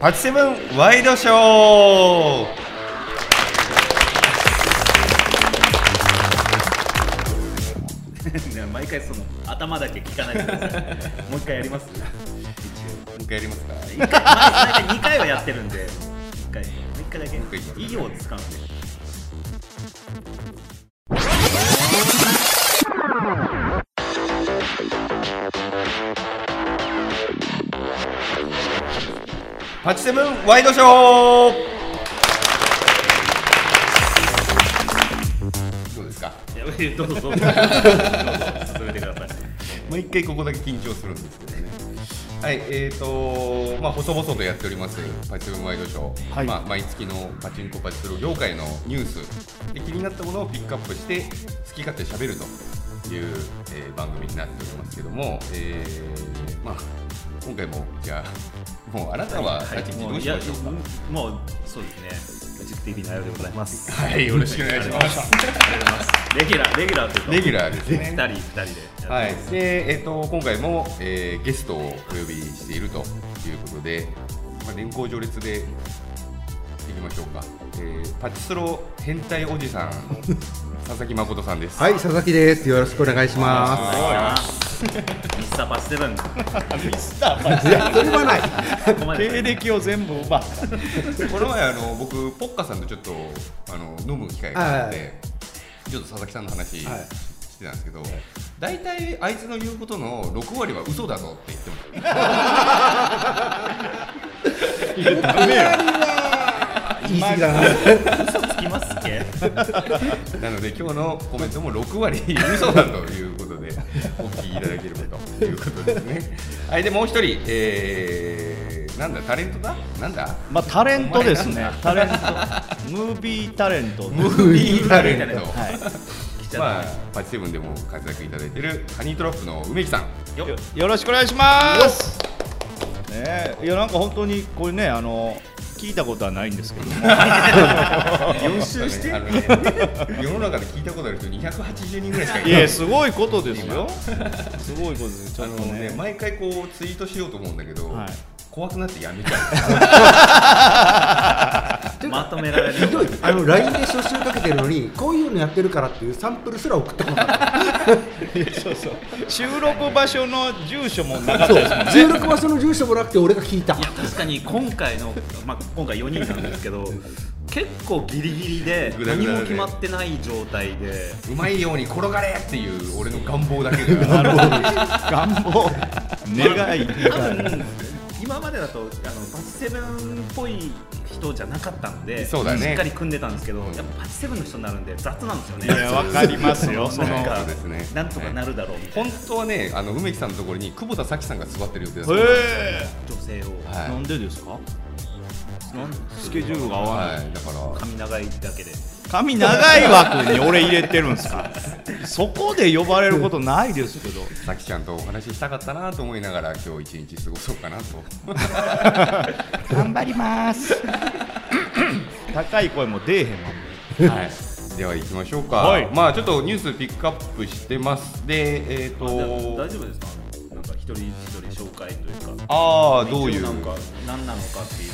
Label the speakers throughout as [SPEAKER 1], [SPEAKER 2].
[SPEAKER 1] パチセブンワイドショー
[SPEAKER 2] ね毎回その頭だけ聞かないでく ださいもう一回やります
[SPEAKER 1] もう一回やりますか
[SPEAKER 2] 一回毎回2回はやってるんで1回もう一回だけ
[SPEAKER 1] う一回いきます
[SPEAKER 2] 意を使うんで
[SPEAKER 1] パチセブンワイドショーどうですか
[SPEAKER 2] いやどうぞどうぞどうぞ進めてください
[SPEAKER 1] 毎回ここだけ緊張するんですけどねはいえーとまあ、細々とやっておりますパチブンワイドショー、
[SPEAKER 3] はい
[SPEAKER 1] まあ、毎月のパチンコパチスロ業界のニュースで気になったものをピックアップして好き勝手しゃべるという、えー番組になっておりますけども、えーまあ、今回もじゃあもうあなたは
[SPEAKER 2] はい
[SPEAKER 1] 立ち位置
[SPEAKER 2] も
[SPEAKER 1] どう
[SPEAKER 2] うい
[SPEAKER 1] し
[SPEAKER 2] や
[SPEAKER 1] ましょうか、
[SPEAKER 2] もうそうですねマジック TV 内容でございます
[SPEAKER 1] はいよろしくお願いします
[SPEAKER 2] ありがとうございますレギュラーレギュラーというか
[SPEAKER 1] レギュラーですね
[SPEAKER 2] 2人二人でやってます
[SPEAKER 1] はい、で、えっと、今回も、えーゲストをお呼びしているということで、まあ、年功序列でいきましょうか、えーパチスロ変態おじさん 佐々木誠さんです。
[SPEAKER 3] はい、佐々木です。よろしくお願いしま
[SPEAKER 2] ミスターパスセブン
[SPEAKER 4] ミスターパンチ
[SPEAKER 3] す。いや、それはない。
[SPEAKER 2] ここまで
[SPEAKER 4] 経歴を全部まあ
[SPEAKER 1] この前あの僕ポッカさんとちょっとあの飲む機会があって、
[SPEAKER 3] はい
[SPEAKER 1] ちょっと佐々木さんの話し
[SPEAKER 3] はい
[SPEAKER 1] てたんですけど、大体あいつの言うことの6割は嘘だぞって言っても
[SPEAKER 4] ダメよ
[SPEAKER 3] 言い過ぎだな。
[SPEAKER 2] つきますっけ
[SPEAKER 1] なので今日のコメントも6割嘘だということ でお聞きいただければということですね。はいでもう一人、えー、なんだタレントだなんだ
[SPEAKER 4] まあタレントですねタレントムービータレント
[SPEAKER 1] ムービータレント。
[SPEAKER 4] は
[SPEAKER 2] 来ちゃった
[SPEAKER 1] まあパチセブンでも活躍いただいているハニートラップの梅木さん。
[SPEAKER 4] いよよろしくお願いしますねえいやなんか本当にこれねあの聞いたことはないんです けども
[SPEAKER 2] 4周して
[SPEAKER 1] あのね 世の中で聞いたことある人280人ぐらいしかいない
[SPEAKER 4] い。やすごいことですよすごいことですちょ
[SPEAKER 1] あ
[SPEAKER 4] っ
[SPEAKER 1] の
[SPEAKER 4] と
[SPEAKER 1] ね
[SPEAKER 4] ね
[SPEAKER 1] 毎回こうツイートしようと思うんだけど、
[SPEAKER 4] はい
[SPEAKER 1] 怖くなってやめちゃう。
[SPEAKER 2] まとめられる
[SPEAKER 3] ひどい。あの、LINE で初集かけてるのに、こういうのやってるからっていうサンプルすら送ってこなかっ
[SPEAKER 4] そうそう収録場所の住所もなか
[SPEAKER 3] た。そ
[SPEAKER 4] った
[SPEAKER 3] う
[SPEAKER 4] ですもん。
[SPEAKER 3] 収録場所の住所もなくて、俺が聞いた。
[SPEAKER 2] いや確かに今回の、まあ、今回4人なんですけど結構ギリギリで
[SPEAKER 1] グダグダ
[SPEAKER 2] 何
[SPEAKER 1] だね
[SPEAKER 2] も決まってない状態で
[SPEAKER 1] うまいように転がれっていう俺の願望だけ が。
[SPEAKER 4] 願望願い
[SPEAKER 2] 多分今までだとあのパチセブンっぽい人じゃなかったので
[SPEAKER 1] そうだね
[SPEAKER 2] しっかり組んでたんですけどやっぱパチセブンの人になるんで雑なんですよね
[SPEAKER 4] いやわかりますよ
[SPEAKER 2] そのなん
[SPEAKER 1] そ
[SPEAKER 2] か
[SPEAKER 1] うですね
[SPEAKER 2] なんとかなるだろうみたい
[SPEAKER 1] 本
[SPEAKER 2] な
[SPEAKER 1] 当はね、あの梅木さんのところに久保田早紀さんが座ってる予定だったんで
[SPEAKER 4] へ
[SPEAKER 2] 女性
[SPEAKER 1] す。
[SPEAKER 2] を
[SPEAKER 1] は
[SPEAKER 4] え
[SPEAKER 1] い
[SPEAKER 4] なんでですかなんスケジュールが合わない
[SPEAKER 1] はい、だから。
[SPEAKER 2] 髪長いだけで
[SPEAKER 4] 髪長い枠に俺入れてるんです かそこで呼ばれることないですけど
[SPEAKER 1] 早紀ちゃんとお話ししたかったなと思いながら、今日一日過ごそうかなと。
[SPEAKER 4] 頑張ります 高い声も出えへんわ
[SPEAKER 1] では行きましょうか。
[SPEAKER 4] はい
[SPEAKER 1] まあ、ちょっとニュースピックアップしてます。で、えっ、
[SPEAKER 2] あだ
[SPEAKER 1] と。
[SPEAKER 2] 大丈夫ですかあのなんか一人一人紹介というか
[SPEAKER 1] ああ、どうい
[SPEAKER 2] 一
[SPEAKER 1] う
[SPEAKER 2] 応なん。か何なのかっていう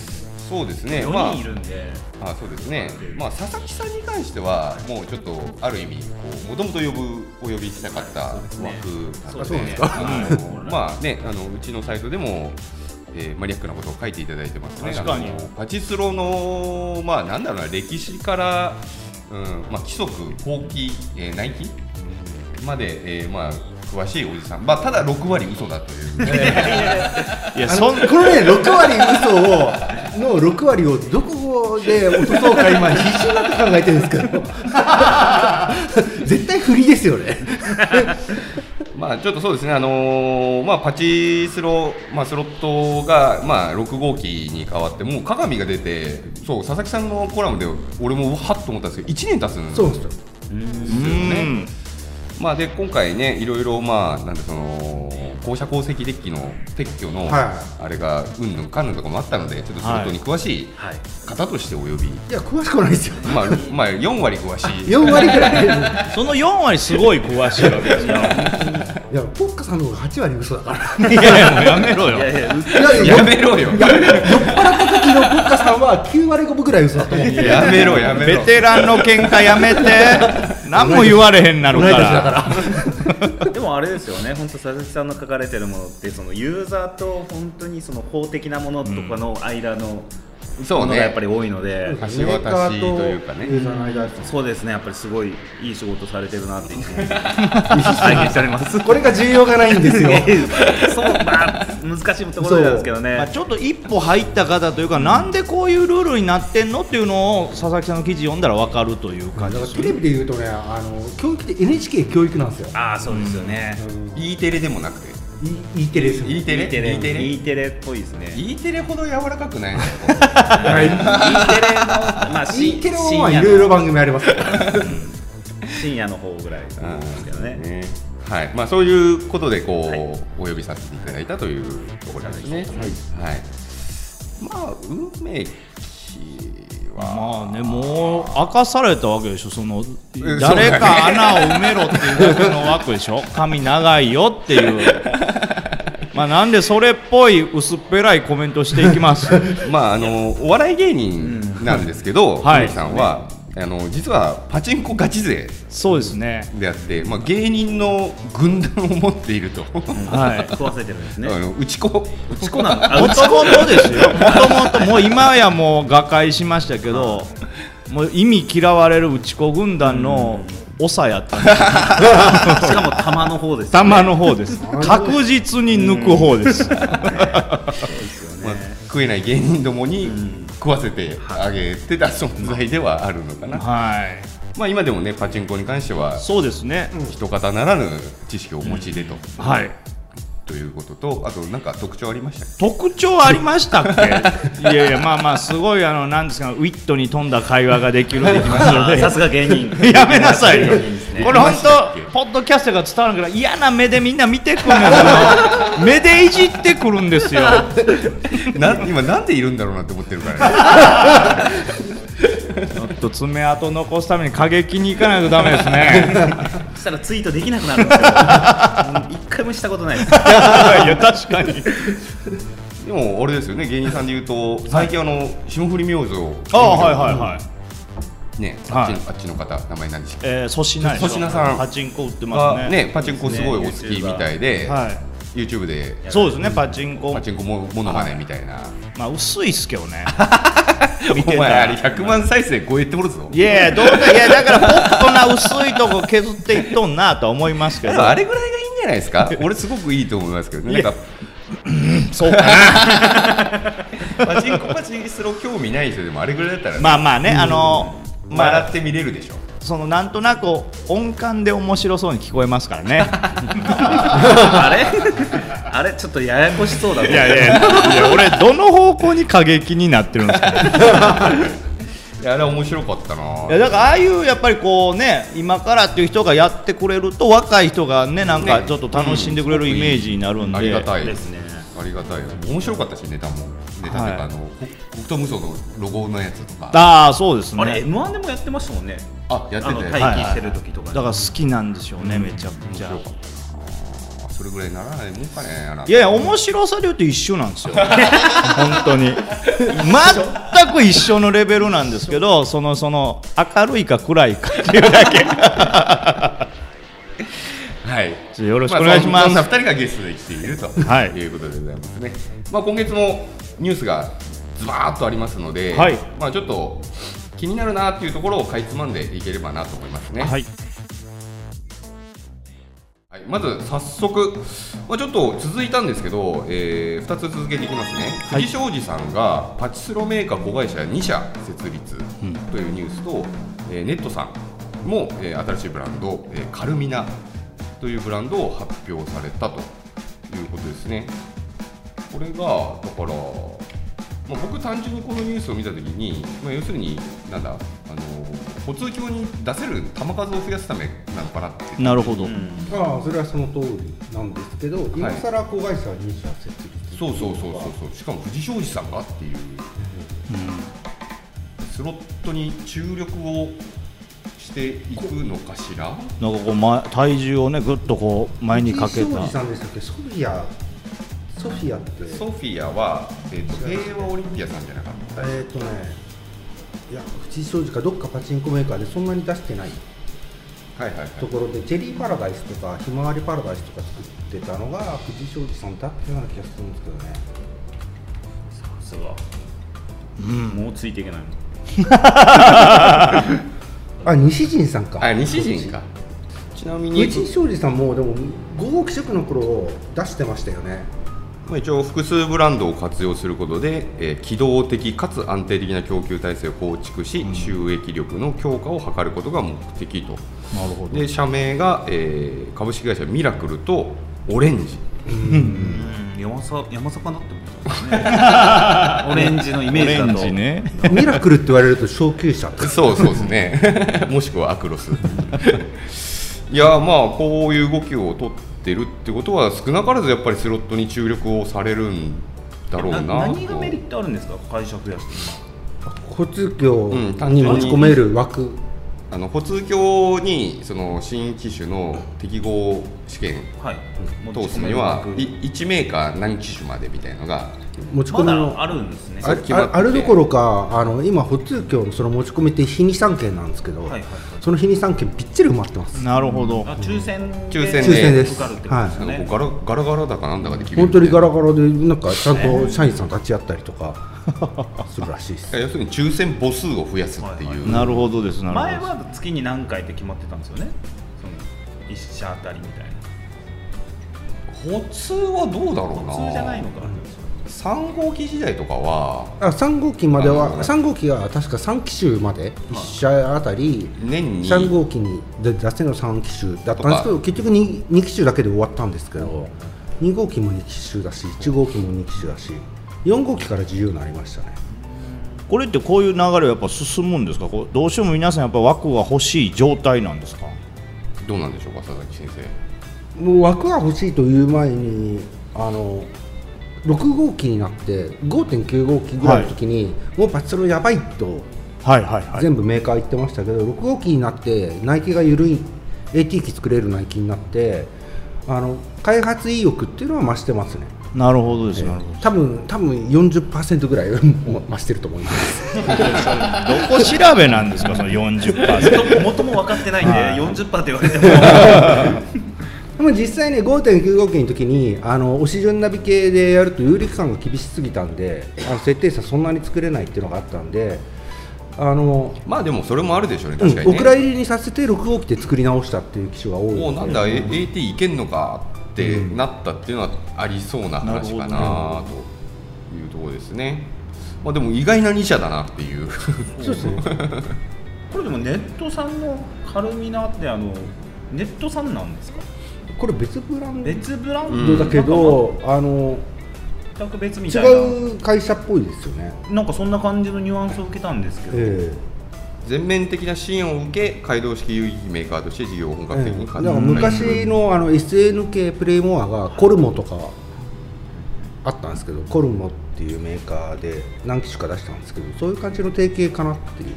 [SPEAKER 1] そうですね。
[SPEAKER 2] 4
[SPEAKER 1] ま
[SPEAKER 2] 人いるんで、
[SPEAKER 1] あ、あ、そうですね。まあ、佐々木さんに関しては、もうちょっと、ある意味、こう、もともと呼ぶ、お呼びしたかった枠
[SPEAKER 2] ね
[SPEAKER 1] なので。
[SPEAKER 2] そうですね
[SPEAKER 1] あの
[SPEAKER 2] うん
[SPEAKER 1] まあね、あのうちのサイトでも、えーマニアックなことを書いていただいてますね。
[SPEAKER 4] 確かに
[SPEAKER 1] あのパチスロのまあなんだろうな歴史から、うんまあ規則、法規、えー内規まで、えーまあ詳しいおじさん、まあただ6割嘘だという、
[SPEAKER 4] いや
[SPEAKER 3] あの
[SPEAKER 4] そん
[SPEAKER 3] このね、6割嘘を、の6割をどこで落とそうか、今、必死になって考えてるんですけど、絶対振りですよね。
[SPEAKER 1] まあちょっとそうですね、あのーまあ、パチスロ、まあ、スロットが、まあ、6号機に変わって、もう鏡が出て、そう、佐々木さんのコラムで、俺もはっと思ったんですけど、1年経つんです
[SPEAKER 3] そ
[SPEAKER 1] よ
[SPEAKER 3] うですよ。
[SPEAKER 4] うん
[SPEAKER 1] まあで今回ねいろいろまあなんでその校舎鉱石デッキの撤去の
[SPEAKER 3] は
[SPEAKER 1] あれがうんぬんかんぬんとかもあったのでちょっとスロットに詳しい
[SPEAKER 2] はい
[SPEAKER 1] 方としてお呼び、
[SPEAKER 3] いや、詳しくはないですよ。
[SPEAKER 1] まあまあ4割詳しい
[SPEAKER 3] 4割ぐらい。
[SPEAKER 4] その4割すごい詳しいわけですよ
[SPEAKER 3] いやポッカさんの方が8割嘘だから
[SPEAKER 4] いやいやもうやめろよ
[SPEAKER 2] いやいや、う
[SPEAKER 3] い
[SPEAKER 1] やめろよ
[SPEAKER 3] いや酔っ払った時のポッカさんは9割5分ぐらい嘘だと思って
[SPEAKER 1] やめろやめろ
[SPEAKER 4] ベテランの喧嘩やめて何も言われへんなる
[SPEAKER 3] 同
[SPEAKER 4] か
[SPEAKER 3] い年
[SPEAKER 4] ら
[SPEAKER 3] だから
[SPEAKER 2] でもあれですよね、本当佐々木さんの書かれてるものってそのユーザーと本当にその法的なものとかの間の
[SPEAKER 1] そ
[SPEAKER 2] も
[SPEAKER 1] う
[SPEAKER 2] のが
[SPEAKER 1] ね
[SPEAKER 2] やっぱり多いので、
[SPEAKER 1] 橋渡しというか
[SPEAKER 3] メーカーとユー
[SPEAKER 1] ね
[SPEAKER 3] ザーの間
[SPEAKER 2] そうですね、やっぱりすごいいい仕事されてるな っていつも拝見しており ます。
[SPEAKER 3] これが重要がないんです よ
[SPEAKER 2] いやいや そうまあ難しいところなんですけどね。
[SPEAKER 4] まあ、ちょっと一歩入った方というか、なんでこういうルールになってんのっていうのを佐々木さんの記事読んだら分かるという
[SPEAKER 3] だか
[SPEAKER 4] 感じ
[SPEAKER 3] ら
[SPEAKER 4] です
[SPEAKER 3] テレビで言うとねあの教育って NHK 教育なんですよ
[SPEAKER 2] ああそうですよね。
[SPEAKER 3] うん
[SPEAKER 1] E テレでもなくて
[SPEAKER 3] E テレですよ
[SPEAKER 1] E テレ
[SPEAKER 2] E テレ
[SPEAKER 1] E テレ
[SPEAKER 2] E テレっぽいですね。E
[SPEAKER 1] E テレほど柔らかくないのよ
[SPEAKER 2] テレのまあ
[SPEAKER 3] E
[SPEAKER 2] し
[SPEAKER 3] テレ
[SPEAKER 2] 深
[SPEAKER 3] はい
[SPEAKER 2] 夜
[SPEAKER 3] ろいろ
[SPEAKER 2] の
[SPEAKER 3] 番組ありますから
[SPEAKER 2] 深夜の方ぐらいですけどね。
[SPEAKER 1] ねはいまあ、そういうことでこう、
[SPEAKER 2] はい
[SPEAKER 1] お呼びさせていただいたというところですね。はいまあ梅木は、
[SPEAKER 4] まあね、もう明かされたわけでしょ、その
[SPEAKER 1] うん
[SPEAKER 4] 誰
[SPEAKER 1] そうだ
[SPEAKER 4] か穴を埋めろっていうだけの枠でしょ、髪長いよっていう、まあなんでそれっぽい薄っぺらいコメントしていきます、
[SPEAKER 1] まあ、あのお笑い芸人なんですけど、
[SPEAKER 4] はい
[SPEAKER 1] 梅木さんは、あの実はパチンコガチ勢
[SPEAKER 4] そうですね、
[SPEAKER 1] であって、まあ、芸人の軍団を持っていると、
[SPEAKER 4] はい、
[SPEAKER 2] 食わせてるんですね。
[SPEAKER 1] あの打ち子
[SPEAKER 2] うちこなの。あ
[SPEAKER 4] もともとです よ、もともと、もう今やもう瓦解しましたけど、もう意味嫌われる内子軍団の長やったんで
[SPEAKER 2] しかも玉の方です、ね。
[SPEAKER 4] 玉の方 です確実に抜く方です
[SPEAKER 1] まあ、食えない芸人どもに食わせてあげてた存在ではあるのかな、
[SPEAKER 4] はい
[SPEAKER 1] まあ、今でもねパチンコに関しては
[SPEAKER 4] そうですね
[SPEAKER 1] 一方ならぬ知識をお持ちでと,、
[SPEAKER 4] はい
[SPEAKER 1] ということとあとなんか特徴ありましたっけ
[SPEAKER 4] 特徴ありましたっけ いやいやまあまあすごいあのなんですかウィットに富んだ会話ができるできますの
[SPEAKER 2] あー
[SPEAKER 4] で
[SPEAKER 2] さすが芸人。
[SPEAKER 4] やめなさいよ
[SPEAKER 2] 芸人ですね
[SPEAKER 4] これ本当ポッドキャストが伝わるから嫌な目でみんな見てくるのよ 目でいじってくるんですよ
[SPEAKER 1] な今なんでいるんだろうなって思ってるから ね
[SPEAKER 4] ちょっと爪痕残すために過激に行かないとダメですね
[SPEAKER 2] そしたらツイートできなくなるんですよ。うん一回もしたことないです。
[SPEAKER 4] いや確かに
[SPEAKER 1] でもあれですよね芸人さんで言うと最近あの霜降り明星
[SPEAKER 4] ああはいはいはい
[SPEAKER 1] ねあっち
[SPEAKER 4] はい
[SPEAKER 1] のあっちの方名前何でしたっ
[SPEAKER 4] えー、粗品でしょ
[SPEAKER 1] 粗品さん
[SPEAKER 4] パチンコ売って
[SPEAKER 1] け
[SPEAKER 4] ます
[SPEAKER 1] が
[SPEAKER 4] ね
[SPEAKER 1] ねパチンコすごいお好きみたいで、
[SPEAKER 4] はい
[SPEAKER 1] YouTube で
[SPEAKER 4] そうですねパチンコ
[SPEAKER 1] パチンコもものまねみたいな、
[SPEAKER 4] まあ薄いっすけどね見て
[SPEAKER 1] お前
[SPEAKER 4] た
[SPEAKER 1] あ
[SPEAKER 4] ら
[SPEAKER 1] れ
[SPEAKER 4] い
[SPEAKER 1] 100万再生超えておるぞ
[SPEAKER 4] やいやどうだいやだからポッとな薄いとこ削っていっとんなとは思いますけ
[SPEAKER 1] で
[SPEAKER 4] ど
[SPEAKER 1] もあれぐらいがいいんじゃないですか俺すごくいいと思いますけどね なんか
[SPEAKER 4] そうかな
[SPEAKER 1] パチンコパチンスロ興味ない人でもあれぐらいだったら、
[SPEAKER 4] まあまあねあのま
[SPEAKER 1] 笑
[SPEAKER 4] あ
[SPEAKER 1] って見れるでしょ
[SPEAKER 4] そのなんとなく音感で面白そうに聞こえますからね
[SPEAKER 2] あれあれちょっとややこしそうだ
[SPEAKER 4] いやいやいや俺どの方向に過激になってるんですか
[SPEAKER 1] いやあれ面白かったない
[SPEAKER 4] やだからああいうやっぱりこうね今からっていう人がやってくれると若い人がねなんか
[SPEAKER 1] ね
[SPEAKER 4] ちょっと楽しんでくれるイメージになるんで、
[SPEAKER 1] ありがたい
[SPEAKER 2] ですね
[SPEAKER 1] ありがたい面白かったしネタもネタというか、
[SPEAKER 4] はい
[SPEAKER 1] あの北北斗無双のロゴのやつとか
[SPEAKER 4] ああそうです
[SPEAKER 2] あれ
[SPEAKER 4] ね
[SPEAKER 2] M1 でもやってましたもんね。
[SPEAKER 1] あやって
[SPEAKER 2] あの
[SPEAKER 1] て
[SPEAKER 2] 待機してる時とか
[SPEAKER 4] だ
[SPEAKER 2] に。
[SPEAKER 4] から好きなんでしょうね、めちゃくちゃ
[SPEAKER 1] 面白かったなあそれぐらいならないもんかねあない
[SPEAKER 4] やいや面白さで言うと一緒なんですよ本当に全く一緒のレベルなんですけどそのその明るいか暗いかっていうだけ
[SPEAKER 1] はい
[SPEAKER 4] ちょよろしくお願いします
[SPEAKER 1] あ、そんな2人がゲストで来ていると、
[SPEAKER 4] はい
[SPEAKER 1] い、うことでございますね、まあ、今月もニュースがズバーっとありますので、
[SPEAKER 4] はい
[SPEAKER 1] まあ、ちょっと気になるなっていうところをかいつまんでいければなと思いますね、
[SPEAKER 4] はい
[SPEAKER 1] はい、まず早速、まあ、ちょっと続いたんですけど、え2つ続けていきますね、
[SPEAKER 4] はい
[SPEAKER 1] 藤庄司さんがパチスロメーカー子会社2社設立というニュースと、えーネットさんも、えー新しいブランド、えーカルミナというブランドを発表されたということですね。これがだから、まあ、僕、単純にこのニュースを見たときに、まあ、要するに、なんだ、あの交通橋に出せる球数を増やすためなのかなって
[SPEAKER 4] なるほど、
[SPEAKER 2] うん
[SPEAKER 3] ああそれはその通りなんですけど、今更子会社は2社設立
[SPEAKER 1] そうそうそうそうそうしかも藤庄司さんがっていうスロットに注力をしていくのかしら
[SPEAKER 4] なんかこう、ま、体重をねぐっとこう前にかけ
[SPEAKER 3] 藤井
[SPEAKER 4] た
[SPEAKER 3] 聡二さんでしたっけソフィアソフィアって
[SPEAKER 1] ソフィアは、えー、と平和オリンピアさんじゃなかった
[SPEAKER 3] えっ、ー、とねいや藤井商事かどっかパチンコメーカーでそんなに出してない
[SPEAKER 1] はいはいはい
[SPEAKER 3] ところでチェリーパラダイスとかひまわりパラダイスとか作ってたのが藤井商事さんだったような気がするんですけどね
[SPEAKER 2] さすが
[SPEAKER 4] うん
[SPEAKER 2] もうついていけないもん
[SPEAKER 3] あ西陣さんか
[SPEAKER 1] あ西陣かちなみに
[SPEAKER 3] 藤井商事さんもでも5億色の頃出してましたよね
[SPEAKER 1] まあ一応複数ブランドを活用することで、えー機動的かつ安定的な供給体制を構築し、収益力の強化を図ることが目的と
[SPEAKER 4] なるほど
[SPEAKER 1] で社名が、えー株式会社ミラクルとオレンジ
[SPEAKER 2] うん山さ山坂だって思ったんですねオレンジのイメージだと
[SPEAKER 4] オレンジね
[SPEAKER 3] ミラクルって言われると昇級者
[SPEAKER 1] そうそうですね もしくはアクロスいやまあこういう動きを取ってるってことは少なからずやっぱりスロットに注力をされるんだろうな
[SPEAKER 2] な
[SPEAKER 1] と
[SPEAKER 2] 何がメリットあるんですか会社増やして
[SPEAKER 3] 交通業
[SPEAKER 1] うん単
[SPEAKER 3] に
[SPEAKER 1] 純に
[SPEAKER 3] 持ち込める枠、
[SPEAKER 1] あの普通教にその新機種の適合試験
[SPEAKER 2] はい
[SPEAKER 1] 通すのには1メーカー何機種までみたいのが
[SPEAKER 3] 持ち込
[SPEAKER 2] ま
[SPEAKER 3] みの、
[SPEAKER 2] だあるんですね
[SPEAKER 1] あ
[SPEAKER 2] は
[SPEAKER 1] る
[SPEAKER 2] い
[SPEAKER 1] 決まってて
[SPEAKER 3] ああるどころかあの今補通教のその持ち込みって日に3件なんですけど、
[SPEAKER 2] はいはい
[SPEAKER 3] その日に3件びっちり埋まってます
[SPEAKER 4] なるほど
[SPEAKER 2] あ抽選で
[SPEAKER 1] 抽選
[SPEAKER 3] 抽選です
[SPEAKER 2] 受かるってことです
[SPEAKER 1] な
[SPEAKER 2] よ
[SPEAKER 1] ん
[SPEAKER 2] ね
[SPEAKER 1] かこうガラガラガラだかなんだかで決める
[SPEAKER 3] 本当にガラ
[SPEAKER 1] ガ
[SPEAKER 3] ガラでなんかちゃんと社員さん立ち会ったりと かするらしいです
[SPEAKER 1] 要するに抽選母数を増やすっていう、
[SPEAKER 4] なるほどですな
[SPEAKER 2] 前
[SPEAKER 4] るほど
[SPEAKER 2] は月に何回って決まってたんですよねその一社当たりみたいな
[SPEAKER 1] 普通はどうだろうな
[SPEAKER 2] 普通じゃないのか
[SPEAKER 1] 3号機時代とかは
[SPEAKER 3] あ3号機まで
[SPEAKER 1] あ
[SPEAKER 3] は
[SPEAKER 1] の
[SPEAKER 3] 3号機が確か3機種まで1社あたり
[SPEAKER 1] 年に
[SPEAKER 3] 3号機に出せの3機種だったんですけ
[SPEAKER 1] と
[SPEAKER 3] ど結局 2, 2機種だけで終わったんですけど2号機も2機種だし1号機も2機種だし4号機から自由になりましたね
[SPEAKER 4] これってこういう流れはやっぱ進むんですかこうどうしても皆さんやっぱ枠が欲しい状態なんですか
[SPEAKER 1] どうなんでしょうか佐々木先生
[SPEAKER 3] もう枠が欲しいという前にあの6号機になって5.9号機ぐらいの時に、もうパチスロやばいと
[SPEAKER 4] はいはいはい
[SPEAKER 3] 全部メーカー言ってましたけど、6号機になってナイキが緩い AT 機作れるナイキになってあの開発意欲っていうのは増してますね
[SPEAKER 4] なるほどですなるほ
[SPEAKER 3] 多分多分40%ぐらい もう増してると思います
[SPEAKER 4] どどこ調べなんですかその40%
[SPEAKER 2] 元も分かってないんで40%って言われても
[SPEAKER 3] でも実際ね5.9号機の時にあの押し順ナビ系でやると有力感が厳しすぎたんであの設定差そんなに作れないっていうのがあったんであの
[SPEAKER 1] まあでもそれもあるでしょうね
[SPEAKER 3] うん
[SPEAKER 1] 確かに
[SPEAKER 3] お
[SPEAKER 1] ね、
[SPEAKER 3] 蔵入りにさせて6号機で作り直したっていう機種が多い
[SPEAKER 1] おおなんだ
[SPEAKER 3] え
[SPEAKER 1] A- AT いけんのかってなったっていうのはありそうな話か
[SPEAKER 4] なる
[SPEAKER 1] なというところですね、まあ、でも意外な2社だなっていう
[SPEAKER 3] そうですね
[SPEAKER 2] これでもネットさんのカルミナってあのネットさんなんですか
[SPEAKER 3] これ別ブラン
[SPEAKER 2] 別ブラン
[SPEAKER 3] ド
[SPEAKER 2] ド
[SPEAKER 3] だけど、あの
[SPEAKER 2] 全く別みたいな
[SPEAKER 3] 違う会社っぽいですよね。
[SPEAKER 2] なんかそんな感じのニュアンスを受けたんですけど、
[SPEAKER 3] え
[SPEAKER 1] 全面的な支援を受け街道式有機メーカーとして事業を本
[SPEAKER 3] え
[SPEAKER 1] 格的に
[SPEAKER 3] だか
[SPEAKER 1] 活
[SPEAKER 3] ら
[SPEAKER 1] 動
[SPEAKER 3] 昔のあの SN 系プレイモアがコルモとかあったんですけどコルモっていうメーカーで何機種か出したんですけどそういう感じの提携かなっていう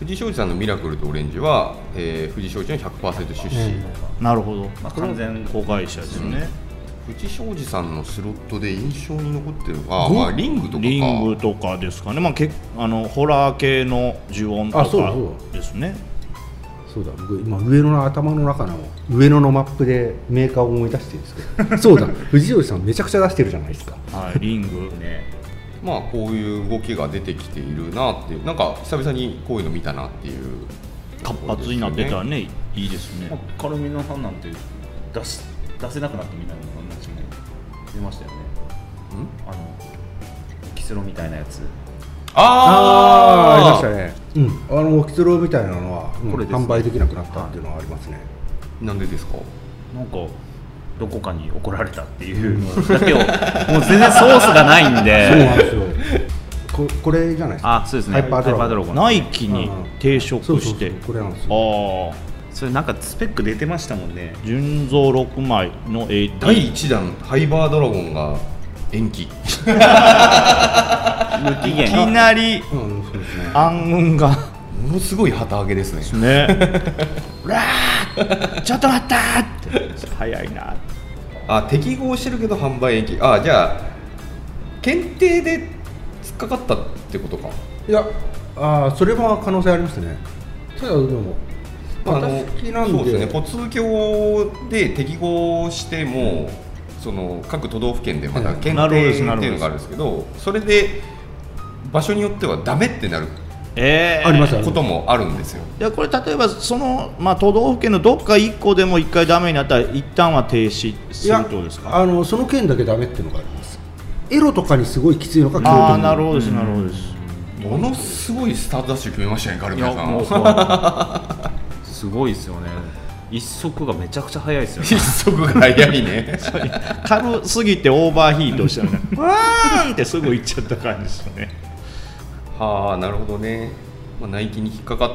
[SPEAKER 1] 藤井商事さんのミラクルとオレンジは、えー、藤井商事の100%出資、
[SPEAKER 4] なるほど
[SPEAKER 2] まあ、完全
[SPEAKER 4] 子会社ですね、
[SPEAKER 1] 藤井商事さんのスロットで印象に残ってるのは、
[SPEAKER 3] うん
[SPEAKER 1] まあ、リングとかか
[SPEAKER 4] リングとかですかね、まあ、けあのホラー系の呪音と
[SPEAKER 3] あそう
[SPEAKER 4] か
[SPEAKER 3] そう
[SPEAKER 4] ですね
[SPEAKER 3] そうだ僕今上野の頭の中の上野のマップでメーカーを思い出してるんですけどそうだ藤井さんめちゃくちゃ出してるじゃないですか
[SPEAKER 4] はいリング
[SPEAKER 2] ね
[SPEAKER 1] まあこういう動きが出てきているなっていうなんか久々にこういうの見たなっていう
[SPEAKER 4] 活発になってたらねいいです
[SPEAKER 2] ま
[SPEAKER 4] ね
[SPEAKER 2] あ、カルミナさんなんて出し出せなくなったみたいな話も出ましたよねあのキスロみたいなやつ
[SPEAKER 1] あーあ
[SPEAKER 3] ありましたね、うん、あのオキスロみたいなのは、うん
[SPEAKER 2] これですね
[SPEAKER 3] 販売できなくなったっていうのはありますね、
[SPEAKER 1] なんでですか
[SPEAKER 2] なんかどこかに怒られたっていうのだ けをもう全然ソースがないん
[SPEAKER 3] そう
[SPEAKER 2] で
[SPEAKER 3] なんですよ。ここれじゃないですか。
[SPEAKER 2] あそうですね
[SPEAKER 3] ハイパードラゴン
[SPEAKER 2] ゴン
[SPEAKER 4] ナイキに抵触
[SPEAKER 3] そうそう
[SPEAKER 4] し
[SPEAKER 3] そ
[SPEAKER 4] て
[SPEAKER 3] うこれなんですよ。
[SPEAKER 4] ああ
[SPEAKER 2] それなんかスペック出てましたもん ね
[SPEAKER 4] 純造6枚の AD
[SPEAKER 1] 第1弾ハイバードラゴンが延期
[SPEAKER 2] 無期
[SPEAKER 4] いき
[SPEAKER 2] 限
[SPEAKER 4] なり
[SPEAKER 3] うん、そうですね。
[SPEAKER 4] 暗雲が
[SPEAKER 1] ものすごい旗揚げですね
[SPEAKER 4] ねうわーちょっと待ったーって早いな
[SPEAKER 1] あ適合してるけど販売延期あじゃあ検定で突っかかったってことか
[SPEAKER 3] いやあーそれは可能性ありますねただでも
[SPEAKER 1] あの
[SPEAKER 3] 私好きなんで
[SPEAKER 1] そうですね交通教で適合しても、その各都道府県でまた
[SPEAKER 3] うん
[SPEAKER 1] 検
[SPEAKER 4] なるほ
[SPEAKER 1] 定
[SPEAKER 4] どで
[SPEAKER 1] って
[SPEAKER 4] すなるほどで
[SPEAKER 1] い
[SPEAKER 4] す
[SPEAKER 1] うのがあるんですけど,、それで場所によってはダメってなる
[SPEAKER 4] えー、
[SPEAKER 3] ありますあり
[SPEAKER 1] こ
[SPEAKER 3] ま
[SPEAKER 1] と
[SPEAKER 3] す
[SPEAKER 1] もあるんですよ、
[SPEAKER 4] いやこれ例えばその、まあ、都道府県のどっか1個でも1回ダメになったら一旦は停止す
[SPEAKER 3] い
[SPEAKER 4] るっ
[SPEAKER 3] や
[SPEAKER 4] てことですか
[SPEAKER 3] あのその件だけダメっていうのがありますエロとかにすごいきついのが
[SPEAKER 4] ああなる
[SPEAKER 3] る
[SPEAKER 4] ほどですなるほどです、
[SPEAKER 1] ものすごいスタートダッシュ決めましたねガル
[SPEAKER 2] い
[SPEAKER 1] ミナ
[SPEAKER 2] や
[SPEAKER 1] さ
[SPEAKER 2] もうんそうすごいですよね一足がめちゃくちゃ速いですよね
[SPEAKER 1] 一足が早いね
[SPEAKER 4] 軽すぎてオーバーヒートしたらねわーんってすぐ行っちゃった感じですよね
[SPEAKER 1] はあなるほどね、まあ、ナイキに引っかかっ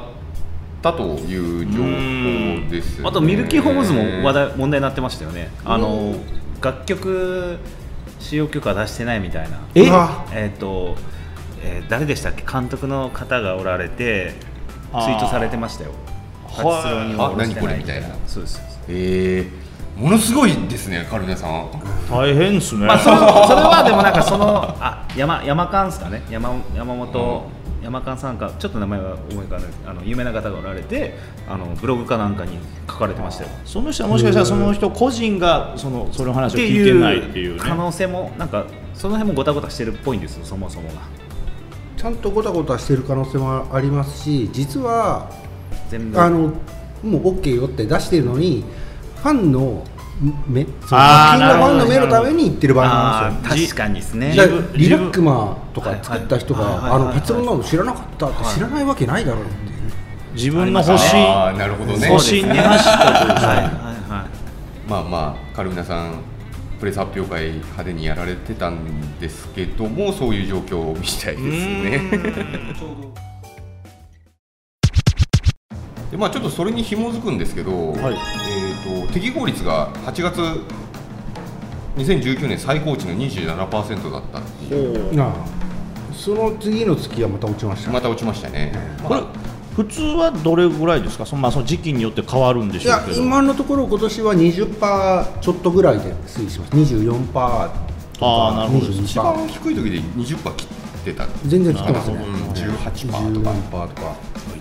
[SPEAKER 1] たという情報です、ね、
[SPEAKER 2] あとミルキーホームズも話題問題になってましたよねあの楽曲使用許可出してないみたいな
[SPEAKER 3] え
[SPEAKER 2] えっ、と、えー誰でしたっけ監督の方がおられてツイートされてましたよ
[SPEAKER 4] はい
[SPEAKER 2] 活動に応募して
[SPEAKER 1] あ何これみたいな
[SPEAKER 2] そうですそうです
[SPEAKER 1] えー、ものすごいですねカルネさん
[SPEAKER 4] 大変ですね、
[SPEAKER 2] まあ、それそれはでもなんかそのあ山山間ですかね山山本、山間さんかちょっと名前は思い浮かばないあの有名な方がおられてあのブログかなんかに書かれてましたよ
[SPEAKER 4] その人はもしかしたらその人個人がそのその話を聞いてないっていうね
[SPEAKER 2] 可能性もなんかその辺もごたごたしてるっぽいんですよそもそもが
[SPEAKER 3] ちゃんとごたごたしてる可能性もありますし実は
[SPEAKER 2] 全部
[SPEAKER 3] あのもう OK よって出してるのにファンの目その
[SPEAKER 4] あー
[SPEAKER 3] 野球のファン
[SPEAKER 4] なるほど
[SPEAKER 3] の目のために言ってる場合もありますよ
[SPEAKER 2] あー確かにですね
[SPEAKER 3] じゃあ
[SPEAKER 4] 自分
[SPEAKER 3] リラックマとか作った人
[SPEAKER 2] はいはい
[SPEAKER 3] が
[SPEAKER 2] は
[SPEAKER 3] 「あ
[SPEAKER 2] いはい
[SPEAKER 3] の結論なの知らなかった」って知らないわけないだろうっていう
[SPEAKER 4] 自分の保身
[SPEAKER 1] あーなるほどね
[SPEAKER 4] 保身に走ったという
[SPEAKER 2] はい
[SPEAKER 4] か
[SPEAKER 2] はいはい
[SPEAKER 1] まあまあカルミナさんプレス発表会派手にやられてたんですけどもそういう状況みたいですねでまあちょっとそれに紐づくんですけど、
[SPEAKER 4] はい
[SPEAKER 1] えー、と適合率が8月2019年最高値の27%だったっていう
[SPEAKER 3] なあその次の月はまた落ちました
[SPEAKER 1] また落ちましたね、
[SPEAKER 4] これ普通はどれぐらいですかその,、まあ、その時期によって変わるんで
[SPEAKER 3] い
[SPEAKER 4] しょう
[SPEAKER 3] や
[SPEAKER 4] けど
[SPEAKER 3] 今のところ今年は20%ちょっとぐらいで推移します24%とか
[SPEAKER 4] あーなるほどです
[SPEAKER 1] 一
[SPEAKER 3] 22%
[SPEAKER 1] 番低い時で20パー切ってた
[SPEAKER 3] 全然来てます
[SPEAKER 1] う
[SPEAKER 3] ね
[SPEAKER 1] ん18%とか
[SPEAKER 3] 14%とか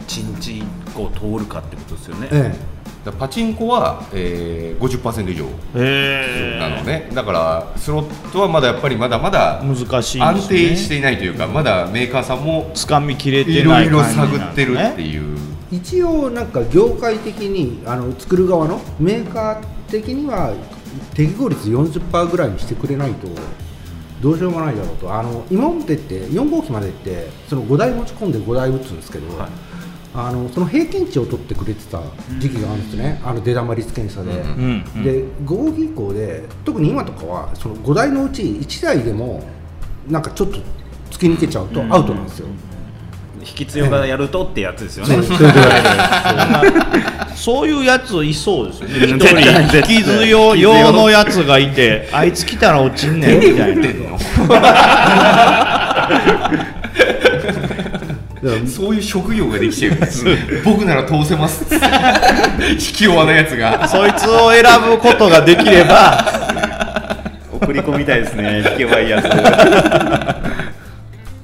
[SPEAKER 2] 一日一個通るかってことですよね、
[SPEAKER 3] え
[SPEAKER 1] だからパチンコは、えー、50%以上
[SPEAKER 4] へ
[SPEAKER 1] な
[SPEAKER 4] ー
[SPEAKER 1] のね、だからスロットはまだやっぱりまだまだ
[SPEAKER 4] 難しいんで
[SPEAKER 1] 安
[SPEAKER 4] すね
[SPEAKER 1] 定していないというか、まだメーカーさんも
[SPEAKER 4] 掴みきれ
[SPEAKER 1] い
[SPEAKER 4] て
[SPEAKER 1] ろ
[SPEAKER 4] ないい
[SPEAKER 1] ろ
[SPEAKER 4] 感じなん
[SPEAKER 1] 探
[SPEAKER 4] ですね
[SPEAKER 1] ってるっていう、
[SPEAKER 3] え一応なんか業界的にあの作る側のメーカー的には適合率40%ぐらいにしてくれないとどうしようもないだろうとあの今までって4号機までってその5台持ち込んで5台打つんですけど、
[SPEAKER 2] はい
[SPEAKER 3] あのその平均値を取ってくれてた時期があるんですね、あの出玉率検査で。
[SPEAKER 1] うん
[SPEAKER 4] うんうん
[SPEAKER 3] で合議以降で特に今とかはその5台のうち1台でもなんかちょっと突き抜けちゃうとアウトなんですよ。
[SPEAKER 2] 引き強がやるとってやつですよ
[SPEAKER 3] そ
[SPEAKER 2] ね、
[SPEAKER 3] うそれぐらいで
[SPEAKER 4] そういうやついそうです よね。一
[SPEAKER 2] 絶対
[SPEAKER 4] 人、引きずよ用のやつがい て、あいつ来たら落ちんねんみたいな。
[SPEAKER 1] そういう職業ができてるんです、 僕なら通せ ます、引き弱なやつが、
[SPEAKER 4] そいつを選ぶことができれば、
[SPEAKER 2] 送り込みたいですね、引けばいいやつ。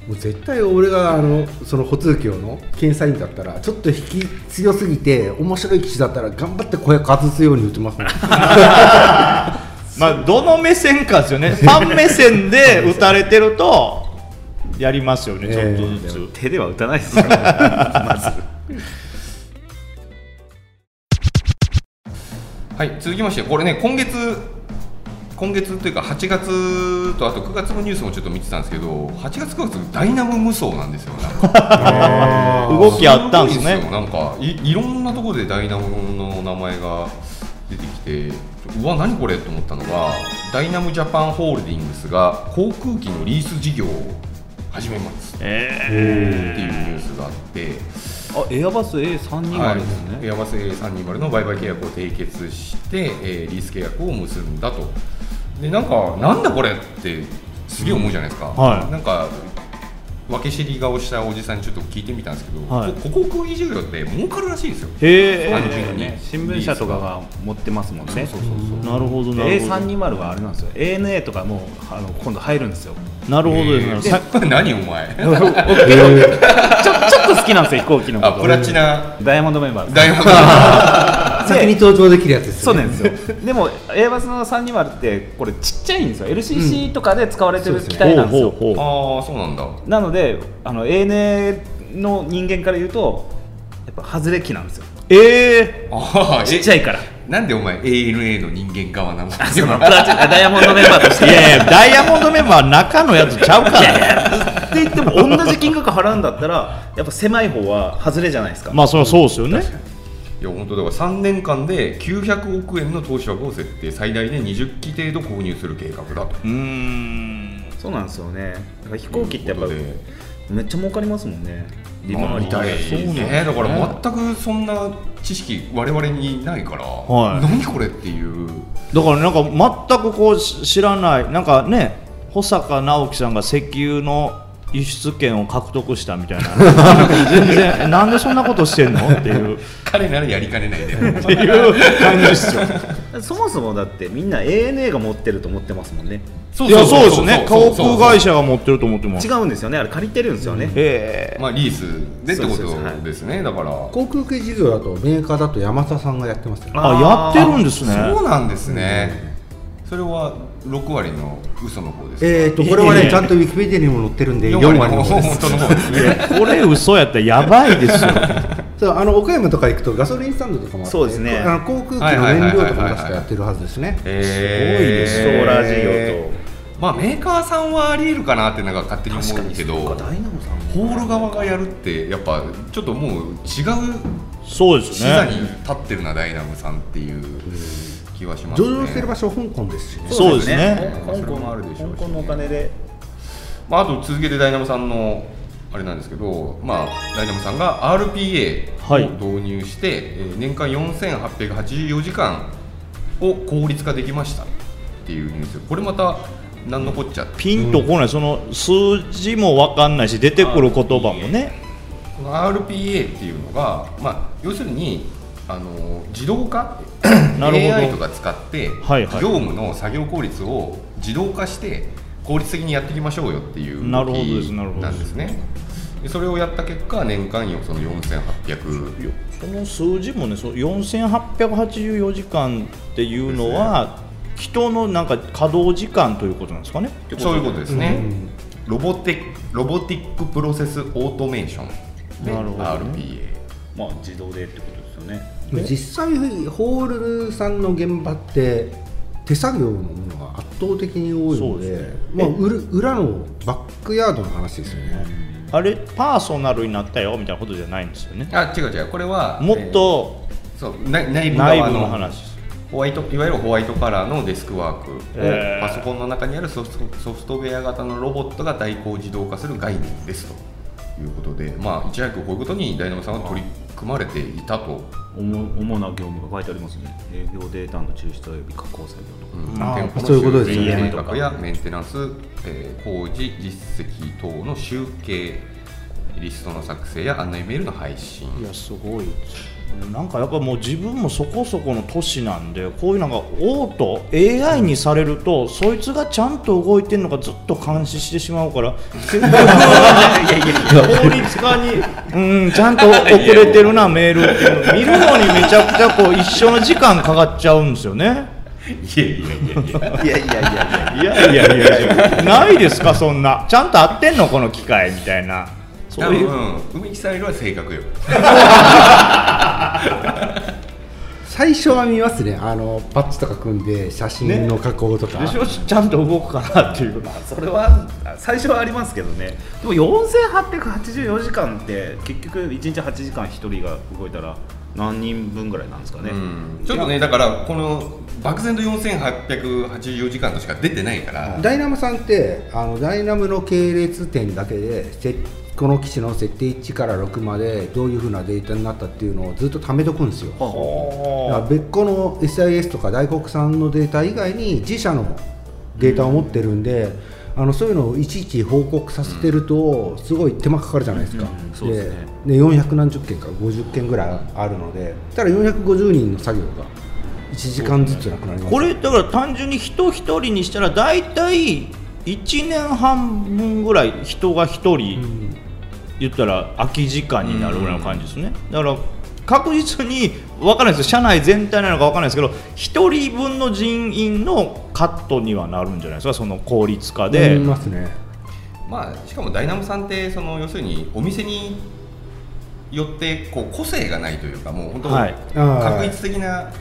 [SPEAKER 3] もう絶対俺があのその補通教の検査員だったらちょっと引き強すぎて面白い棋士だったら頑張って声外すように打 てますね。
[SPEAKER 4] まあ、どの目線かです よね。ファン目線で打たれてると、やりますよね、ちょっとずつ。
[SPEAKER 2] 手では打たないですよ、まず。
[SPEAKER 1] はい、続きまして、これね、今月、今月というか、8月とあと9月のニュースもちょっと見てたんですけど、8月、9月、ダイナム無双なんですよ、なんか
[SPEAKER 4] 動きあったんです
[SPEAKER 1] ごいよ
[SPEAKER 4] ね。
[SPEAKER 1] なんかいいろんなところでダイナモの名前が出てきてうわ何これと思ったのがダイナムジャパンホールディングスが航空機のリース事業を始めますっていうニュースがあって、
[SPEAKER 2] あ、エアバス A32 があるんですね。
[SPEAKER 1] はい、エアバス A320 の売買契約を締結して、えーリース契約を結んだとでなんかなんだこれってすげえ思うじゃないですか、
[SPEAKER 4] はい
[SPEAKER 1] なんか分け知り顔したおじさんにちょっと聞いてみたんですけど、
[SPEAKER 4] はい
[SPEAKER 1] ここ高校移住料って儲かるらしいんですよ
[SPEAKER 4] へえ
[SPEAKER 1] 単純に
[SPEAKER 2] ね新聞社とかが持ってますもんね
[SPEAKER 4] なるほどなるほど
[SPEAKER 2] A320 はあれなんですよ ANA とかもうあの今度入るんですよ
[SPEAKER 4] なるほどですねさ
[SPEAKER 1] 何お前
[SPEAKER 2] ちょちょっと好きなんですよ飛行機の
[SPEAKER 1] あ
[SPEAKER 2] こ
[SPEAKER 1] プラチ
[SPEAKER 2] と
[SPEAKER 1] ナ
[SPEAKER 2] ダイヤモンドメンバー
[SPEAKER 1] 大学の
[SPEAKER 3] 先に登場できるやつです
[SPEAKER 2] そう
[SPEAKER 3] よ
[SPEAKER 2] な
[SPEAKER 3] ね
[SPEAKER 2] んですよでも A バスの320ってこれちっちゃいんですよ LCC とかで使われて
[SPEAKER 3] うん
[SPEAKER 2] る
[SPEAKER 3] そうで
[SPEAKER 2] 機
[SPEAKER 3] すね
[SPEAKER 2] 体なんですよ、
[SPEAKER 4] ほうほ
[SPEAKER 1] ああそうなんだ
[SPEAKER 2] なのであの ANA の人間から言うとやっぱ外れ機なんですよ
[SPEAKER 4] うえ
[SPEAKER 1] ああ
[SPEAKER 2] ちっちゃいから
[SPEAKER 1] なんでお前 ANA の人間側なの
[SPEAKER 2] あそのプラチナダイヤモンドメンバーとして
[SPEAKER 4] ー、いやいやダイヤモンドメンバー中のやつちゃうか
[SPEAKER 2] い
[SPEAKER 4] ら
[SPEAKER 2] やいやって言っても同じ金額払うんだったらやっぱ狭い方は外れじゃないですか、
[SPEAKER 4] まあそれはそうですよね
[SPEAKER 1] いや本当だから3年間で900億円の投資枠を設定最大で20機程度購入する計画だと
[SPEAKER 4] うーん
[SPEAKER 2] そうなんですよねだから飛行機ってやっぱ
[SPEAKER 1] というこ
[SPEAKER 2] めっちゃ儲かりますもんね利回
[SPEAKER 1] た
[SPEAKER 2] り
[SPEAKER 1] い
[SPEAKER 4] そうなんですね
[SPEAKER 1] ねだから全くそんな知識我々にないから、
[SPEAKER 4] はい
[SPEAKER 1] 何これっていう
[SPEAKER 4] だからなんか全くこうし知らないなんかね保坂直樹さんが石油の輸出権を獲得したみたいな全然なんでそんなことしてんのっていう
[SPEAKER 1] 彼ならやりかねないで
[SPEAKER 4] っていう感じですよ
[SPEAKER 2] そもそもだってみんな ANA が持ってると思ってますもんね
[SPEAKER 1] そ
[SPEAKER 4] いやそうですね
[SPEAKER 1] そう
[SPEAKER 4] 航
[SPEAKER 1] そうそう
[SPEAKER 4] 空会社が持ってると思ってます
[SPEAKER 2] 違うんですよねあれ借りてるんですよね、
[SPEAKER 4] ええ
[SPEAKER 1] まあリースでってこ
[SPEAKER 2] そうそうそうは
[SPEAKER 1] と
[SPEAKER 2] い
[SPEAKER 1] ですねだから
[SPEAKER 3] 航空機事業だとメーカーだと山田さんがやってますよね
[SPEAKER 4] あ
[SPEAKER 2] あー
[SPEAKER 4] やってるんですね
[SPEAKER 1] そうなんですねそれは6割の嘘の方です
[SPEAKER 3] えー、とこれはね、ちゃんとウィキペディアにも載ってるんで、
[SPEAKER 1] 4割
[SPEAKER 3] 4
[SPEAKER 1] の
[SPEAKER 3] 割の
[SPEAKER 1] 方
[SPEAKER 3] 方です
[SPEAKER 1] 本当の方 ですね
[SPEAKER 4] これ嘘やったらやばいですよ
[SPEAKER 3] そうあの岡山とか行くと、ガソリンスタンドとかもあって、
[SPEAKER 2] そうですね
[SPEAKER 3] あの航空機の燃料とかも確かやってるはずですね。
[SPEAKER 1] え
[SPEAKER 2] すごいねソーラー事業と
[SPEAKER 1] まあメーカーさんはありえるかなってなんか勝手に
[SPEAKER 2] 確か
[SPEAKER 1] 思う
[SPEAKER 2] に
[SPEAKER 1] け
[SPEAKER 2] そ
[SPEAKER 1] ど
[SPEAKER 2] うかダイナモさん
[SPEAKER 1] ホール側がやるってやっぱちょっともう違う
[SPEAKER 4] そうで
[SPEAKER 1] 視
[SPEAKER 4] す
[SPEAKER 1] 座
[SPEAKER 4] ね
[SPEAKER 1] に立ってるな、ダイナムさんっていう気はしますね
[SPEAKER 3] 上場してる場所、香港ですしね。
[SPEAKER 4] そうですね
[SPEAKER 2] 香港もあるでしょうしね香港のお金で
[SPEAKER 1] まあ、あと続けてダイナムさんのあれなんですけど、まあ、ダイナムさんが RPA
[SPEAKER 4] はい
[SPEAKER 1] を導入して、えー年間4884時間を効率化できましたっていうニュースこれまた何のこっちゃって
[SPEAKER 4] ピンとこないその数字もわかんないし出てくる言葉もね
[SPEAKER 1] この RPA っていうのが、まあ、要するにあの自動化
[SPEAKER 4] なるほど
[SPEAKER 1] AI とか使って、
[SPEAKER 4] はいはい
[SPEAKER 1] 業務の作業効率を自動化して効率的にやっていきましょうよっていう
[SPEAKER 4] なる
[SPEAKER 1] 動
[SPEAKER 4] ほどです
[SPEAKER 1] き
[SPEAKER 4] なるほど
[SPEAKER 1] な
[SPEAKER 4] です
[SPEAKER 1] んですねでそれをやった結果年間よその4800
[SPEAKER 4] よその数字もねそう4884時間っていうのは人のなんか稼働時間ということなんですかね
[SPEAKER 1] そういうことですね、ロボティロボティックプロセスオートメーションで
[SPEAKER 4] なるほど
[SPEAKER 1] RPA
[SPEAKER 2] まあ自動でってことですよね
[SPEAKER 3] 実際、ホールさんの現場って、手作業のものが圧倒的に多い
[SPEAKER 4] そう
[SPEAKER 3] の
[SPEAKER 4] で
[SPEAKER 3] で、
[SPEAKER 4] すね
[SPEAKER 3] まあ、裏裏のバックヤードの話ですよね。
[SPEAKER 4] あれパーソナルになったよみたいなことじゃないんですよね
[SPEAKER 1] あ違う違うこれは
[SPEAKER 4] もっと
[SPEAKER 1] えーそう内内部
[SPEAKER 4] 内
[SPEAKER 1] 側
[SPEAKER 4] 部の
[SPEAKER 1] の
[SPEAKER 4] 話です
[SPEAKER 1] ホワイトいわゆるホワイトカラーのデスクワークを、
[SPEAKER 4] えー
[SPEAKER 1] パソコンの中にあるソフトソフトウェア型のロボットが代行自動化する概念ですということで、まあ、いち早くこういうことにダイナモさんは取り組まれていたと、
[SPEAKER 2] 主主な業務が書いてありますね営業データの抽出及び加工作業と
[SPEAKER 1] う
[SPEAKER 2] か、
[SPEAKER 1] ん
[SPEAKER 3] あー
[SPEAKER 1] 店舗の
[SPEAKER 3] そういうことです
[SPEAKER 2] よね
[SPEAKER 1] 修理計画やメンテナンス、えー工事実績等の集計リストの作成や案内メールの配信
[SPEAKER 4] いやすごいなんかやっぱもう自分もそこそこの都市なんでこういうなんかオート AI にされるとそいつがちゃんと動いてるのかずっと監視してしまう から結局効率化にうんちゃんと遅れてるなメールっていうの見るのにめちゃくちゃこう一生の時間かかっちゃうんですよね
[SPEAKER 1] いやいやいやいや
[SPEAKER 2] いやいやいや
[SPEAKER 4] い やいやいやないですかそんなちゃんと合ってんのこの機械みたいな
[SPEAKER 1] 多
[SPEAKER 4] そういう
[SPEAKER 1] 分梅木さんよりは正確よ
[SPEAKER 3] 最初は見ますね、あのパッチとか組んで、写真の加工とか。
[SPEAKER 4] でしょちゃんと動くかなっていう
[SPEAKER 2] そ れは最初はありますけどねでも4884時間って結局1日8時間1人が動いたら何人分ぐらいなんですかね、
[SPEAKER 1] うんちょっとねだからこの漠然と4884時間としか出てないから、
[SPEAKER 3] ダイナムさんってあのダイナムの系列点だけでせこの機種の設定1から6までどういうふうなデータになったっていうのをずっと貯めとくんですよだか
[SPEAKER 4] ほう
[SPEAKER 3] ら別個の SIS とか大黒さんのデータ以外に自社のデータを持ってるんで、あのそういうのをいちいち報告させてると、すごい手間かかるじゃないですか、
[SPEAKER 2] うんうんそうですね
[SPEAKER 3] でで400何十件か50件ぐらいあるのでただ450人の作業が1時間ずつなくなります
[SPEAKER 4] これだから単純に人一人にしたら大体1年半分ぐらい人が一人、言ったら空き時間になるぐらいの感じですね、だから確実に分からないですよ社内全体なのか分からないですけど一人分の人員のカットにはなるんじゃないですかその効率化で、
[SPEAKER 3] でますね
[SPEAKER 1] まあ、しかもダイナモさんってその要するにお店によってこう個性がないというかもう本当
[SPEAKER 4] はい
[SPEAKER 1] 確一的な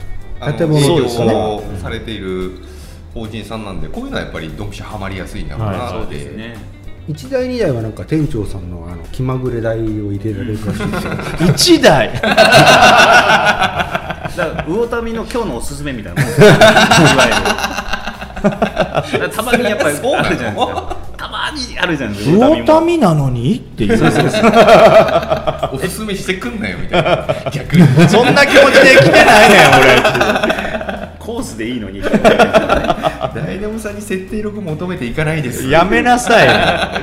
[SPEAKER 1] あの
[SPEAKER 3] 建物
[SPEAKER 1] 営
[SPEAKER 4] そうですね
[SPEAKER 1] 業をされている法人さんなんでこういうのはやっぱりドンピシャはまりやすいんだろう
[SPEAKER 4] はい
[SPEAKER 1] な
[SPEAKER 2] そう
[SPEAKER 1] って、
[SPEAKER 2] ですね
[SPEAKER 3] 1台2台はなんか店長さんのあの気まぐれ台を入れられるらしいですよ
[SPEAKER 4] 1台
[SPEAKER 2] だから魚民の今日のおすすめみたいなもんですよいわゆるだからたまにやっぱり
[SPEAKER 1] そうなの
[SPEAKER 2] あるじゃないですかたまにあるじゃないですか
[SPEAKER 4] 魚民なのにっていうそ
[SPEAKER 1] おすすめしてくんなよみたい な逆に
[SPEAKER 4] んな気持ちで来てないねん俺
[SPEAKER 2] コースでいいのに
[SPEAKER 1] ダイナモさんに設定力求めていかないです
[SPEAKER 4] やめなさい。あ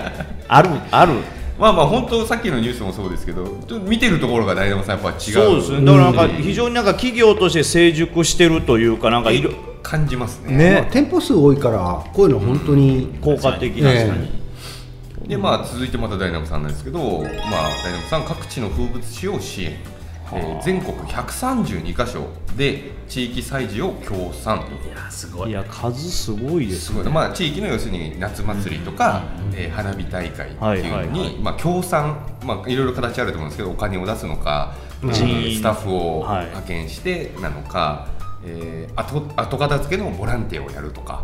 [SPEAKER 4] る、ある。
[SPEAKER 1] まあまあ本当さっきのニュースもそうですけどちょっと見てるところがダイナモさんやっぱ違う
[SPEAKER 4] そうですね。だからなんか非常になんか企業として成熟してるというかなんかいろ
[SPEAKER 1] 感じますね
[SPEAKER 3] まあ
[SPEAKER 4] ね
[SPEAKER 3] 店舗数多いからこういうの本当に、
[SPEAKER 4] 効果的な。
[SPEAKER 3] え
[SPEAKER 1] でまあ続いてまたダイナモさんなんですけど、まあ、ダイナモさん各地の風物詩を支援、えー全国132カ所で地域催事を協賛と
[SPEAKER 2] いやすご
[SPEAKER 4] い
[SPEAKER 2] い
[SPEAKER 4] や数すごいです
[SPEAKER 1] す。ごいなまあ、地域の要するに夏祭りとか、えー花火大会っていうのに、
[SPEAKER 4] はいはいはい
[SPEAKER 1] まあ、協賛、まあ、いろいろ形あると思うんですけどお金を出すのか、
[SPEAKER 4] うん
[SPEAKER 1] 人員スタッフを
[SPEAKER 4] はい
[SPEAKER 1] 派遣してなのか、えー後後片付けのボランティアをやるとか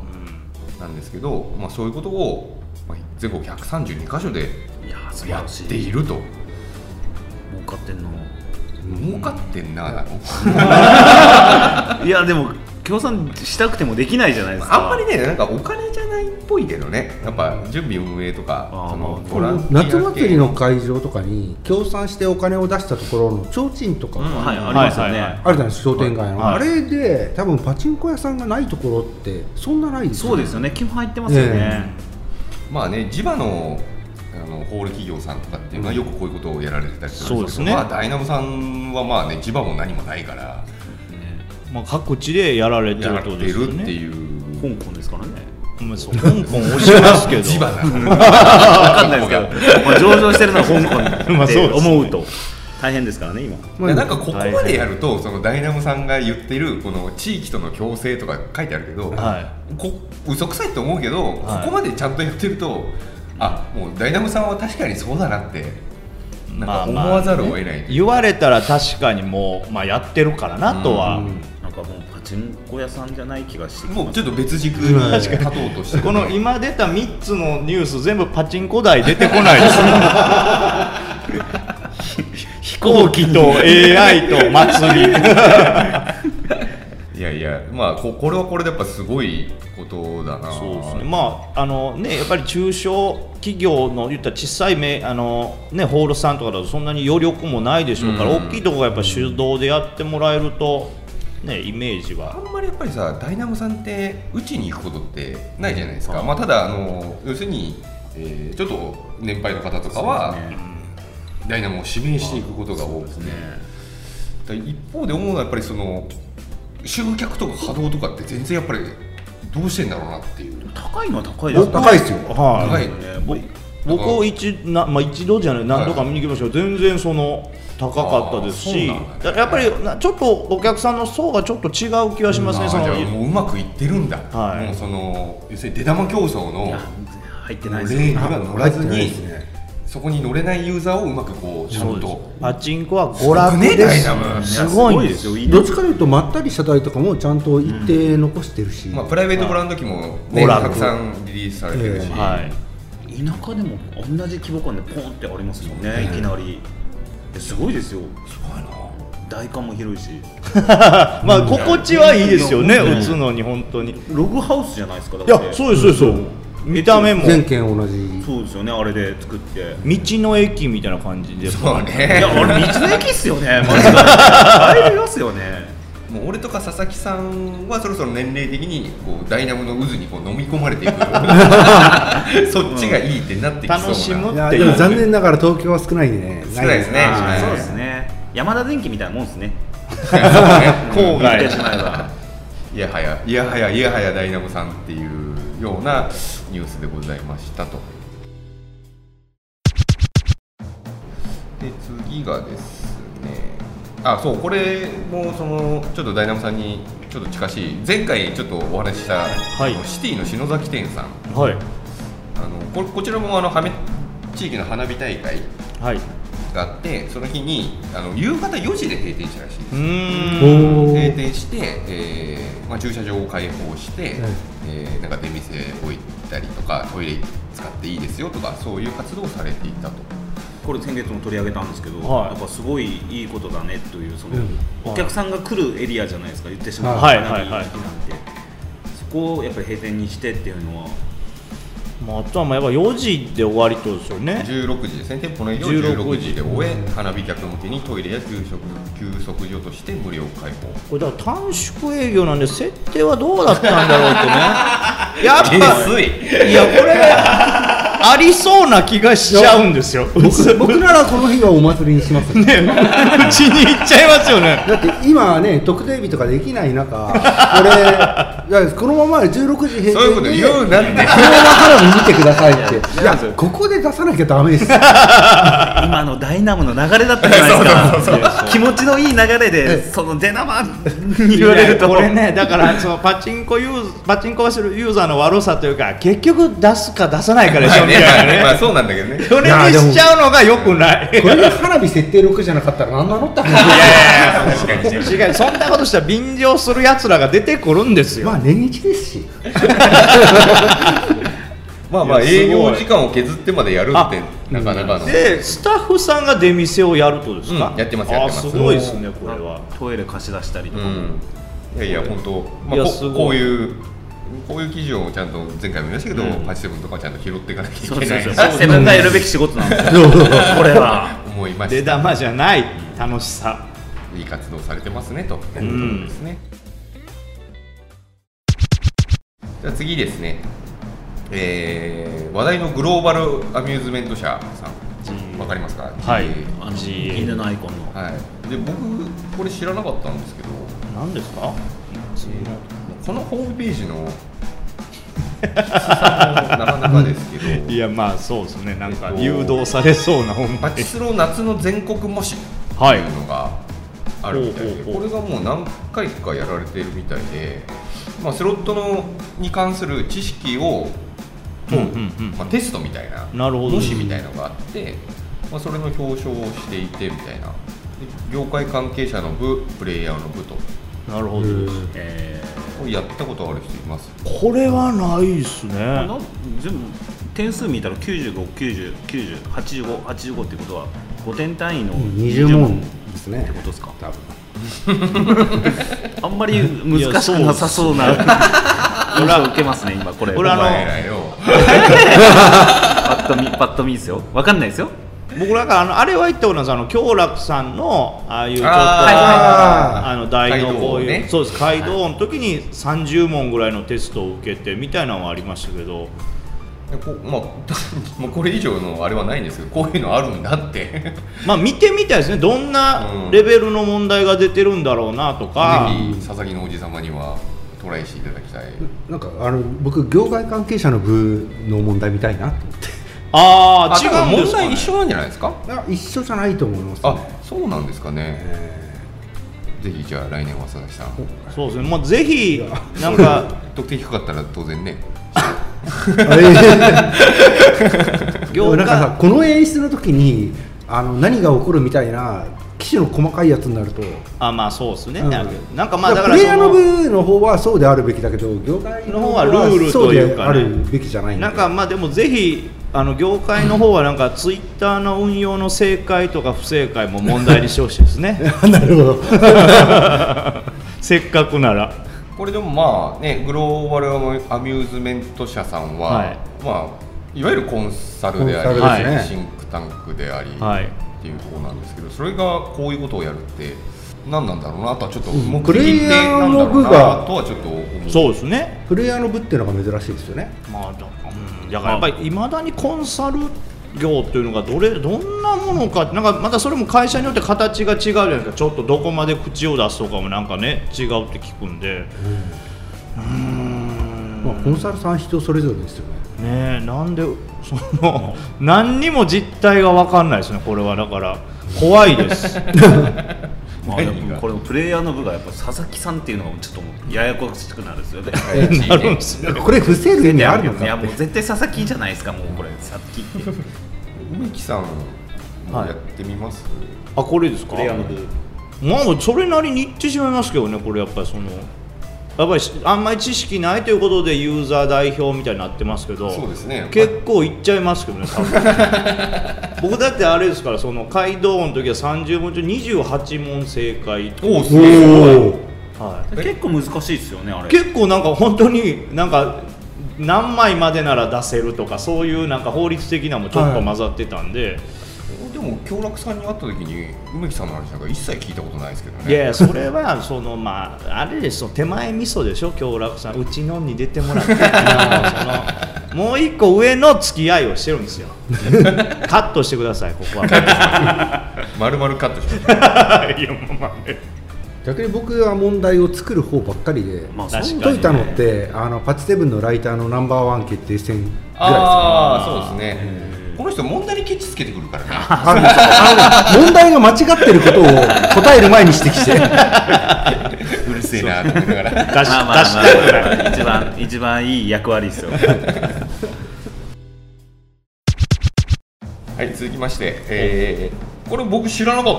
[SPEAKER 1] なんですけど、まあ、そういうことを、まあ、全国132カ所で
[SPEAKER 2] いや素晴
[SPEAKER 1] や
[SPEAKER 2] ら
[SPEAKER 1] っ
[SPEAKER 2] して
[SPEAKER 1] い
[SPEAKER 2] い
[SPEAKER 1] ると
[SPEAKER 2] 儲かってんの
[SPEAKER 1] 儲かってんななの、
[SPEAKER 2] いやでも協賛したくてもできないじゃないですか
[SPEAKER 1] あんまりねなんかお金じゃないっぽいけどねやっぱ準備運営とか
[SPEAKER 2] あー
[SPEAKER 1] そ
[SPEAKER 2] ま
[SPEAKER 1] の
[SPEAKER 2] あ
[SPEAKER 1] ボランティア系
[SPEAKER 3] 夏祭りの会場とかに協賛してお金を出したところの提灯とかが
[SPEAKER 2] はいあ
[SPEAKER 4] は
[SPEAKER 2] り
[SPEAKER 4] い
[SPEAKER 2] ますよね、
[SPEAKER 4] はいはい
[SPEAKER 3] あるじゃないですか商店街の、
[SPEAKER 4] はい
[SPEAKER 3] あれで多分パチンコ屋さんがないところってそんなないです
[SPEAKER 2] そうですよね基本入ってますよね、
[SPEAKER 1] まあね、地場のあのホール企業さんとかっていうのはよくこういうことをやられてたりするんですけど、
[SPEAKER 4] そうですね
[SPEAKER 1] まあ、ダイナモさんはまあ、ね、地場も何もないから
[SPEAKER 4] まあ各地でやられて
[SPEAKER 1] や
[SPEAKER 4] る
[SPEAKER 1] ら
[SPEAKER 4] って
[SPEAKER 1] れ
[SPEAKER 4] こと
[SPEAKER 1] て
[SPEAKER 4] ですよ
[SPEAKER 1] るって
[SPEAKER 4] ね。
[SPEAKER 1] いう。
[SPEAKER 2] 香港ですからね
[SPEAKER 4] まあそう香港押します けど。
[SPEAKER 1] 地場なの
[SPEAKER 2] 分かんないですけど、まあ、上場してるのは香港
[SPEAKER 4] ま
[SPEAKER 2] っ
[SPEAKER 4] あそう
[SPEAKER 2] て
[SPEAKER 4] ですね
[SPEAKER 2] 思うと大変ですからね今
[SPEAKER 3] ま
[SPEAKER 1] い
[SPEAKER 3] あ
[SPEAKER 1] やなんかここまでやるとそのダイナモさんが言ってるこの地域との共生とか書いてあるけど、
[SPEAKER 4] は
[SPEAKER 1] こ嘘くさいと思うけど、
[SPEAKER 4] はい
[SPEAKER 1] ここまでちゃんとやってるとあもうダイナモさんは確かにそうだなってなんか思わざるを得ない、
[SPEAKER 4] 言われたら確かにもうまあやってるからなとは。
[SPEAKER 2] なんかもうパチンコ屋さんじゃない気がしてきます
[SPEAKER 1] もうちょっと別軸に立とうとしてる
[SPEAKER 4] この今出た3つのニュース全部パチンコ台出てこないですね 飛行機と AI と祭り
[SPEAKER 1] いやいや、まあここれはこれでやっぱすごいことだな。
[SPEAKER 4] そうですね。まああのねやっぱり中小企業の言ったら小さいめあのねホールさんとかだとそんなに余力もないでしょうから、
[SPEAKER 1] うん
[SPEAKER 4] 大きいところがやっぱ主導でやってもらえるとねイメージ
[SPEAKER 1] あ
[SPEAKER 4] は
[SPEAKER 1] んまりやっぱりさ、ダイナモさんってうちに行くことってないじゃないですか。まあただあの要するに、えーちょっと年配の方とかは、
[SPEAKER 2] ね
[SPEAKER 1] ダイナモを指名していくことが多くて、だから一方で思うのはやっぱりその集客とか稼働とかって全然やっぱりどうしてんだろうなっていう。
[SPEAKER 2] 高いのは高いです
[SPEAKER 3] お
[SPEAKER 2] ね
[SPEAKER 3] 高いですよ
[SPEAKER 4] はい、
[SPEAKER 1] 高い
[SPEAKER 2] ね僕
[SPEAKER 4] 僕を一な、まあ、一度じゃない何度か
[SPEAKER 1] はい
[SPEAKER 4] 見に行きましたけど、全然その高かったですし、
[SPEAKER 1] あーそうなんだ
[SPEAKER 4] やっぱりなちょっとお客さんの層がちょっと違う気はしますね、
[SPEAKER 1] あ
[SPEAKER 4] そ
[SPEAKER 1] ー
[SPEAKER 4] の
[SPEAKER 1] じゃあもううまくいってるんだ、
[SPEAKER 4] はい
[SPEAKER 1] もうその要するに出玉競争
[SPEAKER 2] い
[SPEAKER 1] の
[SPEAKER 2] や入ってない
[SPEAKER 1] 例
[SPEAKER 2] です
[SPEAKER 1] に
[SPEAKER 2] よ
[SPEAKER 1] は乗らず
[SPEAKER 3] 入ってない
[SPEAKER 1] に
[SPEAKER 3] ですね
[SPEAKER 1] そこに乗れないユーザーをうまくこうちゃ
[SPEAKER 4] そうんです
[SPEAKER 1] と
[SPEAKER 4] パチンコは娯楽
[SPEAKER 1] すごくね
[SPEAKER 4] で
[SPEAKER 1] ダイ
[SPEAKER 4] す
[SPEAKER 1] ナモ
[SPEAKER 4] すごいんです
[SPEAKER 2] すごいです
[SPEAKER 3] ど
[SPEAKER 2] よ
[SPEAKER 3] っちかというとまったり車体とかもちゃんと一定残してるし、
[SPEAKER 1] まあ、プライベートブランド機も、ね、
[SPEAKER 4] 娯楽
[SPEAKER 1] たくさんリリースされてるし、
[SPEAKER 3] え
[SPEAKER 4] はい
[SPEAKER 2] 田舎でも同じ規模感でポンってありますもんねいきなりすごいですよ
[SPEAKER 1] すごいな
[SPEAKER 2] 外観も広いし
[SPEAKER 4] まあ心地はいいですよね、
[SPEAKER 2] うん
[SPEAKER 4] 打つのに本当に。い
[SPEAKER 2] ログハウスじゃないですかだって
[SPEAKER 4] や、そうです、そうです。見た目も道
[SPEAKER 3] 全県同じ
[SPEAKER 2] そうですよねあれで作っていや
[SPEAKER 4] の駅みたいな感じです。
[SPEAKER 1] そうね
[SPEAKER 2] あれ道の駅っすよねマジで入りますよね
[SPEAKER 1] もう俺とか佐々木さんはそろそろ年齢的にこうダイナムの渦にこう飲み込まれていく そっちがいいってなってきそうな、
[SPEAKER 4] 楽し む
[SPEAKER 3] いやでも残念ながら東京は少ないんでね
[SPEAKER 1] 少ないですね
[SPEAKER 2] あ
[SPEAKER 1] は
[SPEAKER 2] ー
[SPEAKER 1] い
[SPEAKER 2] そうですね山田電機みたいなもんですね言
[SPEAKER 4] 郊
[SPEAKER 2] っ
[SPEAKER 4] 外
[SPEAKER 2] てしまえば
[SPEAKER 1] いやはやいやはやいやはやダイナムさんっていうようなニュースでございましたとで次がですねあそうこれもそのちょっとダイナムさんにちょっと近しい前回ちょっとお話しした、
[SPEAKER 4] い
[SPEAKER 1] あのシティの篠崎店さん
[SPEAKER 4] はい
[SPEAKER 1] あのここちらもあの羽目地域の花火大会
[SPEAKER 4] はい
[SPEAKER 1] があってその日にあの夕方4時で閉店したらしいです
[SPEAKER 4] うーん
[SPEAKER 3] おお
[SPEAKER 1] 閉店して、えーまあ、駐車場を開放して、
[SPEAKER 3] はい
[SPEAKER 1] えーなんか出店置いたりとかトイレ使っていいですよとかそういう活動をされていたと
[SPEAKER 2] これ先月も取り上げたんですけど、
[SPEAKER 4] はい
[SPEAKER 2] やっぱすごいいいことだねというその、
[SPEAKER 3] うん
[SPEAKER 2] お客さんが来るエリアじゃないですか言ってしまう
[SPEAKER 4] はい
[SPEAKER 2] 花火
[SPEAKER 4] はいはい
[SPEAKER 2] 時期なんてそこをやっぱり閉店にしてっていうのは
[SPEAKER 4] まあ、あとはまあやっぱ4時で終わりってことですよね
[SPEAKER 1] 16時ですね店舗の営業を16
[SPEAKER 4] 16
[SPEAKER 1] 時で終え花火客向けにトイレや給食給息所として無料開放
[SPEAKER 4] これだから短縮営業なんで設定はどうだったんだろうってねやっぱ
[SPEAKER 1] い
[SPEAKER 4] いやこれありそうな気がしちゃうんですよ
[SPEAKER 3] 僕
[SPEAKER 4] ね
[SPEAKER 3] 僕ならこの日はお祭りにします よ
[SPEAKER 4] うちに行っちゃいますよね
[SPEAKER 3] だって今はね特定日とかできない中これだからこのまま16時閉店で
[SPEAKER 1] そういうこと言うなんて
[SPEAKER 3] このまま花火見てくださいっていやここで出さなきゃダメですよ
[SPEAKER 2] 今のダイナムの流れだったじゃないですか気持ちのいい流れで
[SPEAKER 3] え
[SPEAKER 2] その出生に言われると
[SPEAKER 4] これねだからそのパチンコユーパチンコをするユーザーの悪さというか結局出すか出さないかでしょみたいな
[SPEAKER 1] ま
[SPEAKER 4] ね
[SPEAKER 1] あそうなんだけどね
[SPEAKER 4] それにしちゃうのがよくない
[SPEAKER 3] これで花火設定6じゃなかったら何なのって話
[SPEAKER 1] 確かに
[SPEAKER 4] 違うそんなことしたら便乗するやつらが出てくるんですよ、
[SPEAKER 3] まあ年一ですし
[SPEAKER 1] まあまあ
[SPEAKER 4] いやす
[SPEAKER 1] 営
[SPEAKER 4] ごい
[SPEAKER 1] 業時間を削ってまでやるってなかなかの
[SPEAKER 4] でスタッフさんが出店をやるとですか、
[SPEAKER 1] うんやってますやってます
[SPEAKER 4] あすごいですねこれは
[SPEAKER 2] トイレ貸し出したりと
[SPEAKER 1] う
[SPEAKER 2] か、
[SPEAKER 1] ん、いやいや、本当、ま
[SPEAKER 4] いや
[SPEAKER 1] あ、こ
[SPEAKER 4] すごい
[SPEAKER 1] こういう、こういう記事をちゃんと前回も言いましたけど、
[SPEAKER 4] うん
[SPEAKER 1] パチセブンとかちゃんと拾っていかなきゃ
[SPEAKER 2] そ
[SPEAKER 1] いうけ
[SPEAKER 2] そ
[SPEAKER 1] な
[SPEAKER 2] う
[SPEAKER 1] い
[SPEAKER 2] そう
[SPEAKER 1] な
[SPEAKER 2] 自分がやるべき仕事なん ですよこれは
[SPEAKER 1] と思いま
[SPEAKER 4] 出
[SPEAKER 1] した。
[SPEAKER 4] 玉じゃない楽しさ
[SPEAKER 1] いい活動されてますねと、
[SPEAKER 4] ん
[SPEAKER 1] いうことですね。じゃあ次ですね、えー話題のグローバルアミューズメント社さん、
[SPEAKER 4] G-
[SPEAKER 1] わかりますか、
[SPEAKER 4] はい
[SPEAKER 1] えー
[SPEAKER 2] あの
[SPEAKER 4] GA
[SPEAKER 2] 犬のアイコンの
[SPEAKER 1] はい、で僕、これ知らなかったんですけど、
[SPEAKER 4] 何ですか
[SPEAKER 1] このホームページのなかなかですけど、
[SPEAKER 4] いやまあそうですねなん
[SPEAKER 1] え
[SPEAKER 4] か
[SPEAKER 1] っと
[SPEAKER 4] 誘導されそうな本
[SPEAKER 1] パ
[SPEAKER 4] 場
[SPEAKER 1] チスロ夏の全国模試って
[SPEAKER 4] はい
[SPEAKER 1] いうのがあるみたいで、
[SPEAKER 4] ほうほうほ
[SPEAKER 1] これがもう何回かやられてるみたいで、まあ、スロットのに関する知識を
[SPEAKER 4] うんう
[SPEAKER 1] 問
[SPEAKER 4] ん
[SPEAKER 1] う、
[SPEAKER 4] うん
[SPEAKER 1] まあ、テストみたい な
[SPEAKER 4] なるほど
[SPEAKER 1] 模試みたいなのがあって、まあ、それの表彰をしていてみたいなで業界関係者の部プレイヤーの部と
[SPEAKER 4] なるほど
[SPEAKER 2] え
[SPEAKER 1] これやったことある人います
[SPEAKER 4] これはないですね
[SPEAKER 2] ーな全部点数見たら9590908585ってことは5点単位の
[SPEAKER 3] 20問ですね
[SPEAKER 2] ってことですか
[SPEAKER 3] 多分
[SPEAKER 2] あんまり難しくなさそうな印象を受けますね今これ
[SPEAKER 4] 俺あ
[SPEAKER 1] お
[SPEAKER 4] の
[SPEAKER 1] 前らよ
[SPEAKER 2] パッと見パッと見ですよわかんないですよ
[SPEAKER 4] 僕だからあのあれは言ったことないですあの京楽さんのああいうちょっと
[SPEAKER 1] あー
[SPEAKER 4] あの大のこういう、
[SPEAKER 1] 街道ね
[SPEAKER 4] そうです街道の時に30問ぐらいのテストを受けてみたいなのはありましたけど
[SPEAKER 1] でこまあ、 もうこれ以上のあれはないんですけどこういうのあるんだって。
[SPEAKER 4] まあ見てみたいですねどんなレベルの問題が出てるんだろうなとか、
[SPEAKER 1] ぜひ佐々木のおじ様にはトライしていただきたい。
[SPEAKER 3] なんかあの僕業界関係者の部の問題みたいなと思って
[SPEAKER 4] ああ
[SPEAKER 1] 多分
[SPEAKER 4] 違うんで
[SPEAKER 1] 問
[SPEAKER 4] すか、ね、
[SPEAKER 1] 題一緒なんじゃないですか。
[SPEAKER 3] あ一緒じゃないと思います、
[SPEAKER 1] あ
[SPEAKER 3] ね、
[SPEAKER 1] そうなんですかね。
[SPEAKER 3] え
[SPEAKER 1] ぜひじゃあ来年は佐々木さん。
[SPEAKER 4] そうですねまあぜひなんか
[SPEAKER 1] 得点低かったら当然ね。
[SPEAKER 3] ーあれ
[SPEAKER 4] 業界
[SPEAKER 3] なんかさこの演出の時にあの何が起こるみたいな機種の細かいやつになると、
[SPEAKER 4] あまあそうですね、
[SPEAKER 3] うん
[SPEAKER 4] なんかまあだか
[SPEAKER 3] プ
[SPEAKER 4] ら
[SPEAKER 3] レイヤ
[SPEAKER 4] そ
[SPEAKER 3] ーの
[SPEAKER 4] の
[SPEAKER 3] 部の方はそうであるべきだけど業界の方は
[SPEAKER 4] の方はルールというか
[SPEAKER 3] そうで
[SPEAKER 4] ね
[SPEAKER 3] あるべきじゃないんで
[SPEAKER 4] なんかまあでもぜひあの業界の方はなんかツイッターの運用の正解とか不正解も問題にしてほしいです ね
[SPEAKER 3] なるほど
[SPEAKER 4] せっかくなら
[SPEAKER 1] これでもまあねグローバルアミューズメント社さんは、
[SPEAKER 4] はい
[SPEAKER 1] まあいわゆるコンサルであり、
[SPEAKER 4] コンサルで
[SPEAKER 3] ね
[SPEAKER 4] す
[SPEAKER 1] シンクタンクであり、
[SPEAKER 4] はい
[SPEAKER 1] っていうところなんですけど、それがこういうことをやるって。何なんだろうなとはちょっと目
[SPEAKER 3] プレ
[SPEAKER 1] 的っ
[SPEAKER 3] イ
[SPEAKER 1] て
[SPEAKER 3] ヤー
[SPEAKER 1] 何
[SPEAKER 3] の
[SPEAKER 1] だろう
[SPEAKER 3] 部
[SPEAKER 1] な
[SPEAKER 3] が
[SPEAKER 1] とはちょっと思う
[SPEAKER 4] そうですね
[SPEAKER 3] プレイヤーの部っていうのが珍しいですよね
[SPEAKER 4] まあだ,、うん、だからやっぱりいまだにコンサル業っていうのがどれどんなものかなんかまたそれも会社によって形が違うじゃないですかちょっとどこまで口を出すとかもなんかね違うって聞くんで
[SPEAKER 3] まあ、コンサルさん人それぞれですよね
[SPEAKER 4] ねえなんでその何にも実態が分かんないですねこれはだから怖いです
[SPEAKER 2] まあ、やっぱこれもプレイヤーの部がやっぱ佐々木さんっていうのがちょっともうややこしくなるんですよね。
[SPEAKER 4] なるんですね
[SPEAKER 3] これ伏せる意味あるの
[SPEAKER 2] いやも
[SPEAKER 3] か
[SPEAKER 2] う絶対佐々木じゃないですかもうこれ佐々木っていう
[SPEAKER 1] 梅木さんも
[SPEAKER 4] はい
[SPEAKER 1] やってみます、
[SPEAKER 4] あこれですか
[SPEAKER 2] プレイヤーの部
[SPEAKER 4] まあそれなりに言ってしまいますけどねこれやっぱりそのやっぱりしあんまり知識ないということでユーザー代表みたいになってますけど
[SPEAKER 1] そうですね
[SPEAKER 4] 結構いっちゃいますけどね 多分僕だってあれですからその街道音の時は30問中28問正解、
[SPEAKER 1] おおす
[SPEAKER 3] お
[SPEAKER 1] げえ
[SPEAKER 3] お
[SPEAKER 4] は
[SPEAKER 2] 結構難しいですよねあ
[SPEAKER 4] い、
[SPEAKER 2] れ
[SPEAKER 4] 結構なんか本当になんか何枚までなら出せるとかそういうなんか法律的なのもちょっと混ざってたんで、
[SPEAKER 1] でも京楽さんに会った時に梅木さんの話なんか一切聞いたことないですけどね
[SPEAKER 4] いやいやそれはそのまああれでしょ手前味噌でしょ京楽さんうちのに出てもらって あのそのもう一個上の付き合いをしてるんですよ カットしてくださいここは
[SPEAKER 1] 丸々カットしました
[SPEAKER 4] いやもうまあね
[SPEAKER 3] 逆に僕は問題を作る方ばっかりで、
[SPEAKER 2] まあ
[SPEAKER 4] 確かに
[SPEAKER 3] 解いたのってあのパチセブンのライターのナンバーワン決定戦ぐら
[SPEAKER 1] ああそうですねこの人問題にケチつけてくるからな
[SPEAKER 3] いですよあの問題が間違ってることを答える前に指摘して
[SPEAKER 1] うるせえなと思いながら
[SPEAKER 4] 出し出
[SPEAKER 2] まあまあ
[SPEAKER 4] し
[SPEAKER 2] ま
[SPEAKER 4] たよ
[SPEAKER 2] あ一番一番いい役割ですよ
[SPEAKER 1] はい続きまして、えーこれ僕知らなかっ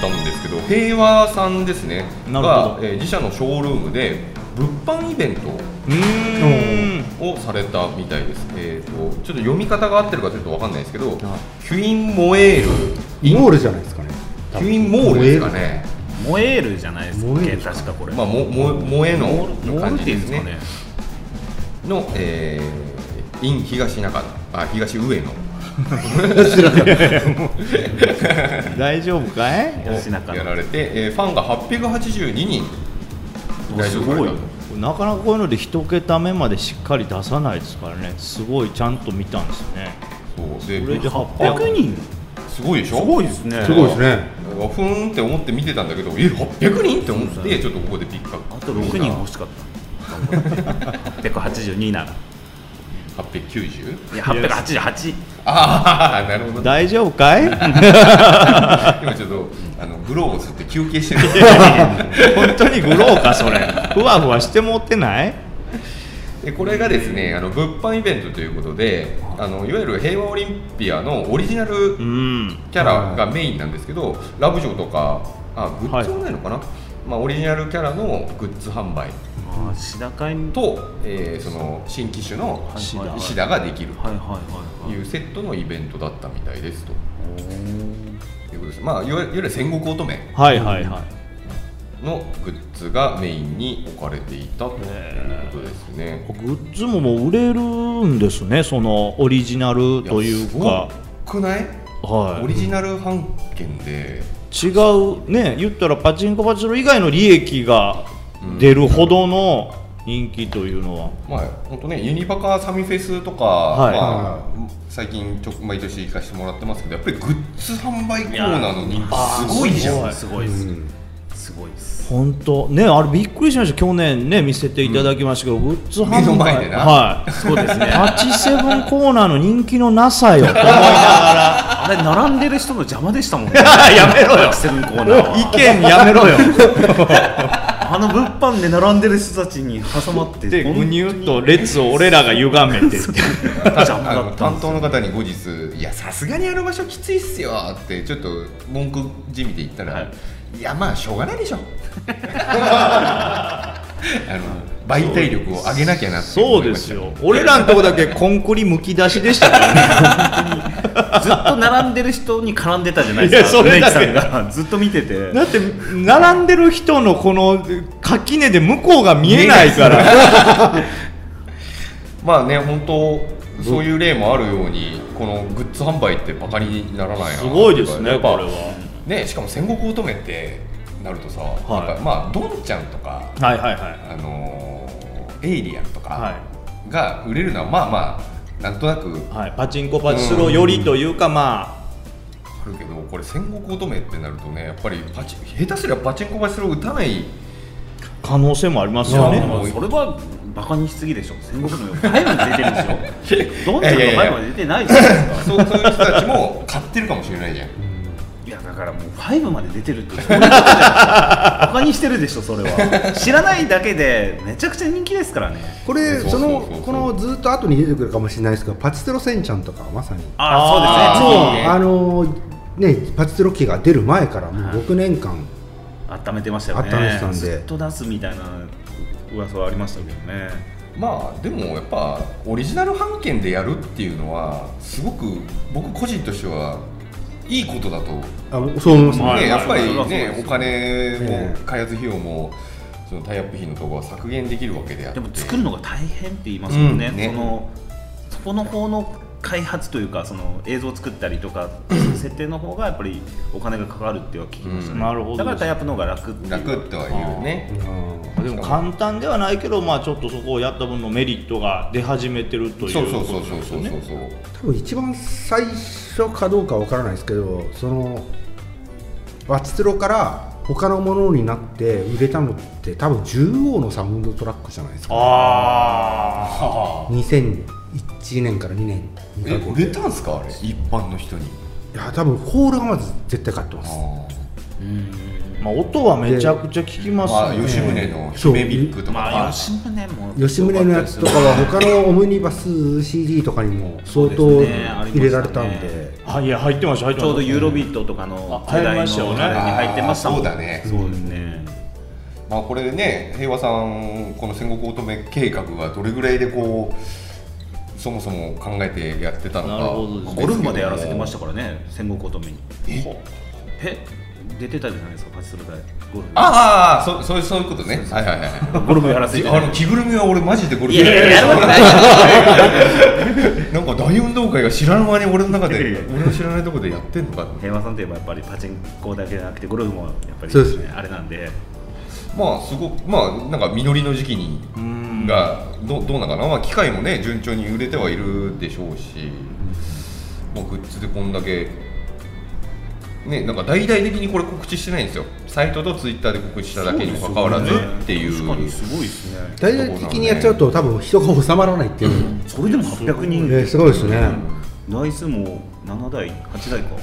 [SPEAKER 1] たんですけど平和さんですね
[SPEAKER 4] なるほど
[SPEAKER 1] が、えー自社のショールームで物販イベント
[SPEAKER 4] うーん
[SPEAKER 1] をされたみたいです、えー、とちょっと読み方が合ってるかちょっとわかんないですけどキュインモエール
[SPEAKER 3] モールじゃないですかね
[SPEAKER 1] キュインモールですかね
[SPEAKER 2] 燃えるじゃないですか
[SPEAKER 3] 燃える
[SPEAKER 2] 確かこれ
[SPEAKER 1] まあもも萌えのの
[SPEAKER 2] 燃える
[SPEAKER 1] 感
[SPEAKER 2] っ
[SPEAKER 1] じ
[SPEAKER 2] てい
[SPEAKER 1] で
[SPEAKER 2] うん
[SPEAKER 1] す
[SPEAKER 2] ですか
[SPEAKER 1] ね
[SPEAKER 2] ね
[SPEAKER 1] の、えー、イン東中野あ東上野
[SPEAKER 4] 大丈夫かい
[SPEAKER 2] 吉中
[SPEAKER 1] や
[SPEAKER 2] の
[SPEAKER 1] られて、えーファンが882人来場されたと
[SPEAKER 4] なかなかこういうので一桁目までしっかり出さないですからねすごいちゃんと見たんですね
[SPEAKER 1] そうで
[SPEAKER 4] これで
[SPEAKER 2] 100
[SPEAKER 4] 800人
[SPEAKER 2] 人
[SPEAKER 1] すごいでしょ
[SPEAKER 2] ですね
[SPEAKER 3] すごいですね
[SPEAKER 1] あふーんって思って見てたんだけどえ800人って思ってちょっとここでピックアップ
[SPEAKER 2] あと6人欲しかった882なら
[SPEAKER 1] 890
[SPEAKER 2] いや888
[SPEAKER 1] ああなるほど
[SPEAKER 4] 大丈夫か い
[SPEAKER 1] 今ちょっとあのグローブ吸って休憩してる
[SPEAKER 4] 本当にグローかそれふわふわしてもってない
[SPEAKER 1] でこれがですねあの物販イベントということであのいわゆる平和オリンピアのオリジナル
[SPEAKER 4] うん
[SPEAKER 1] キャラがメインなんですけど、ラブジョーとかあグッズもないのかな、まあ、オリジナルキャラのグッズ販売
[SPEAKER 2] まあ白田会と
[SPEAKER 1] と、えーその新機種の
[SPEAKER 2] はいはいはい
[SPEAKER 1] 石田ができる
[SPEAKER 2] はいはい
[SPEAKER 1] と
[SPEAKER 2] はい
[SPEAKER 1] いうセットのイベントだったみたいですと。いうことですまあ、いわいわゆる戦国乙女
[SPEAKER 4] はいはいはい
[SPEAKER 1] のグッズがメインに置かれていたということですね。
[SPEAKER 4] グッズももう売れるんですねそのオリジナルというか
[SPEAKER 1] やすごくない、オ
[SPEAKER 4] は
[SPEAKER 1] リジナル版権で
[SPEAKER 4] い違うね言ったらパチンコパチンコ以外の利益が出るほどの人気というのは、
[SPEAKER 1] まあ、本当ね、ユニバカサミフェスとか、
[SPEAKER 4] はい
[SPEAKER 1] まあ、最近ちょ、毎年行かせてもらってますけど、やっぱりグッズ販売コーナーの人気、すごいじゃん。
[SPEAKER 2] すごいですすごいです
[SPEAKER 4] 本当ねあれびっくりしました去年ね見せていただきましたけど、グッズ販売
[SPEAKER 1] 目の前でな
[SPEAKER 4] はい
[SPEAKER 2] そうです ね
[SPEAKER 4] パチセブンコーナーの人気のな さよと思いながら
[SPEAKER 2] あれ並んでる人の邪魔でしたもんね
[SPEAKER 4] やめろよ
[SPEAKER 2] セブンコーナーは
[SPEAKER 4] 意見やめろよ
[SPEAKER 2] あの物販で並んでる人たちに挟まって
[SPEAKER 4] でぐにゅ
[SPEAKER 2] 本
[SPEAKER 4] っと列を俺らが歪め てって
[SPEAKER 2] 当に邪魔
[SPEAKER 1] あ
[SPEAKER 2] だ
[SPEAKER 1] の
[SPEAKER 2] った
[SPEAKER 1] 担当の方に後日、いや、さすがにあの場所きついっすよって、ちょっと文句じみて言ったら、
[SPEAKER 2] はい
[SPEAKER 1] い、や、まあ、しょうがない でしょ。あの媒体力を上げなきゃなって
[SPEAKER 4] そう
[SPEAKER 1] 思い
[SPEAKER 4] で
[SPEAKER 1] ました
[SPEAKER 4] すよ俺らのとこだけコンクリむき出しでしたからね
[SPEAKER 2] ずっと並んでる人に絡んでたじゃないですか
[SPEAKER 4] いやそれだけ
[SPEAKER 2] 梅木さんがずっと見てて
[SPEAKER 4] だって並んでる人のこの垣根で向こうが見えないから
[SPEAKER 1] まあね、本当、そういう例もあるように、このグッズ販売ってバカにならないな
[SPEAKER 4] すごいですね
[SPEAKER 1] やっぱ
[SPEAKER 4] これは
[SPEAKER 1] ね、しかも戦国乙女って、なるとさ、
[SPEAKER 4] い
[SPEAKER 1] なんかまあドンちゃんとか
[SPEAKER 4] はいはいはい
[SPEAKER 1] あのーエイリアンとか
[SPEAKER 4] は
[SPEAKER 1] が売れるのはまあまあなんとなく
[SPEAKER 4] い、はい、パチンコパチスロよりというかま
[SPEAKER 1] あるけどこれ戦国乙女ってなるとねやっぱりパチン下手すりゃパチンコバスロ打たない
[SPEAKER 4] あ可能性もあります
[SPEAKER 2] いや
[SPEAKER 4] よ
[SPEAKER 2] で
[SPEAKER 4] ね
[SPEAKER 2] もそれはバカにしすぎでしょ戦国の背後に出てるんですよどんちゃんの背後に出てないじゃないですか
[SPEAKER 1] そうそういう人たちも買ってるかもしれないじゃん
[SPEAKER 2] いやだからもう5まで出てるってそういうことじゃないですかバカにしてるでしょそれは知らないだけでめちゃくちゃ人気ですからね
[SPEAKER 3] これ
[SPEAKER 1] そう
[SPEAKER 3] そ
[SPEAKER 1] そうそう
[SPEAKER 3] の
[SPEAKER 1] そう
[SPEAKER 3] このずっと後に出てくるかもしれないですけどパチスロセンちゃんとかはまさに
[SPEAKER 2] ああ
[SPEAKER 4] あー
[SPEAKER 2] そうですね
[SPEAKER 1] ね
[SPEAKER 3] あのねパチスロ機が出る前からもう6年間、
[SPEAKER 2] 温めてましたよね
[SPEAKER 3] 温めてたんで
[SPEAKER 2] ずっと出すみたいな噂はありましたけどね
[SPEAKER 1] まあでもやっぱオリジナル版権でやるっていうのはすごく僕個人としてはいいことだと、ね
[SPEAKER 3] あそう思いますね
[SPEAKER 2] まあ
[SPEAKER 1] やっぱ
[SPEAKER 2] まあ
[SPEAKER 1] り
[SPEAKER 2] それは
[SPEAKER 1] ね
[SPEAKER 2] そうです
[SPEAKER 1] お金
[SPEAKER 3] え
[SPEAKER 1] も開発費用もそのタイアップ費のところは削減できるわけであって
[SPEAKER 2] でも作るのが大変って言いますもんね,、
[SPEAKER 1] うんね
[SPEAKER 2] そのそこの方の開発というかその映像を作ったりとか設定の方がやっぱりお金がかかるっては聞きましたね、
[SPEAKER 1] うん
[SPEAKER 4] なるほど
[SPEAKER 2] だからタイアップの方が楽っていう
[SPEAKER 1] 楽とは言うね
[SPEAKER 3] うん
[SPEAKER 4] でも簡単ではないけどまあちょっとそこをやった分のメリットが出始めてるという
[SPEAKER 1] そうそうそう
[SPEAKER 4] こと
[SPEAKER 1] そ
[SPEAKER 4] で
[SPEAKER 1] う
[SPEAKER 4] す
[SPEAKER 1] そ
[SPEAKER 4] よ
[SPEAKER 1] う
[SPEAKER 4] ね
[SPEAKER 1] そうそう
[SPEAKER 3] 多分一番最初かどうかわからないですけどそのワチスロから他のものになって売れたのって多分10王のサウンドトラックじゃないですか
[SPEAKER 4] あ
[SPEAKER 1] あ
[SPEAKER 3] 2001年から2年2
[SPEAKER 1] え
[SPEAKER 3] ヶ月
[SPEAKER 1] 売れたんすかあれ一般の人に
[SPEAKER 3] いや多分ホールがまず絶対買ってます
[SPEAKER 4] あ、まあ、音はめちゃくちゃ聞きます
[SPEAKER 1] まあ
[SPEAKER 4] よね
[SPEAKER 1] 吉宗の姫ビッグとか
[SPEAKER 2] まあ
[SPEAKER 1] か
[SPEAKER 2] 吉宗も
[SPEAKER 3] 吉宗のやつとかは他のオムニバス CD とかにも相
[SPEAKER 2] そう
[SPEAKER 3] 当
[SPEAKER 2] ですねありましたね
[SPEAKER 3] 入れられたんで
[SPEAKER 4] あいや入ってました入って
[SPEAKER 2] ち
[SPEAKER 4] ま
[SPEAKER 2] ょ
[SPEAKER 4] し
[SPEAKER 2] うど
[SPEAKER 4] た
[SPEAKER 2] ユーロビットとかの
[SPEAKER 4] あ
[SPEAKER 2] 世代
[SPEAKER 4] 入り
[SPEAKER 2] の
[SPEAKER 4] ましたよ
[SPEAKER 2] 世
[SPEAKER 4] ね
[SPEAKER 2] 代に入ってましたもん
[SPEAKER 1] あーそうだね
[SPEAKER 2] そうですね
[SPEAKER 1] まあこれね平和さんこの戦国乙女計画はどれぐらいでこうそもそも考えてやってたのか
[SPEAKER 4] なるほどですね
[SPEAKER 2] ゴルフまでやらせてました
[SPEAKER 1] か
[SPEAKER 2] からね戦国乙女に
[SPEAKER 1] え
[SPEAKER 2] え出てたじゃないですかパチスロでゴルフ
[SPEAKER 1] ああああそそうそういうことねはいはいはい
[SPEAKER 2] ゴルフやらせて
[SPEAKER 1] あの着ぐるみは俺マジでゴル
[SPEAKER 2] い
[SPEAKER 1] フ
[SPEAKER 2] やいややるわけな い
[SPEAKER 1] なんか大運動会が知らぬ間に俺の中で俺の知らないところでやってんのかって
[SPEAKER 2] 平和さんといえばやっぱりパチンコだけじゃなくてゴルフもやっぱり
[SPEAKER 3] そうですね
[SPEAKER 2] あれなんで
[SPEAKER 1] まあすごくまあなんか実りの時期に
[SPEAKER 4] うん
[SPEAKER 1] がどどうなのかな、まあ、機械もね順調に売れてはいるでしょうし、もうグッズでこんだけ、ね、なんか大々的にこれ告知してないんですよサイトとツイッターで告知しただけにもかかわらずっていう
[SPEAKER 2] 確かにすごいですね
[SPEAKER 3] 大々的にやっちゃうと多分人が収まらないっていう、
[SPEAKER 2] それでも800人
[SPEAKER 3] えーすごいですね、
[SPEAKER 2] 台数も7台8台か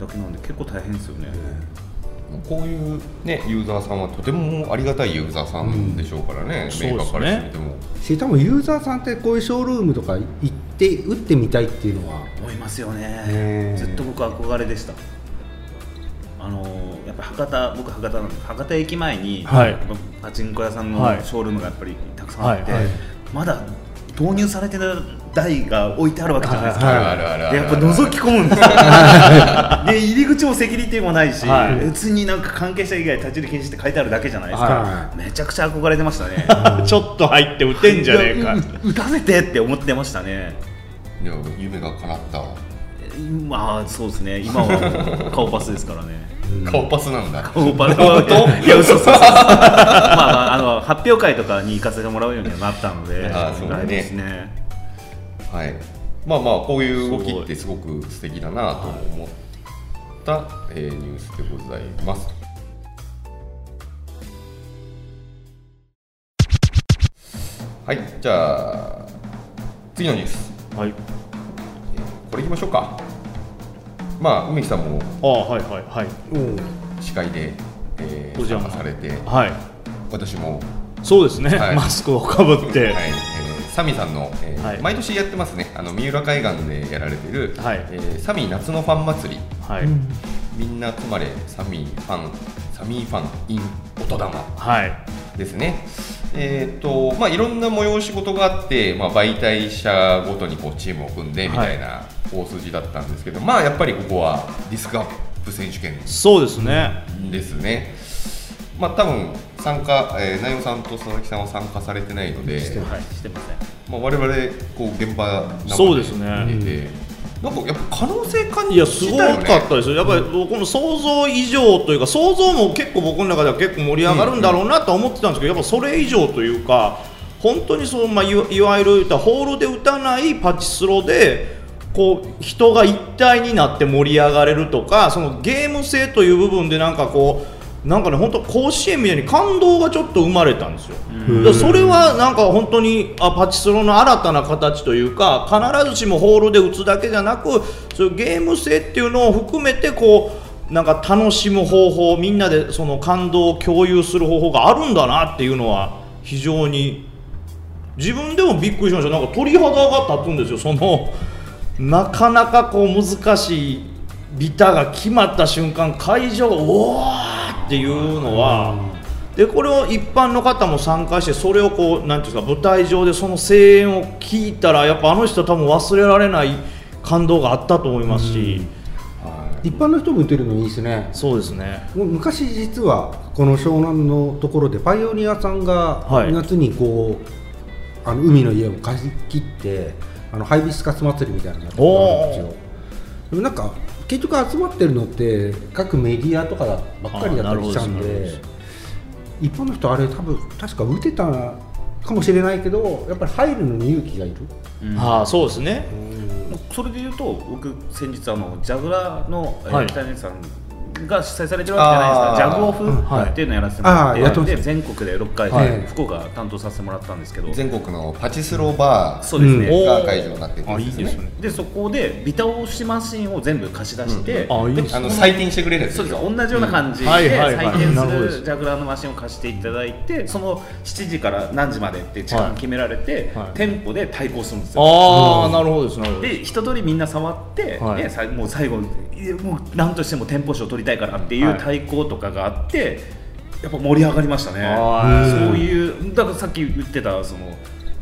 [SPEAKER 2] だけなんで結構大変ですよね、
[SPEAKER 1] こういう、ね、ユーザーさんはとてもありがたいユーザーさんでしょうからね、メーカーからしてみても、
[SPEAKER 3] し多分ユーザーさんってこういうショールームとか行って打ってみたいっていうのは
[SPEAKER 2] 思いますよね
[SPEAKER 3] え
[SPEAKER 2] ずっと僕憧れでしたあのーやっぱ博多僕博多なんで博多駅前に、
[SPEAKER 4] はい
[SPEAKER 2] やっぱパチンコ屋さんの
[SPEAKER 4] はい
[SPEAKER 2] ショールームがやっぱりたくさんあって、
[SPEAKER 4] はいはい
[SPEAKER 2] まだ導入されてない台が置いてあるわけじゃないですか、
[SPEAKER 1] あるあるあるあ
[SPEAKER 2] で
[SPEAKER 1] る
[SPEAKER 2] やっぱ覗き込むんですよで入り口もセキュリティもないし、
[SPEAKER 4] はい
[SPEAKER 2] 別になんか関係者以外立ち入り禁止って書いてあるだけじゃないですか、
[SPEAKER 3] は
[SPEAKER 2] めちゃくちゃ憧れてましたね
[SPEAKER 4] ちょっと入って打てんじゃねえか
[SPEAKER 2] いやう打たせてって思ってましたね
[SPEAKER 1] いや夢が叶った、
[SPEAKER 2] まあそうですね今はもう顔パスですからね
[SPEAKER 1] 顔パスなんだ
[SPEAKER 2] 顔パスはいや嘘そうそうそうまあ、まあ、あの発表会とかに行かせてもらうようにはなったので
[SPEAKER 1] あーそうだね
[SPEAKER 2] ライブですね
[SPEAKER 1] はい、まあまあこういう動きってすごく素敵だなと思った、えーニュースでございます。はい、じゃあ次のニュース、
[SPEAKER 4] はい
[SPEAKER 1] これいきましょうか。まあ梅木さんも
[SPEAKER 4] あはいはいはい
[SPEAKER 3] うん
[SPEAKER 1] 司会で、えー
[SPEAKER 4] お邪魔
[SPEAKER 1] 参加されて、
[SPEAKER 4] はい
[SPEAKER 1] 私も、
[SPEAKER 4] そうですね、
[SPEAKER 1] はい
[SPEAKER 4] マスクをかぶっ
[SPEAKER 1] は
[SPEAKER 4] て、
[SPEAKER 1] いえーサミさんの、えー
[SPEAKER 4] はい
[SPEAKER 1] 毎年やってますね、あの三浦海岸でやられてる、
[SPEAKER 4] はい
[SPEAKER 1] えーサミ夏のファン祭り。
[SPEAKER 4] はい、
[SPEAKER 1] みんな集まれサミーファンサミーファン in 音玉
[SPEAKER 4] はい、
[SPEAKER 1] ですね。えっ、とまあいろんな催し事があってまあ媒体者ごとにこうチームを組んでみたいな大筋だったんですけど、まあやっぱりここはディスクアップ選手権
[SPEAKER 4] そうですね、
[SPEAKER 1] ですね。まあ多分参加、えー、内容さんと佐々木さんは参加されてないので、
[SPEAKER 2] はいしてません
[SPEAKER 1] まあ我々こう現場生
[SPEAKER 4] そうですね
[SPEAKER 1] 見れてなんかやっぱ可能性感
[SPEAKER 4] い
[SPEAKER 1] じ
[SPEAKER 4] やすごかったですよ、やっぱり僕も想像以上というか、想像も結構僕の中では結構盛り上がるんだろうなとは思ってたんですけど、やっぱそれ以上というか、本当にそう、まあ、いわいわゆる言ったホールで打たないパチスロで、こう人が一体になって盛り上がれるとか、そのゲーム性という部分で、なんかこう、なんかね、本当、甲子園みたいに感動がちょっと生まれたんですよ。だからそれはなんか本当にあパチスロの新たな形というか必ずしもホールで打つだけじゃなくそういうゲーム性っていうのを含めてこうなんか楽しむ方法みんなでその感動を共有する方法があるんだなっていうのは非常に自分でもびっくりしましたなんか鳥肌が立つんですよそのなかなかこう難しいビタが決まった瞬間会場がおーっていうのは、でこれを一般の方も参加してそれをこうなんていうんですか舞台上でその声援を聞いたらやっぱあの人は多分忘れられない感動があったと思いますし、
[SPEAKER 3] 一般の人も打てるのいいですね
[SPEAKER 4] そうですね
[SPEAKER 3] もう昔実はこの湘南のところでパイオニアさんが
[SPEAKER 4] はい
[SPEAKER 3] 夏にこう、あの海の家を貸し切ってあのハイビスカス祭りみたいなのやってたんです
[SPEAKER 4] お
[SPEAKER 3] よでもなんか結局集まってるのって各メディアとかばっかりだったりしちゃうん
[SPEAKER 4] あーなるほどで
[SPEAKER 3] です一般の人あれ多分確か打てたかもしれないけどやっぱり入るのに勇気がいる
[SPEAKER 4] ああそうですね
[SPEAKER 2] それで言うと僕先日あのジャグラーの、えー
[SPEAKER 4] はい
[SPEAKER 2] 北谷さんが主催されてるわけじゃないですかジャグオフっていうのをやらせてもらって,、
[SPEAKER 3] はいあーやってます
[SPEAKER 2] で全国で6回、
[SPEAKER 3] はい
[SPEAKER 2] 福岡担当させてもらったんですけど、
[SPEAKER 1] 全国のパチスロバ
[SPEAKER 2] そうですね、
[SPEAKER 1] ーが会場になってる
[SPEAKER 4] あいいですね
[SPEAKER 2] でそこでビタ押しマシンを全部貸し出して、
[SPEAKER 4] あいいです
[SPEAKER 1] あの採点してくれるやつ
[SPEAKER 2] そう
[SPEAKER 1] で
[SPEAKER 2] ですす
[SPEAKER 1] よ
[SPEAKER 2] 同じような感じで
[SPEAKER 4] うんはいはいはい
[SPEAKER 2] 採点
[SPEAKER 4] なるほどです
[SPEAKER 2] るジャグラーのマシンを貸していただいてその7時から何時までって時間決められて、
[SPEAKER 4] はいはい
[SPEAKER 2] 店舗で対抗するんですよ。
[SPEAKER 4] ああなるほどですなるほどです
[SPEAKER 2] で一通りみんな触って、
[SPEAKER 4] はい
[SPEAKER 2] ねさもう最後いやもう何としても店舗賞取りたいからっていう
[SPEAKER 4] はい
[SPEAKER 2] 対抗とかがあって、やっぱ盛り上がりましたね
[SPEAKER 4] はい
[SPEAKER 2] そういうだからさっき言ってたその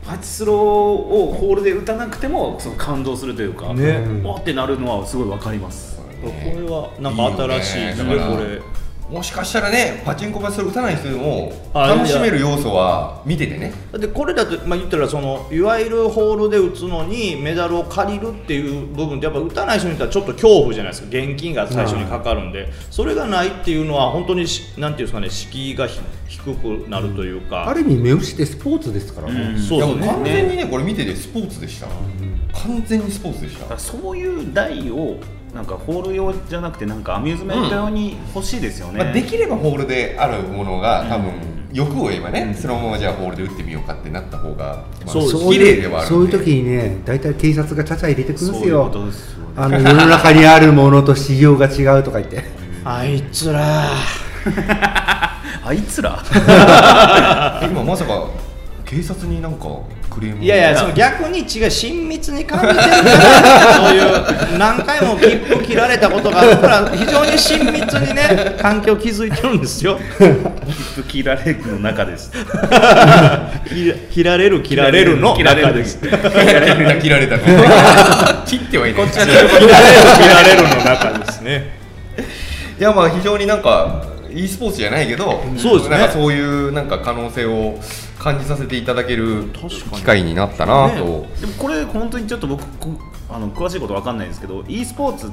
[SPEAKER 2] パチスロをホールで打たなくてもその感動するというか、
[SPEAKER 4] ね
[SPEAKER 2] おってなるのはすごいわかります、
[SPEAKER 4] これはなんか新しいですね
[SPEAKER 1] いいよね
[SPEAKER 4] これ
[SPEAKER 1] もしかしたらねパチンコパチスロ打たない人でも
[SPEAKER 4] あいや
[SPEAKER 1] 楽しめる要素は見ててね
[SPEAKER 4] だってこれだと、まあ、言ったらそのいわゆるホールで打つのにメダルを借りるっていう部分ってやっぱ打たない人にとってはちょっと恐怖じゃないですか現金が最初にかかるんで、それがないっていうのは本当にしなんていうんですかね敷居がひ低くなるというか、
[SPEAKER 3] ある意味目牛ってスポーツですからね、
[SPEAKER 2] うん
[SPEAKER 4] そうです
[SPEAKER 1] いやも完全
[SPEAKER 4] ね
[SPEAKER 1] にねこれ見ててスポーツでした、完全にスポーツでし
[SPEAKER 2] だ
[SPEAKER 1] た
[SPEAKER 2] からそういう台をなんかホール用じゃなくてなんかアミューズメント用に欲しいですよね、
[SPEAKER 1] まあ、できればホールであるものが多分欲を言えばね、そのままじゃあホールで打ってみようかってなった方が、まあ、
[SPEAKER 4] そうです
[SPEAKER 1] 綺麗ではある
[SPEAKER 3] そうんいう
[SPEAKER 1] で
[SPEAKER 3] 時にね大体警察がちゃちゃ入れてくるん
[SPEAKER 2] そう
[SPEAKER 3] です
[SPEAKER 2] いう
[SPEAKER 3] よ
[SPEAKER 2] ことですよね
[SPEAKER 3] あの世の中にあるものと市場が違うとか言って
[SPEAKER 4] あいつら
[SPEAKER 2] あいつら
[SPEAKER 1] 今まさか警察になんかクレーム
[SPEAKER 4] いやい やその逆に違う親密に感じてるからそういう何回も切符切られたことがあるから非常に親密にね環境を築いてるんですよ
[SPEAKER 2] 切符切られるの中です
[SPEAKER 4] 切ら切られる切られるの
[SPEAKER 2] 切られ
[SPEAKER 4] 中
[SPEAKER 2] る
[SPEAKER 4] で
[SPEAKER 2] ですす
[SPEAKER 1] 切られた切られたの切ってはいない
[SPEAKER 4] 切られる切られるの中ですね
[SPEAKER 1] いやまあ非常になんか e スポーツじゃないけど、
[SPEAKER 4] そうですね
[SPEAKER 1] なんかそういうなんか可能性を感じさせていただける機会になったなと、
[SPEAKER 2] でもこれ本当にちょっと僕こあの詳しいことわかんないんですけど e スポーツ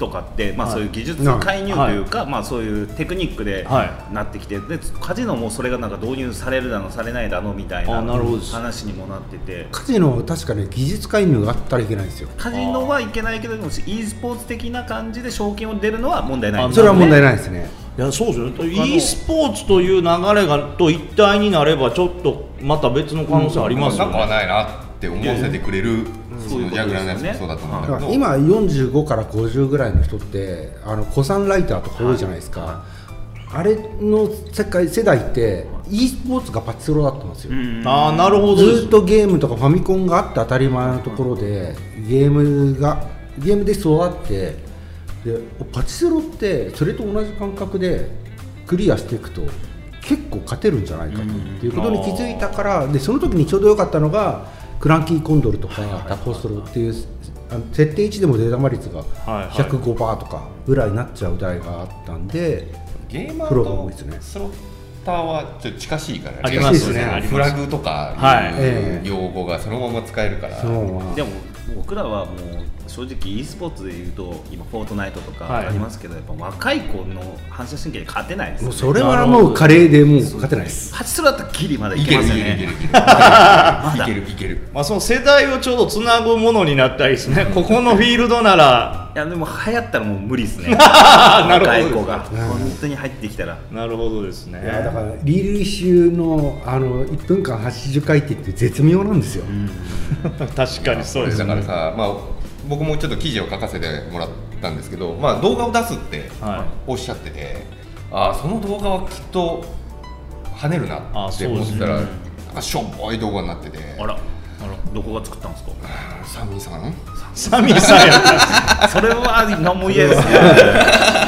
[SPEAKER 2] とかって、まあ、
[SPEAKER 4] はい
[SPEAKER 2] そういう技術介入というか、まあ、そういうテクニックで
[SPEAKER 4] は
[SPEAKER 2] なってきて、でカジノもそれがなんか導入されるだのされないだのみたいな
[SPEAKER 4] あなるほどです
[SPEAKER 2] 話にもなってて
[SPEAKER 3] カジノは確かね技術介入があったらいけないんですよ
[SPEAKER 2] カジノはいけないけどでも e スポーツ的な感じで賞金を出るのは問題ない
[SPEAKER 4] あ
[SPEAKER 3] それは問題ないですね
[SPEAKER 4] いやそうですよ
[SPEAKER 2] 他の
[SPEAKER 4] e スポーツという流れがと一体になればちょっとまた別の可能性ありますよ
[SPEAKER 1] なんかは
[SPEAKER 4] ね、
[SPEAKER 1] ないなって思わせてくれる、そのジャグラーのやつもそうだと思うんだ
[SPEAKER 3] だ
[SPEAKER 1] け
[SPEAKER 3] か
[SPEAKER 1] ど、
[SPEAKER 3] ら今45から50ぐらいの人ってあの古参ライターとか多いじゃないですか、あれの世界世代って、e スポーツがパチスロだったんですよ、
[SPEAKER 4] ああなるほどで
[SPEAKER 3] ず
[SPEAKER 4] す
[SPEAKER 3] っとゲームとかファミコンがあって当たり前のところでゲームがゲームで育ってでパチスロってそれと同じ感覚でクリアしていくと結構勝てるんじゃないかとっていうことに気づいたからでその時にちょうど良かったのがクランキーコンドルとかタコストロっていうあの設定値でも出玉率が
[SPEAKER 4] はいはい
[SPEAKER 3] 105%とかぐらいになっちゃう台があったんで
[SPEAKER 1] ゲーマ
[SPEAKER 3] プロが多いです
[SPEAKER 1] ー
[SPEAKER 3] ね
[SPEAKER 1] とスロッターはちょっと近しいからね
[SPEAKER 4] ありますね
[SPEAKER 3] 近
[SPEAKER 4] あ
[SPEAKER 3] い
[SPEAKER 4] り
[SPEAKER 1] フ
[SPEAKER 4] ま
[SPEAKER 1] ラ
[SPEAKER 4] す
[SPEAKER 1] グとか
[SPEAKER 4] はい
[SPEAKER 1] いう用語がそのまま使えるから、
[SPEAKER 3] そのまま
[SPEAKER 2] でも僕らはもう正直 e スポーツでいうと今フォートナイトとか
[SPEAKER 4] はい
[SPEAKER 2] ありますけど、やっぱ若い子の反射神経で勝てないですよ
[SPEAKER 3] も
[SPEAKER 2] ね
[SPEAKER 3] うそれはもうカレーでもう勝てないです
[SPEAKER 2] 8スロだったらギリまだい
[SPEAKER 1] い
[SPEAKER 2] け
[SPEAKER 1] け
[SPEAKER 2] ま
[SPEAKER 1] るい
[SPEAKER 2] す
[SPEAKER 1] けるい
[SPEAKER 2] よ
[SPEAKER 1] ける
[SPEAKER 2] ね
[SPEAKER 1] いけるいけるいける
[SPEAKER 4] まあ、その世代をちょうどつなぐものになったりですね、ここのフィールドなら、
[SPEAKER 2] いやでも流行ったらもう無理ですね
[SPEAKER 4] あな
[SPEAKER 2] 若い
[SPEAKER 4] るほ
[SPEAKER 2] 子
[SPEAKER 4] ど、
[SPEAKER 2] が本当に入ってきたら
[SPEAKER 4] なるほどですね。
[SPEAKER 3] いやだからリール一周のあの1分間80回転って絶妙なんですよ、
[SPEAKER 4] 確かにそうです
[SPEAKER 1] だか
[SPEAKER 4] ね。
[SPEAKER 1] らさ、まあ、僕もちょっと記事を書かせてもらったんですけど、まあ、動画を出すって
[SPEAKER 4] は
[SPEAKER 1] おっしゃってて、ああその動画はきっと跳ねるな
[SPEAKER 4] あ
[SPEAKER 1] って
[SPEAKER 4] そうで
[SPEAKER 1] 思っ
[SPEAKER 4] す
[SPEAKER 1] て
[SPEAKER 4] ね
[SPEAKER 1] たら、なんかしょぼい動画になってて
[SPEAKER 2] あらあらどこが作ったんですか
[SPEAKER 1] サミーさん
[SPEAKER 4] サミーさんやった
[SPEAKER 2] それは何も言えないですね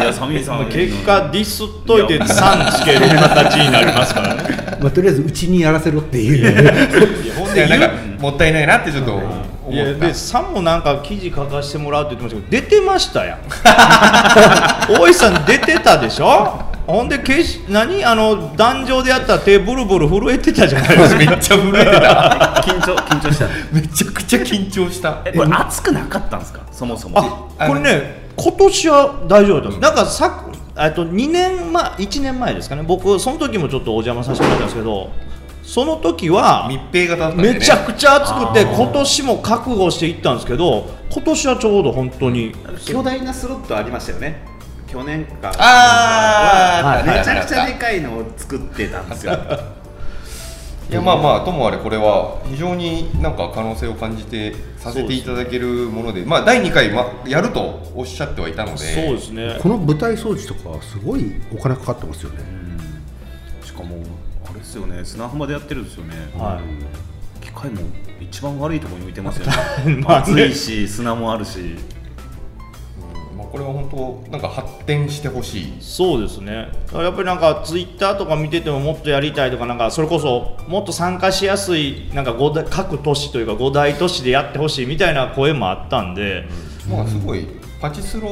[SPEAKER 2] いやサミーさんの
[SPEAKER 4] 結果ディスっといて3つける形になりますからね。
[SPEAKER 3] まあ、とりあえずうちにやらせろって いう
[SPEAKER 1] いやなんかもったいないなってちょっと思
[SPEAKER 4] い や
[SPEAKER 1] っ
[SPEAKER 4] で
[SPEAKER 1] た
[SPEAKER 4] 3もなんか記事書かせてもらうって言ってましたけど出てましたやん大石さん出てたでしょほんでけし何あの壇上でやったら手ブルブル震えてたじ ゃないですか
[SPEAKER 1] めっちゃ震えてた
[SPEAKER 2] 緊張緊張した
[SPEAKER 1] めちゃくちゃ緊張した
[SPEAKER 2] えこれ熱くなかったんですかそもそも
[SPEAKER 4] あこれね今年は大丈夫だったんです、なんかさえっと2年前1年前ですかね僕その時もちょっとお邪魔させてもらったんですけどその時は
[SPEAKER 1] 密閉型だったんで、ね、
[SPEAKER 4] めちゃくちゃ暑くて
[SPEAKER 2] あー
[SPEAKER 4] 今年も覚悟していったんですけど今年はちょうど本当に
[SPEAKER 5] 巨大なスロットありましたよね去年か
[SPEAKER 1] あー
[SPEAKER 5] め
[SPEAKER 1] あった
[SPEAKER 5] ち
[SPEAKER 1] ね
[SPEAKER 5] ゃくちゃでかいのを作ってたんですよ
[SPEAKER 1] いやまあまあともあれこれは非常になんか可能性を感じてさせていただけるものでまあ第2回まやるとおっしゃってはいたので
[SPEAKER 4] そうですね
[SPEAKER 3] この舞台装置とかすごいお金かかってますよね
[SPEAKER 2] しかもあれですよね砂浜でやってるんですよね、
[SPEAKER 4] は
[SPEAKER 2] 機械も一番悪いところに置いてますよね
[SPEAKER 4] まあ
[SPEAKER 2] 暑
[SPEAKER 4] ね
[SPEAKER 2] いし砂もあるし
[SPEAKER 1] まあ、これは本当なんか発展してほしい
[SPEAKER 4] そうですねだからやっぱりなんかツイッターとか見ててももっとやりたいとかなんかそれこそもっと参加しやすいなんか五大各都市というか5大都市でやってほしいみたいな声もあったんで、
[SPEAKER 1] まあすごいパチスロ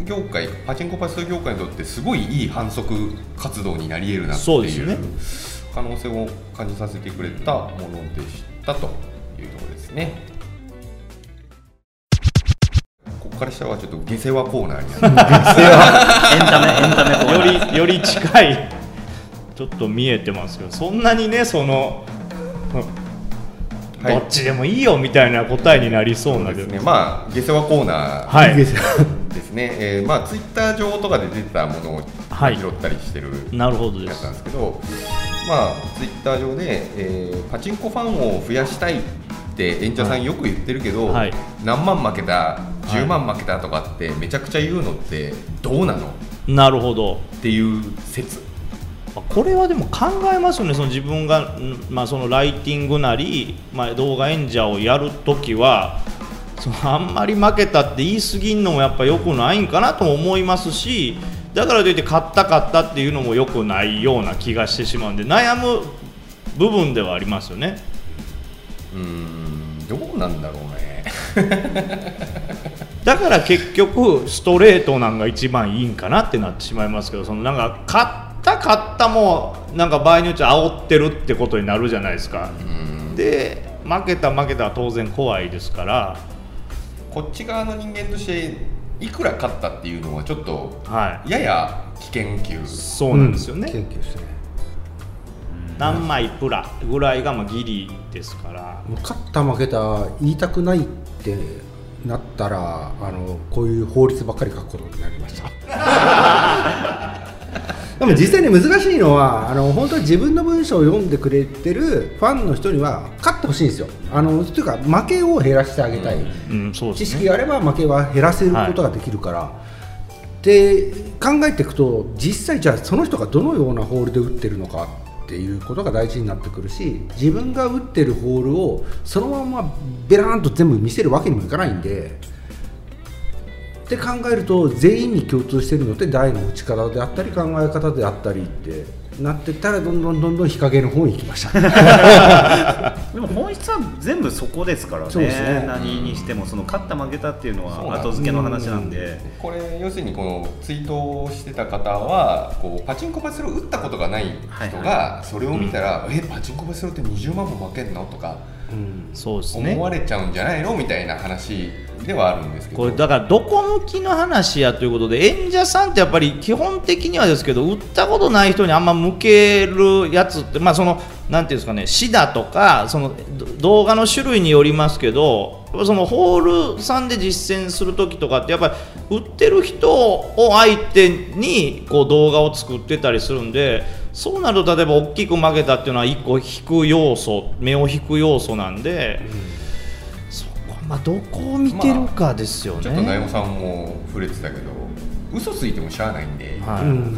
[SPEAKER 1] 業界パチンコパチスロ業界にとってすごいいい反則活動になり得るなって
[SPEAKER 4] そうで
[SPEAKER 1] い
[SPEAKER 4] す
[SPEAKER 1] う
[SPEAKER 4] ね
[SPEAKER 1] 可能性を感じさせてくれたものでしたというところですね。ここから下はちょっと下世話コーナーになる
[SPEAKER 2] エンタメエンタメコーナー
[SPEAKER 4] よりより近いちょっと見えてますけどそんなにねその、
[SPEAKER 1] はい
[SPEAKER 4] どっちでもいいよみたいな答えになりそうな
[SPEAKER 1] です
[SPEAKER 4] けど
[SPEAKER 1] ね。まあ下世話コーナー
[SPEAKER 4] はい
[SPEAKER 3] いいですよ
[SPEAKER 1] ですね。えーまあツイッター上とかで出てたものを
[SPEAKER 4] はい
[SPEAKER 1] 拾ったりしてる
[SPEAKER 4] なるほどで
[SPEAKER 1] やっ
[SPEAKER 4] す
[SPEAKER 1] たんですけど、まあ、ツイッター上で、えーパチンコファンを増やしたいって園長さんよく言ってるけど、
[SPEAKER 4] はい
[SPEAKER 1] 何万負けた10万負けたとかってめちゃくちゃ言うのってどうなのっ
[SPEAKER 4] なるほど
[SPEAKER 1] ていう説
[SPEAKER 4] まあこれはでも考えますよねその自分が、んまあ、そのライティングなり、まあ、動画演者をやるときはそのあんまり負けたって言い過ぎんのもやっぱ良くないんかなとも思いますしだからといって勝った勝ったっていうのも良くないような気がしてしまうんで悩む部分ではありますよね。
[SPEAKER 1] うーんどうなんだろうね
[SPEAKER 4] だから結局ストレートなんが一番いいんかなってなってしまいますけどそのなんか勝った勝ったもなんか場合によって煽ってるってことになるじゃないですかで負けた負けたは当然怖いですから
[SPEAKER 1] こっち側の人間としていくら勝ったっていうのはちょっと
[SPEAKER 4] は
[SPEAKER 1] やや危険級
[SPEAKER 4] いそうなんですよね、
[SPEAKER 3] 研究してね
[SPEAKER 4] 何枚プラぐらいがまあギリですから
[SPEAKER 3] もう勝った負けた言いたくないってなったらあのこういう法律ばっかり書くことになりましたでも実際に難しいのはあの本当に自分の文章を読んでくれてるファンの人には勝ってほしいんですよあのというか負けを減らしてあげたい、
[SPEAKER 4] うんそうで
[SPEAKER 3] 知
[SPEAKER 4] す
[SPEAKER 3] 識
[SPEAKER 4] ね
[SPEAKER 3] があれば負けは減らせることができるから、で考えていくと実際じゃあその人がどのようなホールで打ってるのかっていうことが大事になってくるし自分が打ってるホールをそのままベラーンと全部見せるわけにもいかないんで。って考えると全員に共通してるのって台の打ち方であったり考え方であったりってなってったらどんどんどんどん日陰の方に行きました、 ね、
[SPEAKER 2] でも本質は全部そこですからね
[SPEAKER 3] そうですね
[SPEAKER 2] 何にしてもその勝った負けたっていうの
[SPEAKER 1] そう
[SPEAKER 2] は
[SPEAKER 1] なん
[SPEAKER 2] 後付けの話なんで
[SPEAKER 1] これ要するにこのツイートをしてた方はこうパチンコバスロー打ったことがない
[SPEAKER 2] はい
[SPEAKER 1] 人がそれを見たら「えパチンコバスローって20万も負けんの?」とか
[SPEAKER 3] うん、
[SPEAKER 4] そうですね
[SPEAKER 1] 思われちゃうんじゃないのみたいな話ではあるんですけど
[SPEAKER 4] これだからどこ向きの話やということで演者さんってやっぱり基本的にはですけど売ったことない人にあんま向けるやつってまあそのなんていうんですかね詩だとかそのど動画の種類によりますけどやっぱそのホールさんで実践する時とかってやっぱり売ってる人を相手にこう動画を作ってたりするんでそうなると例えば大きく負けたっていうのは一個引く要素目を引く要素なんで。そこまあ、どこを見てるかですよね、
[SPEAKER 1] ちょっと大悟さんも触れてたけど嘘ついてもしゃあないんで、
[SPEAKER 4] は
[SPEAKER 3] う
[SPEAKER 4] い
[SPEAKER 3] ん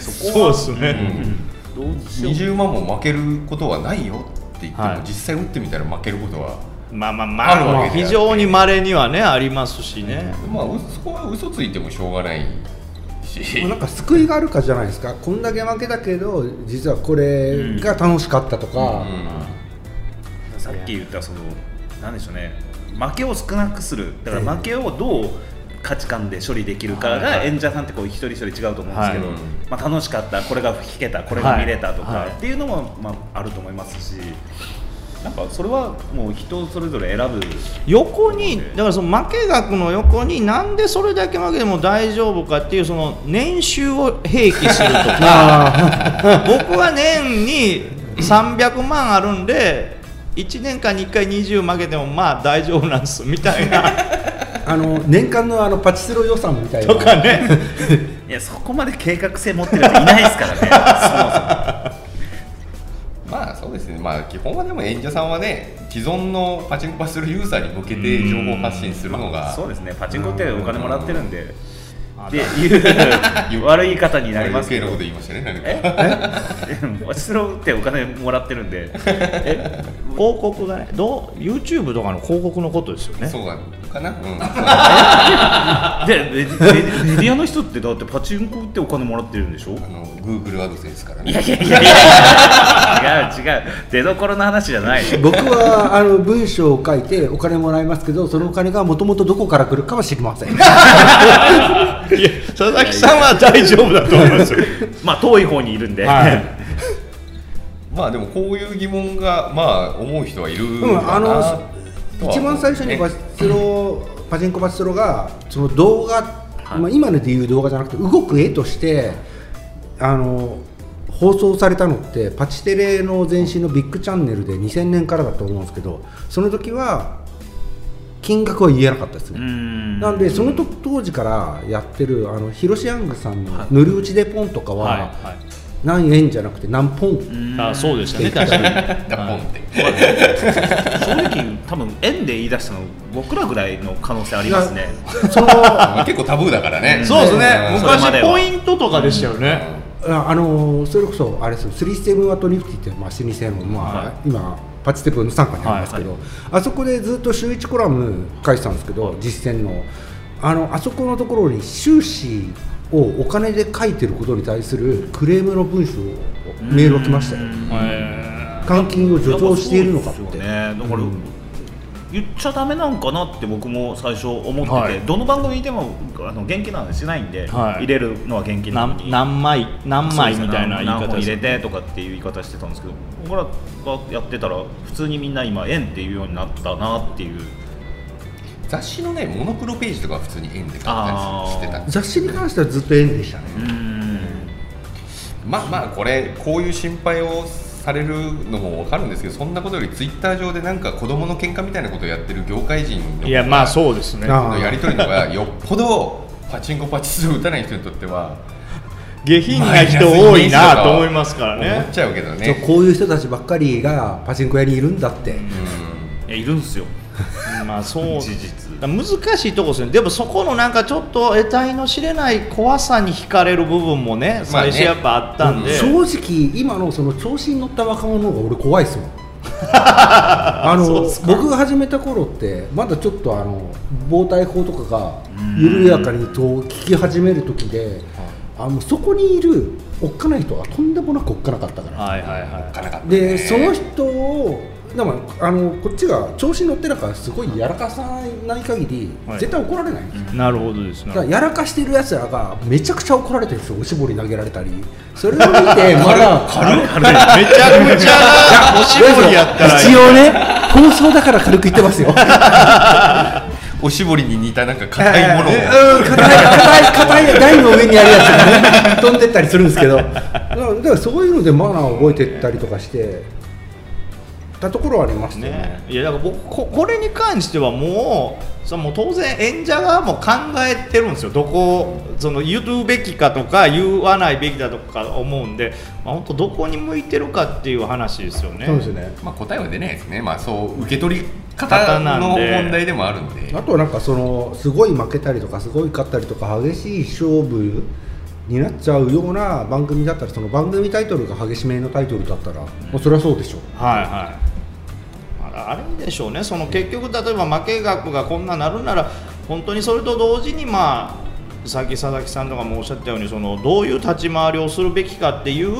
[SPEAKER 4] そうです
[SPEAKER 1] う
[SPEAKER 4] ね。
[SPEAKER 1] ん20万も負けることはないよって言っても、
[SPEAKER 4] はい
[SPEAKER 1] 実際打ってみたら負けることは
[SPEAKER 4] まあまあ
[SPEAKER 1] ある
[SPEAKER 4] ま
[SPEAKER 1] わけであ
[SPEAKER 4] あ
[SPEAKER 1] って
[SPEAKER 4] 非常に稀にはねありますしね。
[SPEAKER 1] まあうそこは嘘ついてもしょうがないし
[SPEAKER 3] なんか救いがあるかじゃないですかこんだけ負けたけど実はこれが楽しかったとか、
[SPEAKER 1] う
[SPEAKER 2] さっき言ったそのなんでしょうね負けを少なくするだから負けをどう価値観で処理できるか
[SPEAKER 1] はいは
[SPEAKER 2] が
[SPEAKER 1] い
[SPEAKER 2] 演者さんってこう一人一人違うと思うんですけど、
[SPEAKER 1] はい
[SPEAKER 2] まあ、楽しかったこれが弾けたこれが見れたとか、
[SPEAKER 4] はいはい
[SPEAKER 2] っていうのも、まあ、あると思いますしなんかそれはもう人それぞれ選ぶ
[SPEAKER 4] 横にだからその負け額の横になんでそれだけ負けても大丈夫かっていうその年収を併記すると か僕は年に300万あるんで1年間に1回20負けてもまあ大丈夫なんですみたいな
[SPEAKER 3] あの年間のあのパチスロ予算みたいな
[SPEAKER 4] とかね。
[SPEAKER 2] いやそこまで計画性持ってる人いないですからね
[SPEAKER 1] んまあそうですねまあ基本はでも演者さんはね既存のパチンコパするユーザーに向けて情報発信するの
[SPEAKER 2] そもそも
[SPEAKER 1] が
[SPEAKER 2] そうですねパチンコってお金もらってるんで
[SPEAKER 4] あ
[SPEAKER 2] っていう悪い言い方になりますけ
[SPEAKER 1] 余計なこと
[SPEAKER 2] ど
[SPEAKER 1] 言いましたね何か
[SPEAKER 2] え 私のってお金もらってるん で
[SPEAKER 4] 広告がねどう YouTube とかの広告のことですよね。
[SPEAKER 1] そうなのかな、うん、
[SPEAKER 2] でメディメディアの人ってだってパチンコってお金もらってるんでしょ
[SPEAKER 1] あの Google アドセンスから
[SPEAKER 2] いや
[SPEAKER 1] ね
[SPEAKER 2] いやいやいや違う違う出どころの話じゃ ない
[SPEAKER 3] 僕はあの文章を書いてお金もらいますけどそのお金がもともとどこから来るかは知りません
[SPEAKER 4] いや佐々木さんは大丈夫だと思いますよ。
[SPEAKER 2] まあ遠い方にいるんで、
[SPEAKER 4] はい
[SPEAKER 1] まあでもこういう疑問がまあ思う人はいる
[SPEAKER 3] うんあの
[SPEAKER 1] とは思う
[SPEAKER 3] 一番最初に
[SPEAKER 1] ね
[SPEAKER 3] パチスロパチンコパチスロがその動画、まあ、今のでいう動画じゃなくて動く絵としてあの放送されたのってパチテレの前身のビッグチャンネルで2000年からだと思うんですけどその時は金額は言えなかったですね、
[SPEAKER 2] うん
[SPEAKER 3] なんでそのと当時からやってるあのヒロシヤングさんの「塗り打ちでポン」とかは、何円じゃなくて何ポン
[SPEAKER 4] あそうでしたね確かに。
[SPEAKER 1] ダポンって、
[SPEAKER 2] 正直多分円で言い出したの僕らぐらいの可能性ありますね
[SPEAKER 3] そのあ
[SPEAKER 1] まあ結構タブーだからね、
[SPEAKER 4] そうですね
[SPEAKER 1] うん
[SPEAKER 2] それまで
[SPEAKER 4] 昔
[SPEAKER 2] は
[SPEAKER 4] ポイントとかでしたよね。
[SPEAKER 3] あのそれこそあれですよスリーステムワットニフティってまあ老舗のまあ、
[SPEAKER 2] はい
[SPEAKER 3] 今パチテプの傘下にありますけど、あそこでずっと週1コラム書いてたんですけど、実践のあのあそこのところに収支をお金で書いてることに対するクレームの文章をメールが来ましたよ換金を助長しているのかって
[SPEAKER 2] やぱそうですよねだから、
[SPEAKER 3] うん
[SPEAKER 2] 言っちゃダメなんかなって僕も最初思ってて、
[SPEAKER 4] はい
[SPEAKER 2] どの番組でもあの現金な話しないんで、
[SPEAKER 4] は
[SPEAKER 2] 入
[SPEAKER 4] い
[SPEAKER 2] れるのは現金なの
[SPEAKER 4] 何
[SPEAKER 2] に
[SPEAKER 4] 何枚何枚みたいな言い
[SPEAKER 2] 何
[SPEAKER 4] 方
[SPEAKER 2] 本
[SPEAKER 4] で
[SPEAKER 2] 入
[SPEAKER 4] す
[SPEAKER 2] れ。てとかっていう言い方してたんですけど僕らがやってたら普通にみんな今円っていうようになったなっていう
[SPEAKER 1] 雑誌のねモノクロページとかは普通に円で買ったりしてたんです
[SPEAKER 3] 雑誌に関してはずっと円でしたね、
[SPEAKER 1] まあまあこれこういう心配をされるのもわかるんですけどそんなことよりツイッター上でなんか子供の喧嘩みたいなことをやってる業界人の
[SPEAKER 4] いやまあそうですね。
[SPEAKER 3] あ
[SPEAKER 1] のやり取りの方がよっぽどパチンコパチスロ打たない人にとっては
[SPEAKER 4] 下品な人多いなと思いますから
[SPEAKER 1] 思っ
[SPEAKER 4] ね。
[SPEAKER 1] ちゃうけど
[SPEAKER 3] そう
[SPEAKER 1] ね
[SPEAKER 3] こういう人たちばっかりがパチンコ屋にいるんだって、
[SPEAKER 2] いやいるんですよ
[SPEAKER 4] まあそう。
[SPEAKER 2] 事実
[SPEAKER 4] だから難しいとこですよね。でもそこのなんかちょっと得体の知れない怖さに惹かれる部分もね
[SPEAKER 1] まあ
[SPEAKER 4] 最
[SPEAKER 1] ね
[SPEAKER 4] 初やっぱあったんで。
[SPEAKER 3] 正直今のその調子に乗った若者の方が俺怖いです もんあの僕が始めた頃ってまだちょっとあの防体法とかが緩やかにと聞き始める時であのそこにいるおっかない人はとんでもなくおっかなかったから、
[SPEAKER 4] はいはいは
[SPEAKER 1] かなかったね
[SPEAKER 3] でその人をでもあのこっちが調子に乗ってなんからすごいやらかさない限り、
[SPEAKER 4] はい
[SPEAKER 3] 絶対怒られないんですよ、
[SPEAKER 4] いなるほどですね
[SPEAKER 3] だからやらかしてるやつらがめちゃくちゃ怒られてるんですよおしぼり投げられたりそれを見てまだ 軽い
[SPEAKER 4] めちゃくちゃおしぼりやったら
[SPEAKER 3] 一応ね放送だから軽く言って ますよ
[SPEAKER 1] おしぼりに似たなんか硬いものを、
[SPEAKER 3] えー うん硬い硬い硬い台の上にあるやつがね飛んでったりするんですけどだからだからそういうのでマナーを覚えてったりとかしてたところはありますよね
[SPEAKER 4] ね、いやだから僕ここれに関してはもうそのもう当然演者側も考えてるんですよどこをその言うべきかとか言わないべきだとか思うんで、まあ、本当どこに向いてるかっていう話ですよね。
[SPEAKER 3] そうですね
[SPEAKER 1] まあ、答えは出ないですね、まあ、そう受け取り
[SPEAKER 4] 方
[SPEAKER 1] 方
[SPEAKER 4] な
[SPEAKER 1] の
[SPEAKER 4] んで
[SPEAKER 1] 問題でもあるんで
[SPEAKER 3] あとはなんかそのすごい負けたりとかすごい勝ったりとか激しい勝負になっちゃうような番組だったらその番組タイトルが激しめのタイトルだったら、もうそれはそうでしょ
[SPEAKER 4] はいはい、ああれでしょうね、その結局、例えば負け額がこんななるなら、本当にそれと同時に、まあ、さっき佐々木さんとかもおっしゃったように、そのどういう立ち回りをするべきかっていう、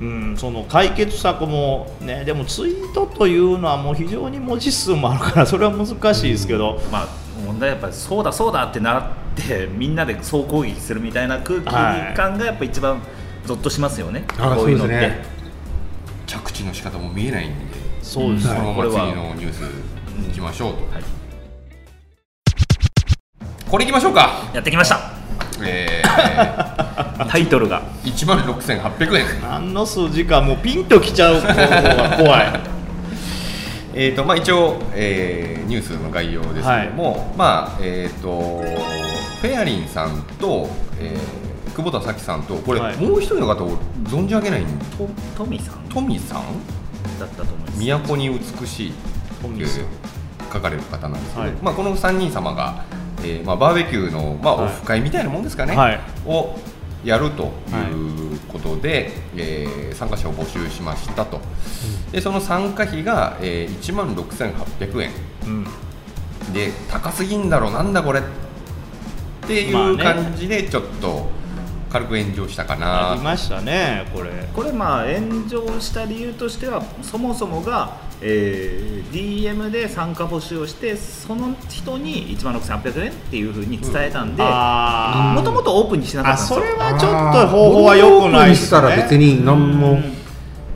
[SPEAKER 4] うん、その解決策も、ね、でもツイートというのは、もう非常に文字数もあるから、それは難しいですけど、
[SPEAKER 2] まあ問題はやっぱりそうだそうだってなってみんなで総攻撃するみたいな空気感がやっぱ一番ゾッとしますよね、
[SPEAKER 3] ああ
[SPEAKER 2] こういうのっ
[SPEAKER 3] そうで
[SPEAKER 2] て
[SPEAKER 3] すね
[SPEAKER 1] 着地の仕方も見えないんで、
[SPEAKER 4] そうです
[SPEAKER 1] そ
[SPEAKER 4] ね。
[SPEAKER 1] の
[SPEAKER 2] こ
[SPEAKER 1] ま
[SPEAKER 2] れ
[SPEAKER 1] ま
[SPEAKER 2] は
[SPEAKER 1] 次のニュースいきましょうと、
[SPEAKER 2] はい
[SPEAKER 1] これいきましょうか、
[SPEAKER 2] やってきました
[SPEAKER 1] え ー、
[SPEAKER 2] タイトルが
[SPEAKER 1] 1万6800円。
[SPEAKER 4] 何の数字かもうピンときちゃう方が怖い
[SPEAKER 1] えーとまあ、一応、えーニュースの概要ですけども、まあえー、とフェアリンさんと、えー久保田咲さんとこれ、
[SPEAKER 4] はい
[SPEAKER 1] もう一人の方を存じ上げない
[SPEAKER 2] トトミさん
[SPEAKER 1] トミさん
[SPEAKER 2] だったと思います
[SPEAKER 1] 都に美しいという書かれる方なんですけど、
[SPEAKER 4] はい
[SPEAKER 1] まあ、この3人様が、えーまあ、バーベキューの、まあ、
[SPEAKER 4] はい
[SPEAKER 1] オフ会みたいなもんですかね、
[SPEAKER 4] はい
[SPEAKER 1] をやるということで、えー参加者を募集しましたと、でその参加費が、えー、1万6800円
[SPEAKER 4] うん
[SPEAKER 1] で高すぎんだろなんだこれってい
[SPEAKER 4] まあ
[SPEAKER 1] う
[SPEAKER 4] ね
[SPEAKER 1] 感じでちょっと軽く炎上したかな、
[SPEAKER 4] ありましたねこれ
[SPEAKER 2] これまあ炎上した理由としてはそもそもが、えー DM で参加募集をしてその人に1万6800円っていうふうに伝えたんで
[SPEAKER 4] あー
[SPEAKER 2] もともとオープンにしなか
[SPEAKER 4] あ
[SPEAKER 2] ったんです
[SPEAKER 4] そ
[SPEAKER 2] よ
[SPEAKER 4] れはちょっと方法は良くない
[SPEAKER 3] で
[SPEAKER 4] ですす
[SPEAKER 3] ね
[SPEAKER 4] ね
[SPEAKER 3] オープンにしたら別に何も、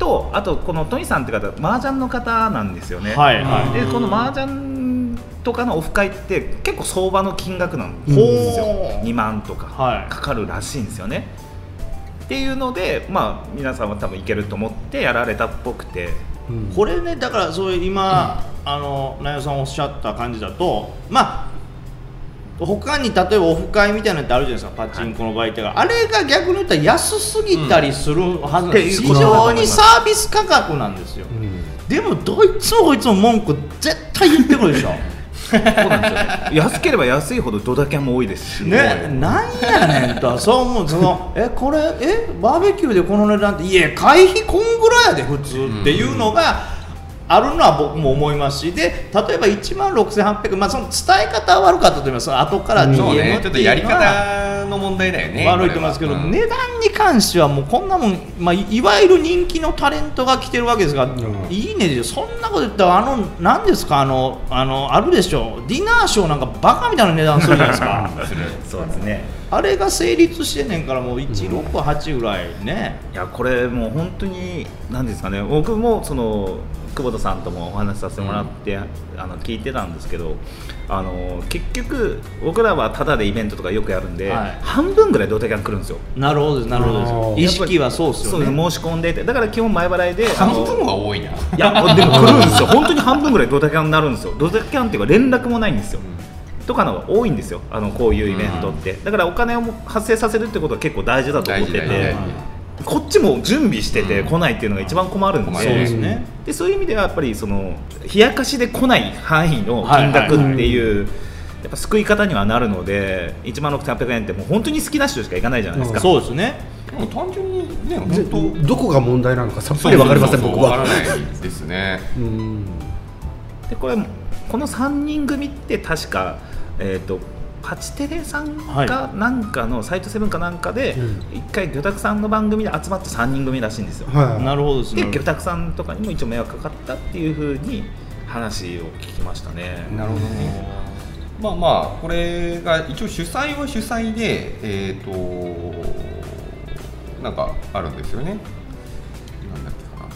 [SPEAKER 2] とあとこのトニさんって方麻雀の方なんですよね、
[SPEAKER 4] はいはい
[SPEAKER 2] でこの麻雀とかのオフ会って結構相場の金額なんです
[SPEAKER 4] ほ
[SPEAKER 2] よ、
[SPEAKER 4] ー
[SPEAKER 2] 2万と
[SPEAKER 4] は
[SPEAKER 2] か
[SPEAKER 4] い
[SPEAKER 2] かかるらしいんですよね、っていうのでまあ皆さんは多分いけると思ってやられたっぽくて
[SPEAKER 3] うん
[SPEAKER 4] これねだからそういう今、あの内容さんおっしゃった感じだとまあ他に例えばオフ会みたいなのってあるじゃないですかパチンコの売店が、あれが逆に言ったら安すぎたりするはずなんです、
[SPEAKER 2] うん
[SPEAKER 4] 非常にサービス価格なんですよ、
[SPEAKER 3] うん
[SPEAKER 4] でもどいつもこいつも文句絶対言ってくるでしょ
[SPEAKER 2] そうなんですよね 安ければ安いほどドタキャンも多いですし
[SPEAKER 4] ね、なんやねんとはそう思うそのえこれえバーベキューでこの値段っていや会費こんぐらいやで普通っていうのがあるのは僕も思いますしで例えば1万6800、まあ、その伝え方は悪かったと思いますその後から
[SPEAKER 1] そう
[SPEAKER 4] DM
[SPEAKER 1] ねち
[SPEAKER 4] っ
[SPEAKER 1] ょってと
[SPEAKER 4] い
[SPEAKER 1] やり
[SPEAKER 4] うのは
[SPEAKER 1] 方の問題だよね
[SPEAKER 4] 悪いと思いますけど、
[SPEAKER 1] これはうん
[SPEAKER 4] 値段に関してはもうこんなもん、まあ、いいわゆる人気のタレントが来てるわけですが、
[SPEAKER 3] ん
[SPEAKER 4] いいねでそんなこと言ったらあの何ですかあのあのあるでしょディナーショーなんかバカみたいな値段するじゃないで すか。
[SPEAKER 2] そうですね
[SPEAKER 4] あれが成立してんねんからもう168ぐらいね、
[SPEAKER 2] いやこれもう本当に何ですかね僕もその久保田さんともお話しさせてもらって、あの聞いてたんですけどあの結局僕らはタダでイベントとかよくやるんで、
[SPEAKER 4] はい
[SPEAKER 2] 半分ぐらいドタキャン来るんですよ
[SPEAKER 4] なるほどですなるほ
[SPEAKER 3] あ
[SPEAKER 4] ど
[SPEAKER 3] ー
[SPEAKER 4] です意識はそうです
[SPEAKER 2] そ
[SPEAKER 4] よ
[SPEAKER 2] うです申
[SPEAKER 4] ね
[SPEAKER 2] し込んでてだから基本前払いであ
[SPEAKER 1] 半
[SPEAKER 2] の
[SPEAKER 1] 分は多いない
[SPEAKER 2] やでも来るんですよ本当に半分ぐらいドタキャンになるんですよドタキャンっていうか連絡もないんですよ、とかのが多いんですよあのこういうイベントって、だからお金を発生させるってことは結構大事だと思ってて
[SPEAKER 1] 大事大事大
[SPEAKER 2] こっちも準備してて来ないっていうのが一番困るんで、
[SPEAKER 1] 困
[SPEAKER 4] そう
[SPEAKER 1] る
[SPEAKER 4] ですね、
[SPEAKER 2] でそういう意味ではやっぱりその冷やかしで来ない範囲の金額っていう、やっぱ救い方にはなるので1万6800円ってもう本当に好きな人しか行かないじゃないですか、
[SPEAKER 4] そうですね
[SPEAKER 1] でも単純にね
[SPEAKER 3] ぜ
[SPEAKER 1] 本当
[SPEAKER 3] どこが問題なのかさっぱりわかりません
[SPEAKER 1] そうそう
[SPEAKER 3] 僕
[SPEAKER 1] そうわ
[SPEAKER 3] は
[SPEAKER 1] からないですね。
[SPEAKER 3] うん
[SPEAKER 2] でこれこの3人組って確か、えー、とパチテレさん
[SPEAKER 4] はい
[SPEAKER 2] かなんかの、サイトセブンかなんかで
[SPEAKER 3] う
[SPEAKER 2] 一回魚拓さんの番組で集まった3人組らしいんですよ、
[SPEAKER 3] はい
[SPEAKER 4] なるほどです
[SPEAKER 2] で
[SPEAKER 4] ね
[SPEAKER 2] 魚拓さんとかにも一応迷惑かかったっていうふうに話を聞きましたね
[SPEAKER 3] なるほどね
[SPEAKER 1] まあまあこれが一応主催は主催でえっ、となんかあるんですよねなんだっけかな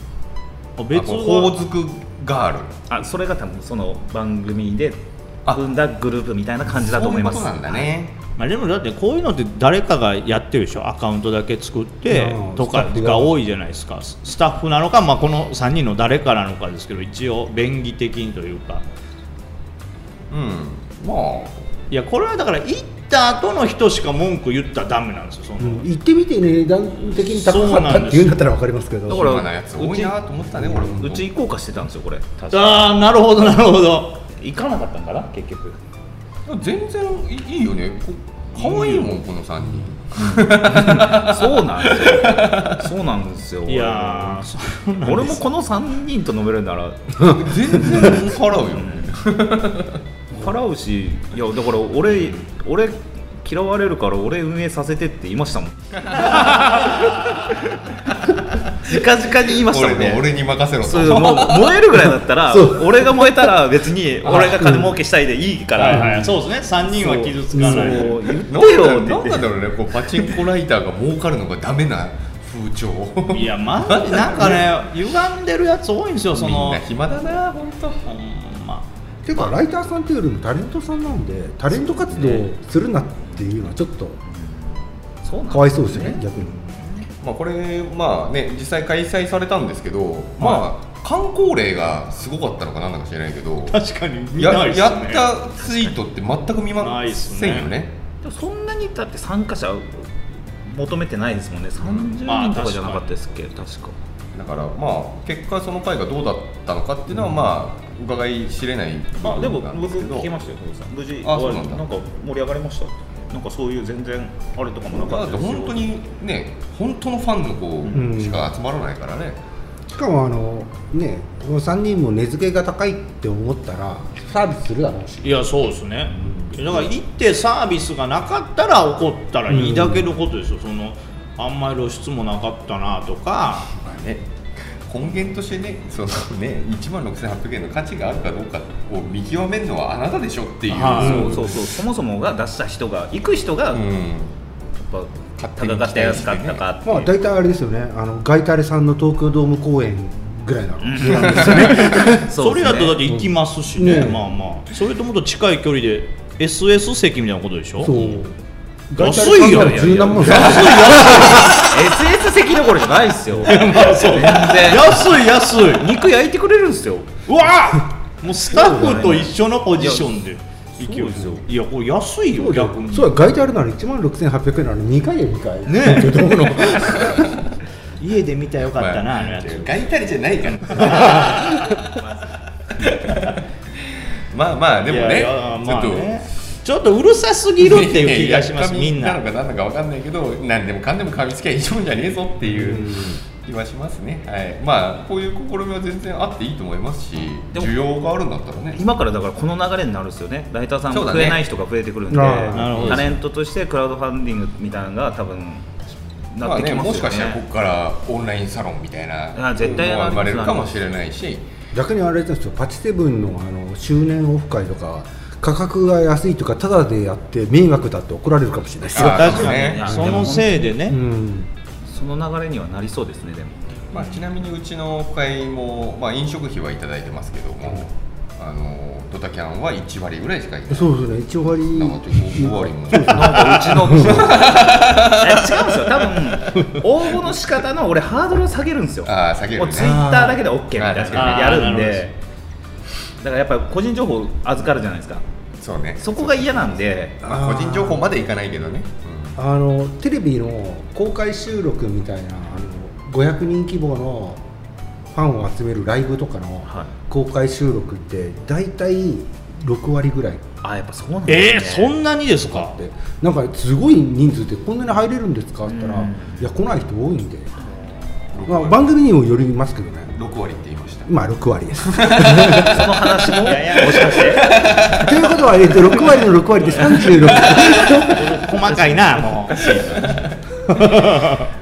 [SPEAKER 4] あ別
[SPEAKER 1] あこう
[SPEAKER 4] が
[SPEAKER 1] ほおずくガール
[SPEAKER 2] あそれが多分その番組で
[SPEAKER 1] あ
[SPEAKER 2] 組んだグループみたいな感じだと思います
[SPEAKER 1] そういうことなんだね、
[SPEAKER 4] まあ、でもだってこういうのって誰かがやってるでしょアカウントだけ作って
[SPEAKER 3] うん
[SPEAKER 4] と
[SPEAKER 3] ス
[SPEAKER 4] か
[SPEAKER 3] タッフが
[SPEAKER 4] が多いじゃないですかススタッフなのか、まあ、この3人の誰かなのかですけど一応便宜的にというか
[SPEAKER 1] うんまあ
[SPEAKER 4] いやこれはだから行った後の人しか文句言ったらダメなんですよそんな
[SPEAKER 3] うん行ってみて値段的に高かったって言うんだったら分かりますけど
[SPEAKER 2] だ
[SPEAKER 1] ほ
[SPEAKER 2] から
[SPEAKER 1] らなやつ多いなと思ったね俺も
[SPEAKER 2] うち行こうかしてたんですよこれ確か
[SPEAKER 4] ああなるほどなるほど
[SPEAKER 2] 行かなかったんかな結局
[SPEAKER 1] 全然いいいよねこ可愛いもんこの3人
[SPEAKER 2] そうなんですよそうなんですよ
[SPEAKER 4] いやーそうなんです
[SPEAKER 2] 俺もこの3人と飲めるなら
[SPEAKER 1] 全然払うよ
[SPEAKER 2] 払うしいやだから俺俺嫌われるから俺運営させてって言いましたもん直々に言いましたもん
[SPEAKER 1] 俺
[SPEAKER 2] ね
[SPEAKER 1] の俺に任せろと
[SPEAKER 2] そうもう燃えるぐらいだったら
[SPEAKER 3] そう
[SPEAKER 2] 俺が燃えたら別に俺が金儲けしたいでいいか
[SPEAKER 4] はいは
[SPEAKER 2] ら
[SPEAKER 4] い、そうですね3人は傷つかない
[SPEAKER 2] そう言って
[SPEAKER 1] な
[SPEAKER 2] よ
[SPEAKER 1] んだ
[SPEAKER 2] っ
[SPEAKER 1] よな
[SPEAKER 2] て言っ
[SPEAKER 1] ん
[SPEAKER 2] て
[SPEAKER 1] なんだろうねこうパチンコライターが儲かるのがダメな風潮
[SPEAKER 4] いやマジなんかね歪んでるやつ多いんですよそ
[SPEAKER 1] みん
[SPEAKER 4] の
[SPEAKER 1] な暇だな本当
[SPEAKER 4] ほんま
[SPEAKER 3] ていうかライターさんというよりもタレントさんなんでタレント活動するなっていうのはちょっと
[SPEAKER 2] そうなん
[SPEAKER 3] かわいそうですよね逆に
[SPEAKER 1] まあこれまあね実際開催されたんですけどまあ観光例がすごかったのかなんだか知らないけど
[SPEAKER 4] 確かに見
[SPEAKER 1] や
[SPEAKER 4] ないですね
[SPEAKER 1] やったツイートって全く見ませんよ
[SPEAKER 4] ないっ
[SPEAKER 1] ね
[SPEAKER 2] でもそんなにだって参加者求めてないですもんね
[SPEAKER 4] まあ
[SPEAKER 2] 30人とかじゃなかったですっけ、ど確か
[SPEAKER 1] だからまあ結果その回がどうだったのかっていうのはまあ伺い知れない部
[SPEAKER 2] あでも
[SPEAKER 1] 分なんで
[SPEAKER 2] 僕
[SPEAKER 1] すけど
[SPEAKER 2] 聞きましたよ久保さん無事
[SPEAKER 1] あそうなんだ
[SPEAKER 2] 終わりなんか盛り上がりましたってなんかそういう全然あれとかもな
[SPEAKER 1] だ
[SPEAKER 2] か
[SPEAKER 1] っ
[SPEAKER 2] ってたですよ
[SPEAKER 1] 本当にね本当のファンの子しか集まらないからね、
[SPEAKER 3] しかもあのねこの3人も値付けが高いって思ったらサービスするだろうし
[SPEAKER 4] いやそうですね、だから行ってサービスがなかったら怒ったらいいだけのことですよ、そのあんまり露出もなかったなとか
[SPEAKER 1] まあね根源としてねそのね1万6800円の価値があるかどうかを見極めるのはあなたでしょっていう、
[SPEAKER 4] はい
[SPEAKER 2] そうそうそうそもそもが出した人が行く人がや
[SPEAKER 1] う
[SPEAKER 2] っ
[SPEAKER 1] ん、
[SPEAKER 2] ぱ
[SPEAKER 1] 勝手に
[SPEAKER 2] 高かった安かったかっていう
[SPEAKER 3] まあ大体あれですよねあのガイタレさんの東京ドーム公演ぐらいなの
[SPEAKER 4] それだとだって行きますしね,、
[SPEAKER 3] うんね
[SPEAKER 4] まあまあそれともっと近い距離で SS 席みたいなことでしょ
[SPEAKER 3] そうガイタ
[SPEAKER 4] 安
[SPEAKER 3] レさん
[SPEAKER 4] いよ
[SPEAKER 3] なら十何万サービス
[SPEAKER 2] SS 席どころじゃないっすよ
[SPEAKER 4] まあそう安い安い
[SPEAKER 2] 肉焼いてくれるんですよ
[SPEAKER 4] うわあもうスタッフと一緒のポジションで行ける
[SPEAKER 2] そうで
[SPEAKER 4] いやこれ安いよ逆に
[SPEAKER 3] そうだガイタレなら1万6800円なのに2回や2回
[SPEAKER 4] ねえ
[SPEAKER 3] 東京ドームの
[SPEAKER 4] 家で見たらよかったなあのやつ
[SPEAKER 1] ガイタリじゃない からまあまあでも
[SPEAKER 4] いや
[SPEAKER 1] ね
[SPEAKER 4] いやまあ
[SPEAKER 1] ちょっと
[SPEAKER 4] ねちょっとうるさすぎるっていう気がします
[SPEAKER 1] いやい
[SPEAKER 4] み
[SPEAKER 1] や
[SPEAKER 4] ん
[SPEAKER 1] やっ
[SPEAKER 4] な
[SPEAKER 1] かみなのか何なのかわかんないけど何でもかんでも噛みつきゃいいもんじゃねえぞっていう気はしますね、はい、まあこういう試みは全然あっていいと思いますし
[SPEAKER 2] でも
[SPEAKER 1] 需要があるんだったらね
[SPEAKER 2] 今からだからこの流れになるんですよねライターさん
[SPEAKER 1] そうだ
[SPEAKER 2] が
[SPEAKER 1] ね
[SPEAKER 2] 増えない人が増えてくるんで、
[SPEAKER 3] ああ
[SPEAKER 4] なるほど
[SPEAKER 2] タレントとしてクラウドファンディングみたいなのが多分
[SPEAKER 1] ま
[SPEAKER 2] なっ
[SPEAKER 1] あ
[SPEAKER 2] てき
[SPEAKER 1] ね、
[SPEAKER 2] ますよね,、
[SPEAKER 1] もしかしたらここからオンラインサロンみたいな
[SPEAKER 2] あ絶対
[SPEAKER 1] のが生まれる
[SPEAKER 2] あります
[SPEAKER 1] かもしれないし
[SPEAKER 3] 逆にあれですよパチセブンのあの周年オフ会とか価格が安いとかタダでやって迷惑だって怒られるかもしれないですよ、
[SPEAKER 1] あ
[SPEAKER 4] 確
[SPEAKER 1] そう
[SPEAKER 4] か
[SPEAKER 1] ね
[SPEAKER 4] にそのせいで
[SPEAKER 3] う
[SPEAKER 4] ね
[SPEAKER 3] ん、
[SPEAKER 2] その流れにはなりそうですねでも
[SPEAKER 1] まあ、ちなみにうちの会も、まあ、飲食費はいただいてますけども、あのドタキャンは1割ぐらいしかいない
[SPEAKER 3] そうですね一応割
[SPEAKER 1] なんか5割も
[SPEAKER 2] なんかう ちのえ違うんですよ多分応募の仕方の俺ハードルを下げるんですよ
[SPEAKER 1] ああ下げる
[SPEAKER 2] もう
[SPEAKER 1] ね
[SPEAKER 2] ツイッターだけで OK みたいな
[SPEAKER 1] あー確か
[SPEAKER 4] に
[SPEAKER 2] やるん
[SPEAKER 4] あーな
[SPEAKER 2] で
[SPEAKER 4] る
[SPEAKER 2] だからやっぱり個人情報預かるじゃないですか
[SPEAKER 1] そうね
[SPEAKER 2] そこが嫌なんで
[SPEAKER 1] まあ個人情報までいかないけどね、
[SPEAKER 3] あのテレビの公開収録みたいなあの500人規模のファンを集めるライブとかの
[SPEAKER 2] はい
[SPEAKER 3] 公開収録って大体6割ぐらい
[SPEAKER 2] あやっぱそうなん
[SPEAKER 4] えー、
[SPEAKER 2] です
[SPEAKER 4] そ
[SPEAKER 2] ね
[SPEAKER 4] んなにですか
[SPEAKER 3] でなんかすごい人数ってこんなに入れるんですかって言ったら、
[SPEAKER 2] うん
[SPEAKER 3] いや来ない人多いんで、
[SPEAKER 1] うん
[SPEAKER 3] まあ、番組にもよりますけどね
[SPEAKER 1] 6割って言いました
[SPEAKER 3] まあ6割で す。
[SPEAKER 2] その話ももしかして
[SPEAKER 3] ということ度は入れて6割の6割で36
[SPEAKER 4] 細かいなもう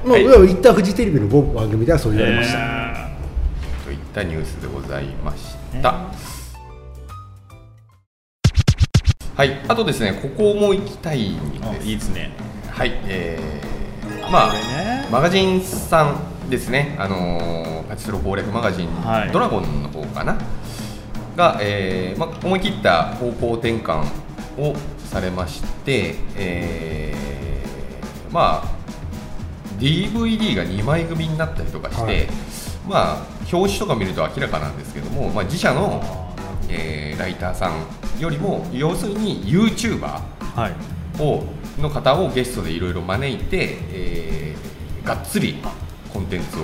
[SPEAKER 3] もう、いや一旦フジテレビの某番組ではそう言われました、
[SPEAKER 1] といったニュースでございました。はい、あとですね、ここも行きたいんです。
[SPEAKER 2] いいですね
[SPEAKER 1] はい、えー、まあ、
[SPEAKER 4] これね
[SPEAKER 1] マガジンさんですね、あのーパチスロ攻略マガジン、
[SPEAKER 4] はい
[SPEAKER 1] ドラゴンの方かな、が、えーまあ、思い切った方向転換をされまして、えーまあ、DVD が2枚組になったりとかして、
[SPEAKER 3] はい
[SPEAKER 1] まあ、表紙とか見ると明らかなんですけども、まあ、自社の、えーライターさんよりも、要するに YouTuber。
[SPEAKER 4] はい
[SPEAKER 1] をの方をゲストでいろいろ招いて、えーがっつりコンテンツを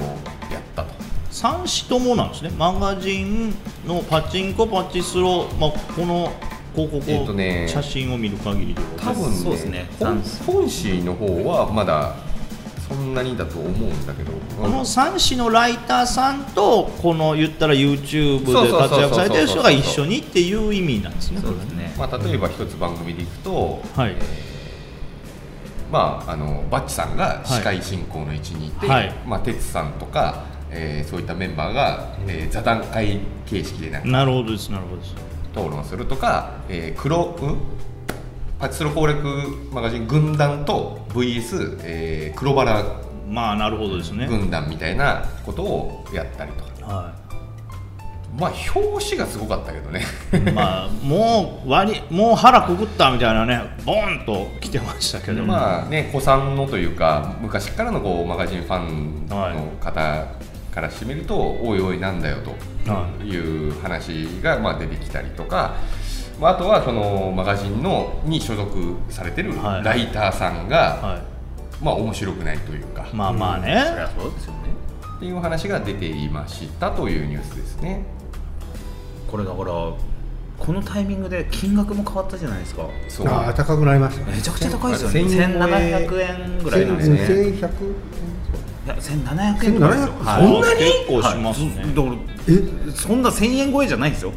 [SPEAKER 1] やったと。
[SPEAKER 4] 三子ともなんですねマガジンのパチンコパチスロ、まあ、この広告、
[SPEAKER 1] えっとね
[SPEAKER 4] 写真を見る限りでは
[SPEAKER 1] 多分ね
[SPEAKER 2] そうですね
[SPEAKER 1] 本
[SPEAKER 2] 三
[SPEAKER 1] 本誌の方はまだそんなにだと思うんだけど、
[SPEAKER 4] この三子のライターさんとこの言ったら YouTube で活躍されてる人が一緒にっていう意味なんですね
[SPEAKER 2] そうですね
[SPEAKER 1] まあ、例えば一つ番組でいくと、
[SPEAKER 4] はい
[SPEAKER 1] まあ、あのバッチさんが司会進行の位置にいて、
[SPEAKER 4] はい
[SPEAKER 1] まあ、哲さんとか、えーそういったメンバーが、えー座談会形式でなんか
[SPEAKER 4] なるほどですなるほどです
[SPEAKER 1] 討論するとか、えー黒うんパチスロ攻略マガジン軍団と VS、えー黒バラ
[SPEAKER 4] まあなるほどですね、
[SPEAKER 1] 軍団みたいなことをやったりとか
[SPEAKER 4] は
[SPEAKER 1] まあ表紙がすごかったけどね
[SPEAKER 4] い、まあもう割りもう腹くくったみたいなねボーンと来てましたけ ど、
[SPEAKER 1] まあね古参のというか昔からのこうマガジンファンの方からしてみると、おいおいなんだよ
[SPEAKER 4] は
[SPEAKER 1] という話がまあ出てきたりとか、まあ、あとはそのマガジンのに所属されてる
[SPEAKER 4] はい
[SPEAKER 1] ライターさんが、
[SPEAKER 4] は
[SPEAKER 1] まあ面白くないというか、
[SPEAKER 4] い、まあまあ
[SPEAKER 2] そり
[SPEAKER 4] ね、
[SPEAKER 2] ゃそうですよね
[SPEAKER 1] っていう話が出ていましたというニュースですね。
[SPEAKER 2] これだからこのタイミングで金額も変わったじゃないですか
[SPEAKER 1] そう
[SPEAKER 3] ああ高くなりましたね
[SPEAKER 2] めちゃくちゃ高いですよね
[SPEAKER 1] 千五百
[SPEAKER 2] 1700円ぐらいなんですね
[SPEAKER 3] 1100
[SPEAKER 2] いや1700円ぐらいですよ、
[SPEAKER 3] 1700
[SPEAKER 2] はい
[SPEAKER 4] そんなに結構しますね
[SPEAKER 2] はいそだからそんな1000円超えじゃないんですよ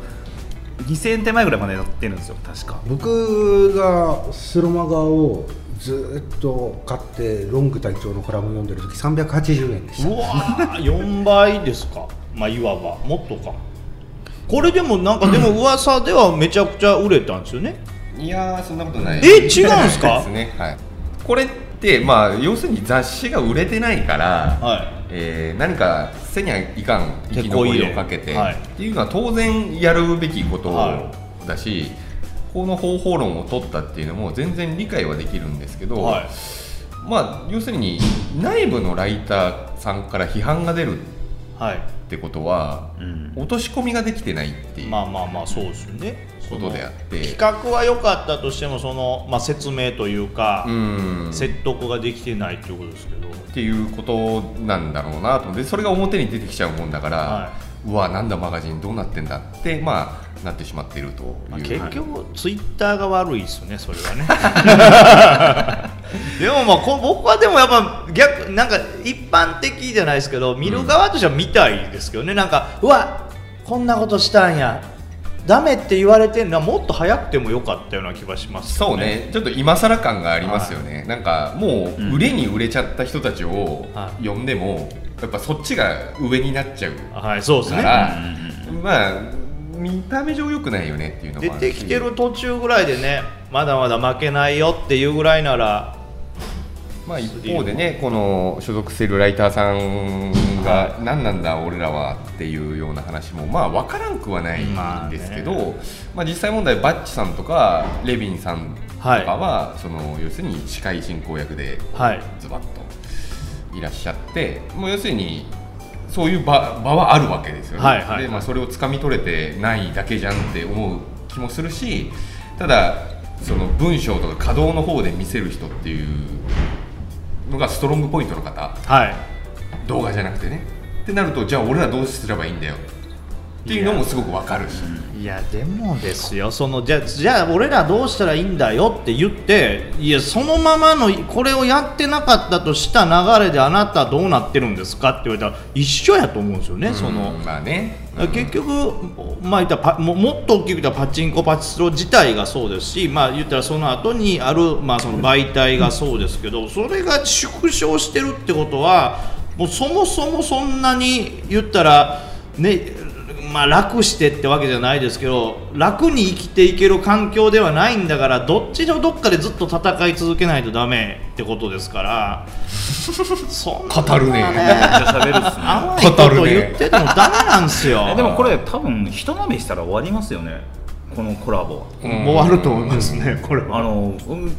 [SPEAKER 2] 2000円手前ぐらいまでやってるんですよ確か
[SPEAKER 3] 僕がスロマガをずっと買ってロング隊長のコラム読んでる時380円でし
[SPEAKER 4] う
[SPEAKER 3] た
[SPEAKER 4] わー4倍ですかまあいわばもっとかこれでもなんかでも噂ではめちゃくちゃ売れたんですよね
[SPEAKER 1] いやーそんなことない。
[SPEAKER 4] え違うんすか
[SPEAKER 1] ですね。はい。これってまあ要するに雑誌が売れてないから、
[SPEAKER 4] は
[SPEAKER 1] えー何かせにはいかん生き
[SPEAKER 4] 手
[SPEAKER 1] 残
[SPEAKER 4] こ入れ
[SPEAKER 1] りをかけて、
[SPEAKER 4] はい
[SPEAKER 1] っていうのは当然やるべきこと
[SPEAKER 4] は
[SPEAKER 1] だし、この方法論を取ったっていうのも全然理解はできるんですけど、
[SPEAKER 4] はい
[SPEAKER 1] まあ要するに内部のライターさんから批判が出る
[SPEAKER 4] はい
[SPEAKER 1] ってことは、
[SPEAKER 2] ん
[SPEAKER 1] 落とし込みができてないっていう。
[SPEAKER 4] まあまあまあそうですよねその
[SPEAKER 1] ことであって
[SPEAKER 4] 企画は良かったとしてもその、まあ、説明というか、
[SPEAKER 1] うん
[SPEAKER 4] 説得ができてないということですけど
[SPEAKER 1] っていうことなんだろうなと思ってそれが表に出てきちゃうもんだから、
[SPEAKER 4] は
[SPEAKER 1] うわなんだマガジンどうなってんだってまあなってしまっているという、
[SPEAKER 4] まあ、結局ツイッターが悪いですよねそれはね でもまあこ僕はでもやっぱ逆なんか一般的じゃないですけど見る側としては見たいですけどね、なんかうわこんなことしたんやダメって言われてるのはもっと早くてもよかったような気がします
[SPEAKER 1] そうねちょっと今更感がありますよね、なんかもう売れに売れちゃった人たちを
[SPEAKER 4] はい
[SPEAKER 1] 呼んでも、やっぱそっちが上になっちゃう
[SPEAKER 4] はいそうです
[SPEAKER 1] か
[SPEAKER 4] ね
[SPEAKER 1] ら、まあ見た目上良くないよねっていうの
[SPEAKER 4] 出
[SPEAKER 1] もある
[SPEAKER 4] て
[SPEAKER 1] し
[SPEAKER 4] きてる途中ぐらいでねまだまだ負けないよっていうぐらいなら
[SPEAKER 1] まあ、一方でね、この所属しているライターさんが、何なんだ、俺らはっていうような話も、まあ分からんくはないんですけど、
[SPEAKER 4] ま
[SPEAKER 1] まあ実際問題、バッチさんとか、レビンさんとかは、その要するに司会進行役で
[SPEAKER 4] はい
[SPEAKER 1] ズバッといらっしゃって、もう要するに、そういう場場はあるわけですよね、
[SPEAKER 4] はいはい
[SPEAKER 1] でまあ、それをつかみ取れてないだけじゃんって思う気もするし、ただ、その文章とか稼働の方で見せる人っていうのがストロングポイントの方
[SPEAKER 4] はい
[SPEAKER 1] 動画じゃなくてねってなるとじゃあ俺らどうすればいいんだよっていうのもすごくわかるし
[SPEAKER 4] いやでもですよそのじゃじゃあ俺らどうしたらいいんだよって言っていやそのままのこれをやってなかったとした流れであなたどうなってるんですかって言われたら一緒やと思うんですよね、その
[SPEAKER 1] まあね
[SPEAKER 4] 結局、まあ、言ったらパももっと大きく言ったらパチンコパチスロ自体がそうですし、まあ、言ったらその後にある、まあ、その媒体がそうですけどそれが縮小してるってことはもうそもそもそんなに言ったら、ねまあ、楽してってわけじゃないですけど楽に生きていける環境ではないんだからどっちのどっかでずっと戦い続けないとダメってことですからそんな
[SPEAKER 1] 語るね
[SPEAKER 2] 喋るっすね
[SPEAKER 4] 甘いこと言っててもダメなんですよ
[SPEAKER 2] でもこれ多分一鍋したら終わりますよねこのコラボは
[SPEAKER 1] うん
[SPEAKER 4] もうあると思いますね、これは。
[SPEAKER 2] あの,、うん、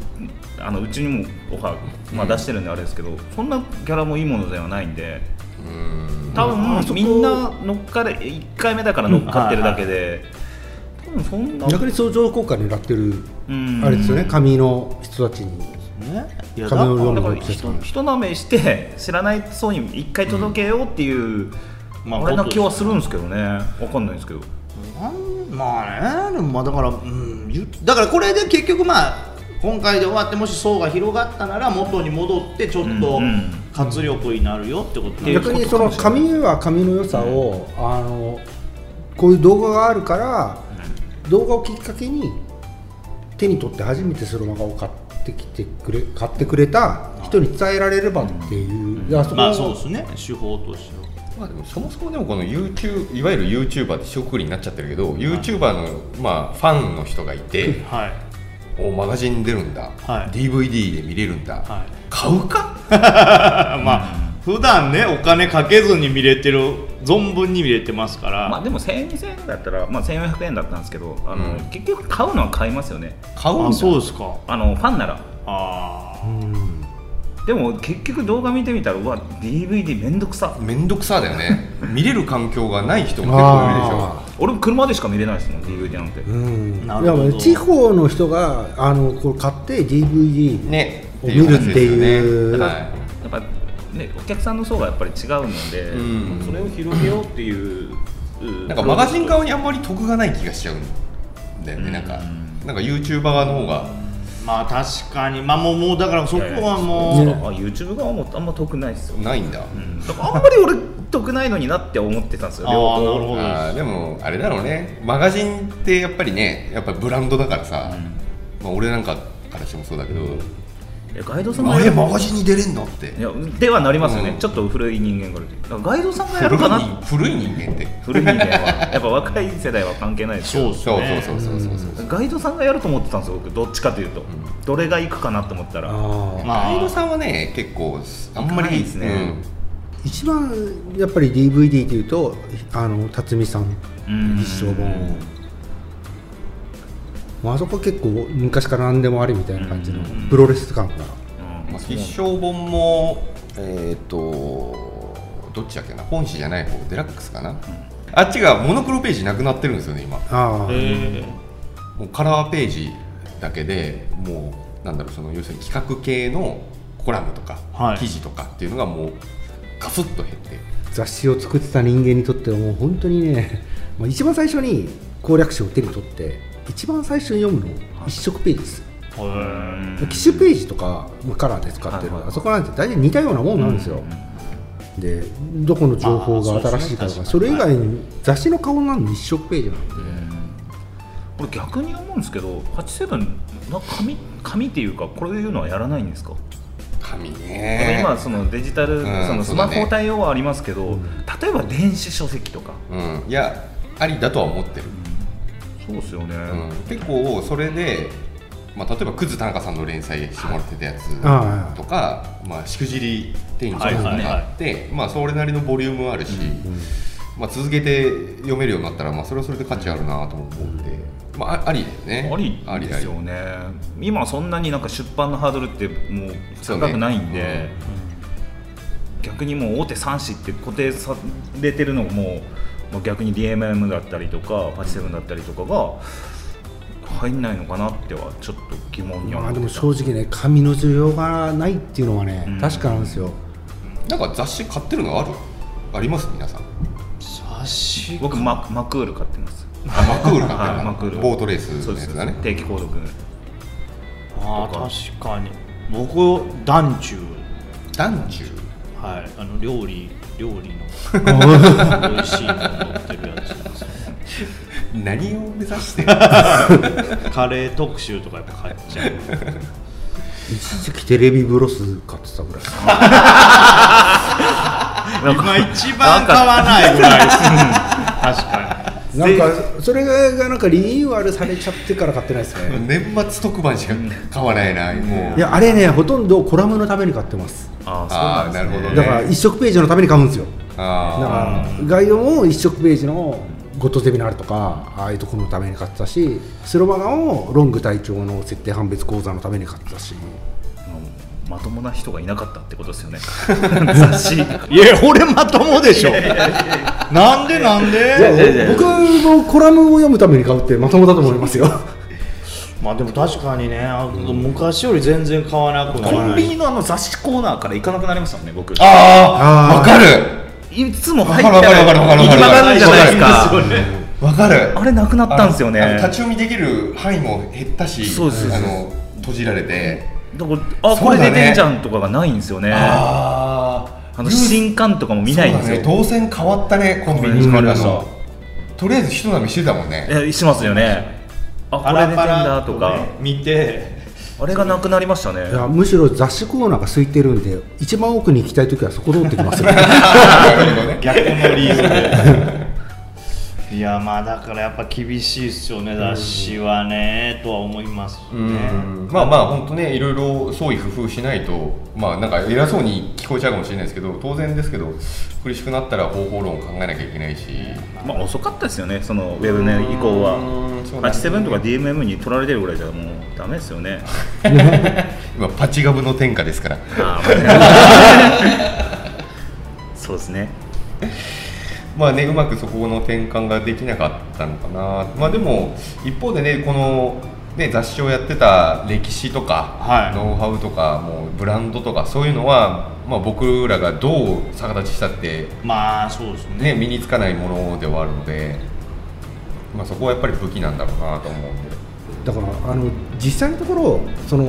[SPEAKER 2] あのうちにもオファー、まあ、出してるんであれですけど、そんなギャラもいいものではないんで
[SPEAKER 1] うん
[SPEAKER 2] 多分、
[SPEAKER 3] あそこ
[SPEAKER 2] みんな乗っかれ1回目だから乗っかってるだけで、多分そんな
[SPEAKER 3] 逆に相乗効果狙ってる
[SPEAKER 2] うん
[SPEAKER 3] あれですよね紙の人たちに
[SPEAKER 4] ねいやだ
[SPEAKER 3] 紙を読
[SPEAKER 2] だ
[SPEAKER 3] む
[SPEAKER 2] から
[SPEAKER 3] 読者さ
[SPEAKER 2] 人
[SPEAKER 3] ん
[SPEAKER 2] 人なめして知らないそうに1回届けようっていう、
[SPEAKER 4] まあ
[SPEAKER 2] あれな気はするんですけどねわかんないですけど
[SPEAKER 4] なんまあね、でもまあだから、うん、言うだからこれで結局まあ今回で終わってもし層が広がったなら元に戻ってちょっと
[SPEAKER 2] うんうん
[SPEAKER 4] 活力になるよってことなんで
[SPEAKER 3] 逆にその紙は紙の良さを、あのこういう動画があるから、動画をきっかけに手に取って初めてスロマガを買ってきてくれ買ってくれた人に伝えられればっていう、いやそこ
[SPEAKER 4] まあそうですね手法としては
[SPEAKER 1] まあでもそもそもでもこの YouTube いわゆる YouTuber って仕送りになっちゃってるけど YouTuber のまあファンの人がいて
[SPEAKER 4] はい
[SPEAKER 1] おマガジン出るんだ、
[SPEAKER 4] はい
[SPEAKER 1] DVD で見れるんだ、
[SPEAKER 4] はい
[SPEAKER 1] 買うか
[SPEAKER 4] まあ普段ねお金かけずに見れてる存分に見れてますから、
[SPEAKER 2] まあでも1000円2000円だったら、まあ、1400円だったんですけどあの、
[SPEAKER 1] うん
[SPEAKER 2] 結局買うのは買いますよね
[SPEAKER 1] 買うんだ
[SPEAKER 4] あそうですか
[SPEAKER 2] あのファンなら
[SPEAKER 4] ああ
[SPEAKER 2] でも結局動画見てみたらうわ DVD めんどくさ
[SPEAKER 1] めんどくさだよね見れる環境がない人も結構いるでしょ
[SPEAKER 3] あ
[SPEAKER 2] 俺も車でしか見れないですもん DVD なんて、
[SPEAKER 3] うん
[SPEAKER 4] なるほど
[SPEAKER 3] いや地方の人があのこれ買って DVD
[SPEAKER 1] ね
[SPEAKER 3] 見るっていう
[SPEAKER 1] っていう話ですよね
[SPEAKER 3] だか
[SPEAKER 1] はい
[SPEAKER 2] やっぱねお客さんの層がやっぱり違うので、
[SPEAKER 1] うん
[SPEAKER 2] それを広げようっていうう
[SPEAKER 1] なんかマガジン側にあんまり得がない気がしちゃうんだよねなんかなんか YouTuber 側の方が
[SPEAKER 4] まあ確かにまあもうもうだからそこはもう
[SPEAKER 2] そうあ YouTube 側もあんま得ないですよ、
[SPEAKER 1] ないんだ、
[SPEAKER 2] うんだからあんまり俺得ないのになって思ってたんですよ
[SPEAKER 4] あ
[SPEAKER 2] 両
[SPEAKER 4] あなる
[SPEAKER 2] 方
[SPEAKER 4] ほどです
[SPEAKER 1] あーでもあれだろうねマガジンってやっぱりねやっぱブランドだからさ、まあ、俺なんかからしてもそうだけど、
[SPEAKER 2] いやガイドさん
[SPEAKER 1] あ
[SPEAKER 2] が
[SPEAKER 1] れマガジンに出れんのって
[SPEAKER 2] いやではなりますよね、
[SPEAKER 1] うん
[SPEAKER 2] ちょっと古い人間からだからガイドさんがや
[SPEAKER 1] 古
[SPEAKER 2] る
[SPEAKER 1] い
[SPEAKER 2] かな
[SPEAKER 1] 古い人間って
[SPEAKER 2] 古い人間はやっぱ若い世代は関係ないですよ
[SPEAKER 4] そうです
[SPEAKER 1] そう
[SPEAKER 4] ね
[SPEAKER 1] そうそうそうそうそう
[SPEAKER 2] ガイドさんがやると思ってたんですよ僕どっちかというと、どれが行くかなと思ったら
[SPEAKER 3] あー
[SPEAKER 4] まあ
[SPEAKER 1] ガイドさんはね結構あんまり
[SPEAKER 2] 高いですね
[SPEAKER 3] 一番やっぱり DVD というとあの辰巳さん
[SPEAKER 2] うん
[SPEAKER 3] 一生本もうあそこ結構昔から何でもありみたいな感じのプロレス感が
[SPEAKER 1] うんまあ、必勝本もえっ、とどっちだっけな本誌じゃない方デラックスかな、あっちがモノクロページなくなってるんですよね今
[SPEAKER 3] ああ
[SPEAKER 4] え
[SPEAKER 1] もうカラーページだけでもうなんだろうその要するに企画系のコラムとか、
[SPEAKER 4] はい
[SPEAKER 1] 記事とかっていうのがもうガスッと減って
[SPEAKER 3] 雑誌を作ってた人間にとってはもう本当にね、まあ、一番最初に攻略書を手に取って一番最初に読むの一色ページです
[SPEAKER 4] ーへえ
[SPEAKER 3] 機種ページとかまあカラーで使ってる、
[SPEAKER 2] はいはい
[SPEAKER 3] あそこなんて大体似たようなもんなんですよ、でどこの情報
[SPEAKER 4] まあ
[SPEAKER 3] が新しいかとか、
[SPEAKER 4] そうですね
[SPEAKER 3] それ以外に雑誌の顔なのに一色ページなんで
[SPEAKER 2] これ逆に思うんですけど87な紙紙っていうかこれいうのはやらないんですか、
[SPEAKER 1] 紙ね
[SPEAKER 2] 今そのデジタル、
[SPEAKER 1] うん
[SPEAKER 2] そのス
[SPEAKER 1] そうだ
[SPEAKER 2] マ
[SPEAKER 1] ね
[SPEAKER 2] ホ対応はありますけど、例えば電子書籍とか
[SPEAKER 1] うんいやありだとは思ってる、
[SPEAKER 2] そうですよね、
[SPEAKER 1] うん結構それで、まあ、例えばクズ田中さんの連載してもらってたやつ
[SPEAKER 3] ああ
[SPEAKER 1] とか、まあ、しくじり店長とか
[SPEAKER 4] はいはいはい
[SPEAKER 1] あって、まあ、それなりのボリュームもあるし、まあ、続けて読めるようになったら、まあ、それはそれで価値あるなとも思うんで、まあ、あありだよね
[SPEAKER 2] ありですよね今そんなになんか出版のハードルってもう
[SPEAKER 1] そうね
[SPEAKER 2] 高くないんで、逆にもう大手3紙って固定されてるのももう逆に DMM だったりとかパチセブンだったりとかが入んないのかなってはちょっと疑問には
[SPEAKER 3] ま
[SPEAKER 2] 思
[SPEAKER 3] あ
[SPEAKER 2] って
[SPEAKER 3] で
[SPEAKER 2] た
[SPEAKER 3] も正直ね紙の需要がないっていうのはね、
[SPEAKER 2] ん
[SPEAKER 3] 確かなんですよ
[SPEAKER 1] なんか雑誌買ってるのあるあります皆さん
[SPEAKER 4] 差し
[SPEAKER 2] 僕ママクール買ってます
[SPEAKER 1] あマクール買ってる
[SPEAKER 2] はい
[SPEAKER 1] な
[SPEAKER 2] マクール
[SPEAKER 1] ボートレース
[SPEAKER 2] そう
[SPEAKER 1] の
[SPEAKER 2] で
[SPEAKER 1] や
[SPEAKER 2] す
[SPEAKER 1] つだね
[SPEAKER 2] 定期購読
[SPEAKER 4] あ
[SPEAKER 2] とか
[SPEAKER 4] ー確かに僕団中
[SPEAKER 1] 団中
[SPEAKER 4] はいあの料理料理の美味しいの乗ってるやつ
[SPEAKER 1] 何を目指してる
[SPEAKER 4] カレー特集とかやっぱ買っちゃう
[SPEAKER 3] 一時期テレビブロス買ってたぐらい
[SPEAKER 4] 今一番買わないぐらい確か
[SPEAKER 3] なんかそれがなんかリニューアルされちゃってから買ってないですね
[SPEAKER 1] 年末特番しか買わないな、もう
[SPEAKER 3] いやあれねほとんどコラムのために買ってます
[SPEAKER 2] あ
[SPEAKER 1] ああなるほどね
[SPEAKER 3] だから一色ページのために買うんですよだ
[SPEAKER 1] あ
[SPEAKER 3] から概要も一色ページのゴッドセミナーとかああいうところのために買ってたしスロバガンをロング隊長の設定判別講座のために買ってたし
[SPEAKER 2] そうなんですねまともな人がいなかったってことですよね雑誌
[SPEAKER 4] にいや俺まともでしょなんでなん
[SPEAKER 3] いや
[SPEAKER 4] で
[SPEAKER 2] やいやいや
[SPEAKER 3] 僕もコラムを読むために買うってまともだと思いますよ
[SPEAKER 4] まあでも確かにねあ昔より全然買わなくな
[SPEAKER 2] コン
[SPEAKER 4] らな
[SPEAKER 2] ビ
[SPEAKER 4] い
[SPEAKER 2] ニのあの雑誌コーナーから行かなくなりましたもんね僕
[SPEAKER 1] あ
[SPEAKER 3] あー
[SPEAKER 1] わかる
[SPEAKER 2] いつも入った
[SPEAKER 1] わかるわかるわかる
[SPEAKER 2] ら
[SPEAKER 1] わか
[SPEAKER 2] 行き
[SPEAKER 1] る
[SPEAKER 2] 曲がるんじゃないです
[SPEAKER 1] わ
[SPEAKER 2] か
[SPEAKER 1] わかる
[SPEAKER 2] あれなくなったんですよね
[SPEAKER 1] あの立ち読みできる範囲も減ったし
[SPEAKER 2] そうです
[SPEAKER 1] あの閉じられて
[SPEAKER 2] だからあ、
[SPEAKER 1] そ
[SPEAKER 2] こ
[SPEAKER 1] う
[SPEAKER 2] れ
[SPEAKER 1] だね
[SPEAKER 2] 出てんじゃんとかがないんですよねあ
[SPEAKER 1] あ
[SPEAKER 2] の新刊とかも見ないんですよ、
[SPEAKER 1] ね当選変わったねコンビニ
[SPEAKER 2] 変わり
[SPEAKER 1] あ
[SPEAKER 2] ました
[SPEAKER 1] のとりあえず人並みしてたもん ね
[SPEAKER 2] えしますよねあこれ出てんだと
[SPEAKER 4] パ
[SPEAKER 2] か
[SPEAKER 4] ラパラとね見て
[SPEAKER 2] あれがなくなりましたね
[SPEAKER 3] いやむしろ雑誌コーナーが空いてるんで一番奥に行きたい時はそこ通ってきます よ
[SPEAKER 1] なるほどね
[SPEAKER 4] 逆の理由でいやまあだからやっぱ厳しいっすよね雑誌はねとは思います
[SPEAKER 1] う
[SPEAKER 4] ね
[SPEAKER 1] んまあまあ本当ねいろいろ創意工夫しないとまあなんか偉そうに聞こえちゃうかもしれないですけど当然ですけど苦しくなったら方法論を考えなきゃいけないし
[SPEAKER 2] まあ遅かったですよね、そのウェブね以降は
[SPEAKER 1] うーんそう。だね
[SPEAKER 2] 87とか DMM に取られてるぐらいじゃもうダメですよね。
[SPEAKER 1] 今パチガブの天下ですから
[SPEAKER 2] あーまあ そうですね。
[SPEAKER 1] まあね、うまくそこの転換ができなかったのかな、まあ、でも一方でねこのね雑誌をやってた歴史とか、
[SPEAKER 4] はい
[SPEAKER 1] ノウハウとかもうブランドとかそういうのは、まあ、僕らがどう逆立ちしたって、
[SPEAKER 4] まあそうですね
[SPEAKER 1] ね、身につかないものではあるので、まあ、そこはやっぱり武器なんだろうなと思うんで。
[SPEAKER 3] だからあの実際のところその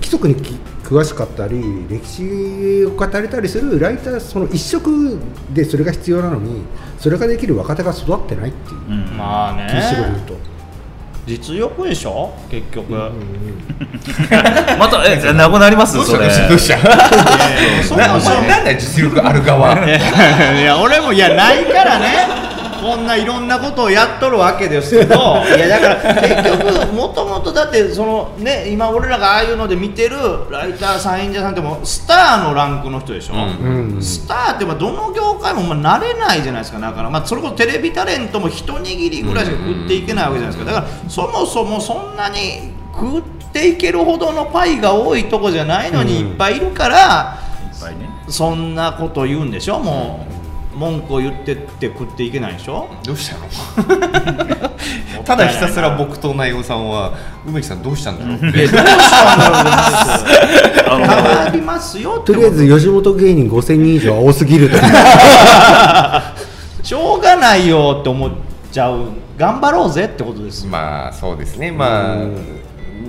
[SPEAKER 3] 規則にき詳しかったり歴史を語れたりするライターその一色でそれが必要なのにそれができる若手が育ってないっていう
[SPEAKER 2] うん。
[SPEAKER 4] まあ
[SPEAKER 3] 厳しいこと言う
[SPEAKER 4] ね
[SPEAKER 3] と、
[SPEAKER 4] 実力でしょ結局、
[SPEAKER 2] またえ なくなります
[SPEAKER 1] どうし
[SPEAKER 2] そ
[SPEAKER 1] たどう
[SPEAKER 2] れ。
[SPEAKER 1] したどうした
[SPEAKER 4] そんな
[SPEAKER 1] な
[SPEAKER 4] お
[SPEAKER 1] お前
[SPEAKER 4] 前
[SPEAKER 1] なんだよ実力ある側
[SPEAKER 4] いや俺もいやないからねこんないろんなことをやっとるわけですけど いやだから結局もともとだってそのね今俺らがああいうので見てるライターさん演者さんってもうスターのランクの人でしょ、
[SPEAKER 1] うん
[SPEAKER 3] うん、
[SPEAKER 4] スターってまあどの業界もまあ慣れないじゃないですかだから、まあ、それこそテレビタレントも一握りぐらいしか食っていけないわけじゃないですかだからそもそもそんなに食っていけるほどのパイが多いとこじゃないのにいっぱいいるから、
[SPEAKER 2] いっぱいね。
[SPEAKER 4] そんなこと言うんでしょもう文句を言ってって食っていけないでしょ
[SPEAKER 1] どうしたの ただひたすら僕と内容さんは梅木さんどうしたんだろうって
[SPEAKER 4] 変わりますよって
[SPEAKER 3] と
[SPEAKER 4] こ
[SPEAKER 3] りあえず吉本芸人5000人以上は多すぎると
[SPEAKER 4] しょうがないよって思っちゃう頑張ろうぜってことですよ
[SPEAKER 1] まあそうですね、まあ、